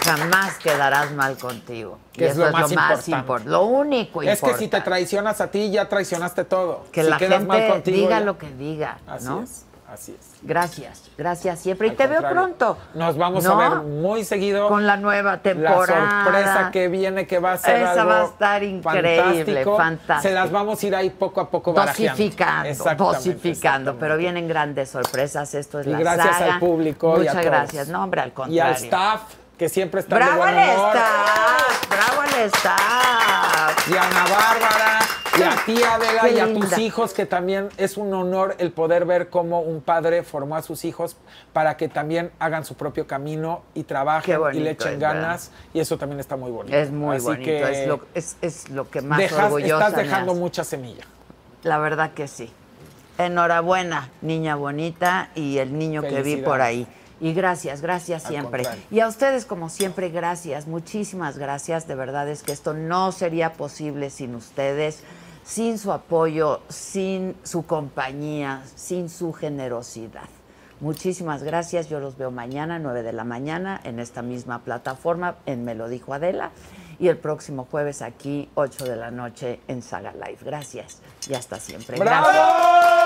Speaker 2: Jamás quedarás mal contigo.
Speaker 4: Que es
Speaker 2: eso
Speaker 4: lo más
Speaker 2: impor-
Speaker 4: importante.
Speaker 2: Lo único
Speaker 4: Es que si te
Speaker 2: importante.
Speaker 4: traicionas a ti, ya traicionaste todo.
Speaker 2: Que
Speaker 4: si
Speaker 2: la
Speaker 4: quedas mal
Speaker 2: gente
Speaker 4: contigo,
Speaker 2: diga
Speaker 4: ya-
Speaker 2: lo que diga,
Speaker 4: Así
Speaker 2: ¿no?
Speaker 4: es, así es.
Speaker 2: Gracias, gracias siempre. Y
Speaker 4: Al
Speaker 2: te veo
Speaker 4: contrario.
Speaker 2: pronto.
Speaker 4: Nos vamos
Speaker 2: ¿No?
Speaker 4: a ver muy seguido.
Speaker 2: Con la nueva
Speaker 4: La
Speaker 2: temporada.
Speaker 4: sorpresa que viene, que va a ser
Speaker 2: Esa
Speaker 4: algo
Speaker 2: va a estar increíble, fantástico.
Speaker 4: Se las vamos a ir ahí poco a poco barajeando.
Speaker 2: Dosificando,
Speaker 4: Exactamente,
Speaker 2: dosificando, pero
Speaker 4: exactamente.
Speaker 2: vienen grandes sorpresas. Esto es
Speaker 4: Y
Speaker 2: la
Speaker 4: gracias
Speaker 2: saga.
Speaker 4: al público y a
Speaker 2: Muchas
Speaker 4: todos.
Speaker 2: gracias, no, hombre, al
Speaker 4: Y al
Speaker 2: contrario.
Speaker 4: staff, que siempre está de
Speaker 2: Bravo
Speaker 4: buen
Speaker 2: el
Speaker 4: humor.
Speaker 2: staff, bravo el staff.
Speaker 4: y a Ana Bárbara, y a ti Adela,
Speaker 2: Qué
Speaker 4: y a
Speaker 2: linda.
Speaker 4: tus hijos, que también es un honor el poder ver cómo un padre formó a sus hijos para que también hagan su propio camino y
Speaker 2: Qué
Speaker 4: trabajen
Speaker 2: bonito,
Speaker 4: y le
Speaker 2: es
Speaker 4: echen
Speaker 2: verdad.
Speaker 4: ganas. Y eso también está muy bonito.
Speaker 2: Es muy
Speaker 4: Así
Speaker 2: bonito,
Speaker 4: que
Speaker 2: es, lo, es, es lo que más
Speaker 4: dejas-
Speaker 2: orgullosa
Speaker 4: Estás
Speaker 2: me
Speaker 4: dejando
Speaker 2: hace.
Speaker 4: mucha semilla.
Speaker 2: La verdad que sí. Enhorabuena, niña bonita y el niño que vi por
Speaker 4: Felicidades.
Speaker 2: ahí. Y gracias, gracias
Speaker 4: Al
Speaker 2: siempre.
Speaker 4: contrario.
Speaker 2: Y a ustedes, como siempre, gracias, muchísimas gracias. De verdad es que esto no sería posible sin ustedes. sin su apoyo, sin su compañía, sin su generosidad. Muchísimas gracias. Yo los veo mañana, 9 de la mañana, en esta misma plataforma, en Me lo dijo Adela. Y el próximo jueves aquí, 8 de la noche, en Saga Live. Gracias y hasta siempre. Gracias.
Speaker 4: ¡Bravo!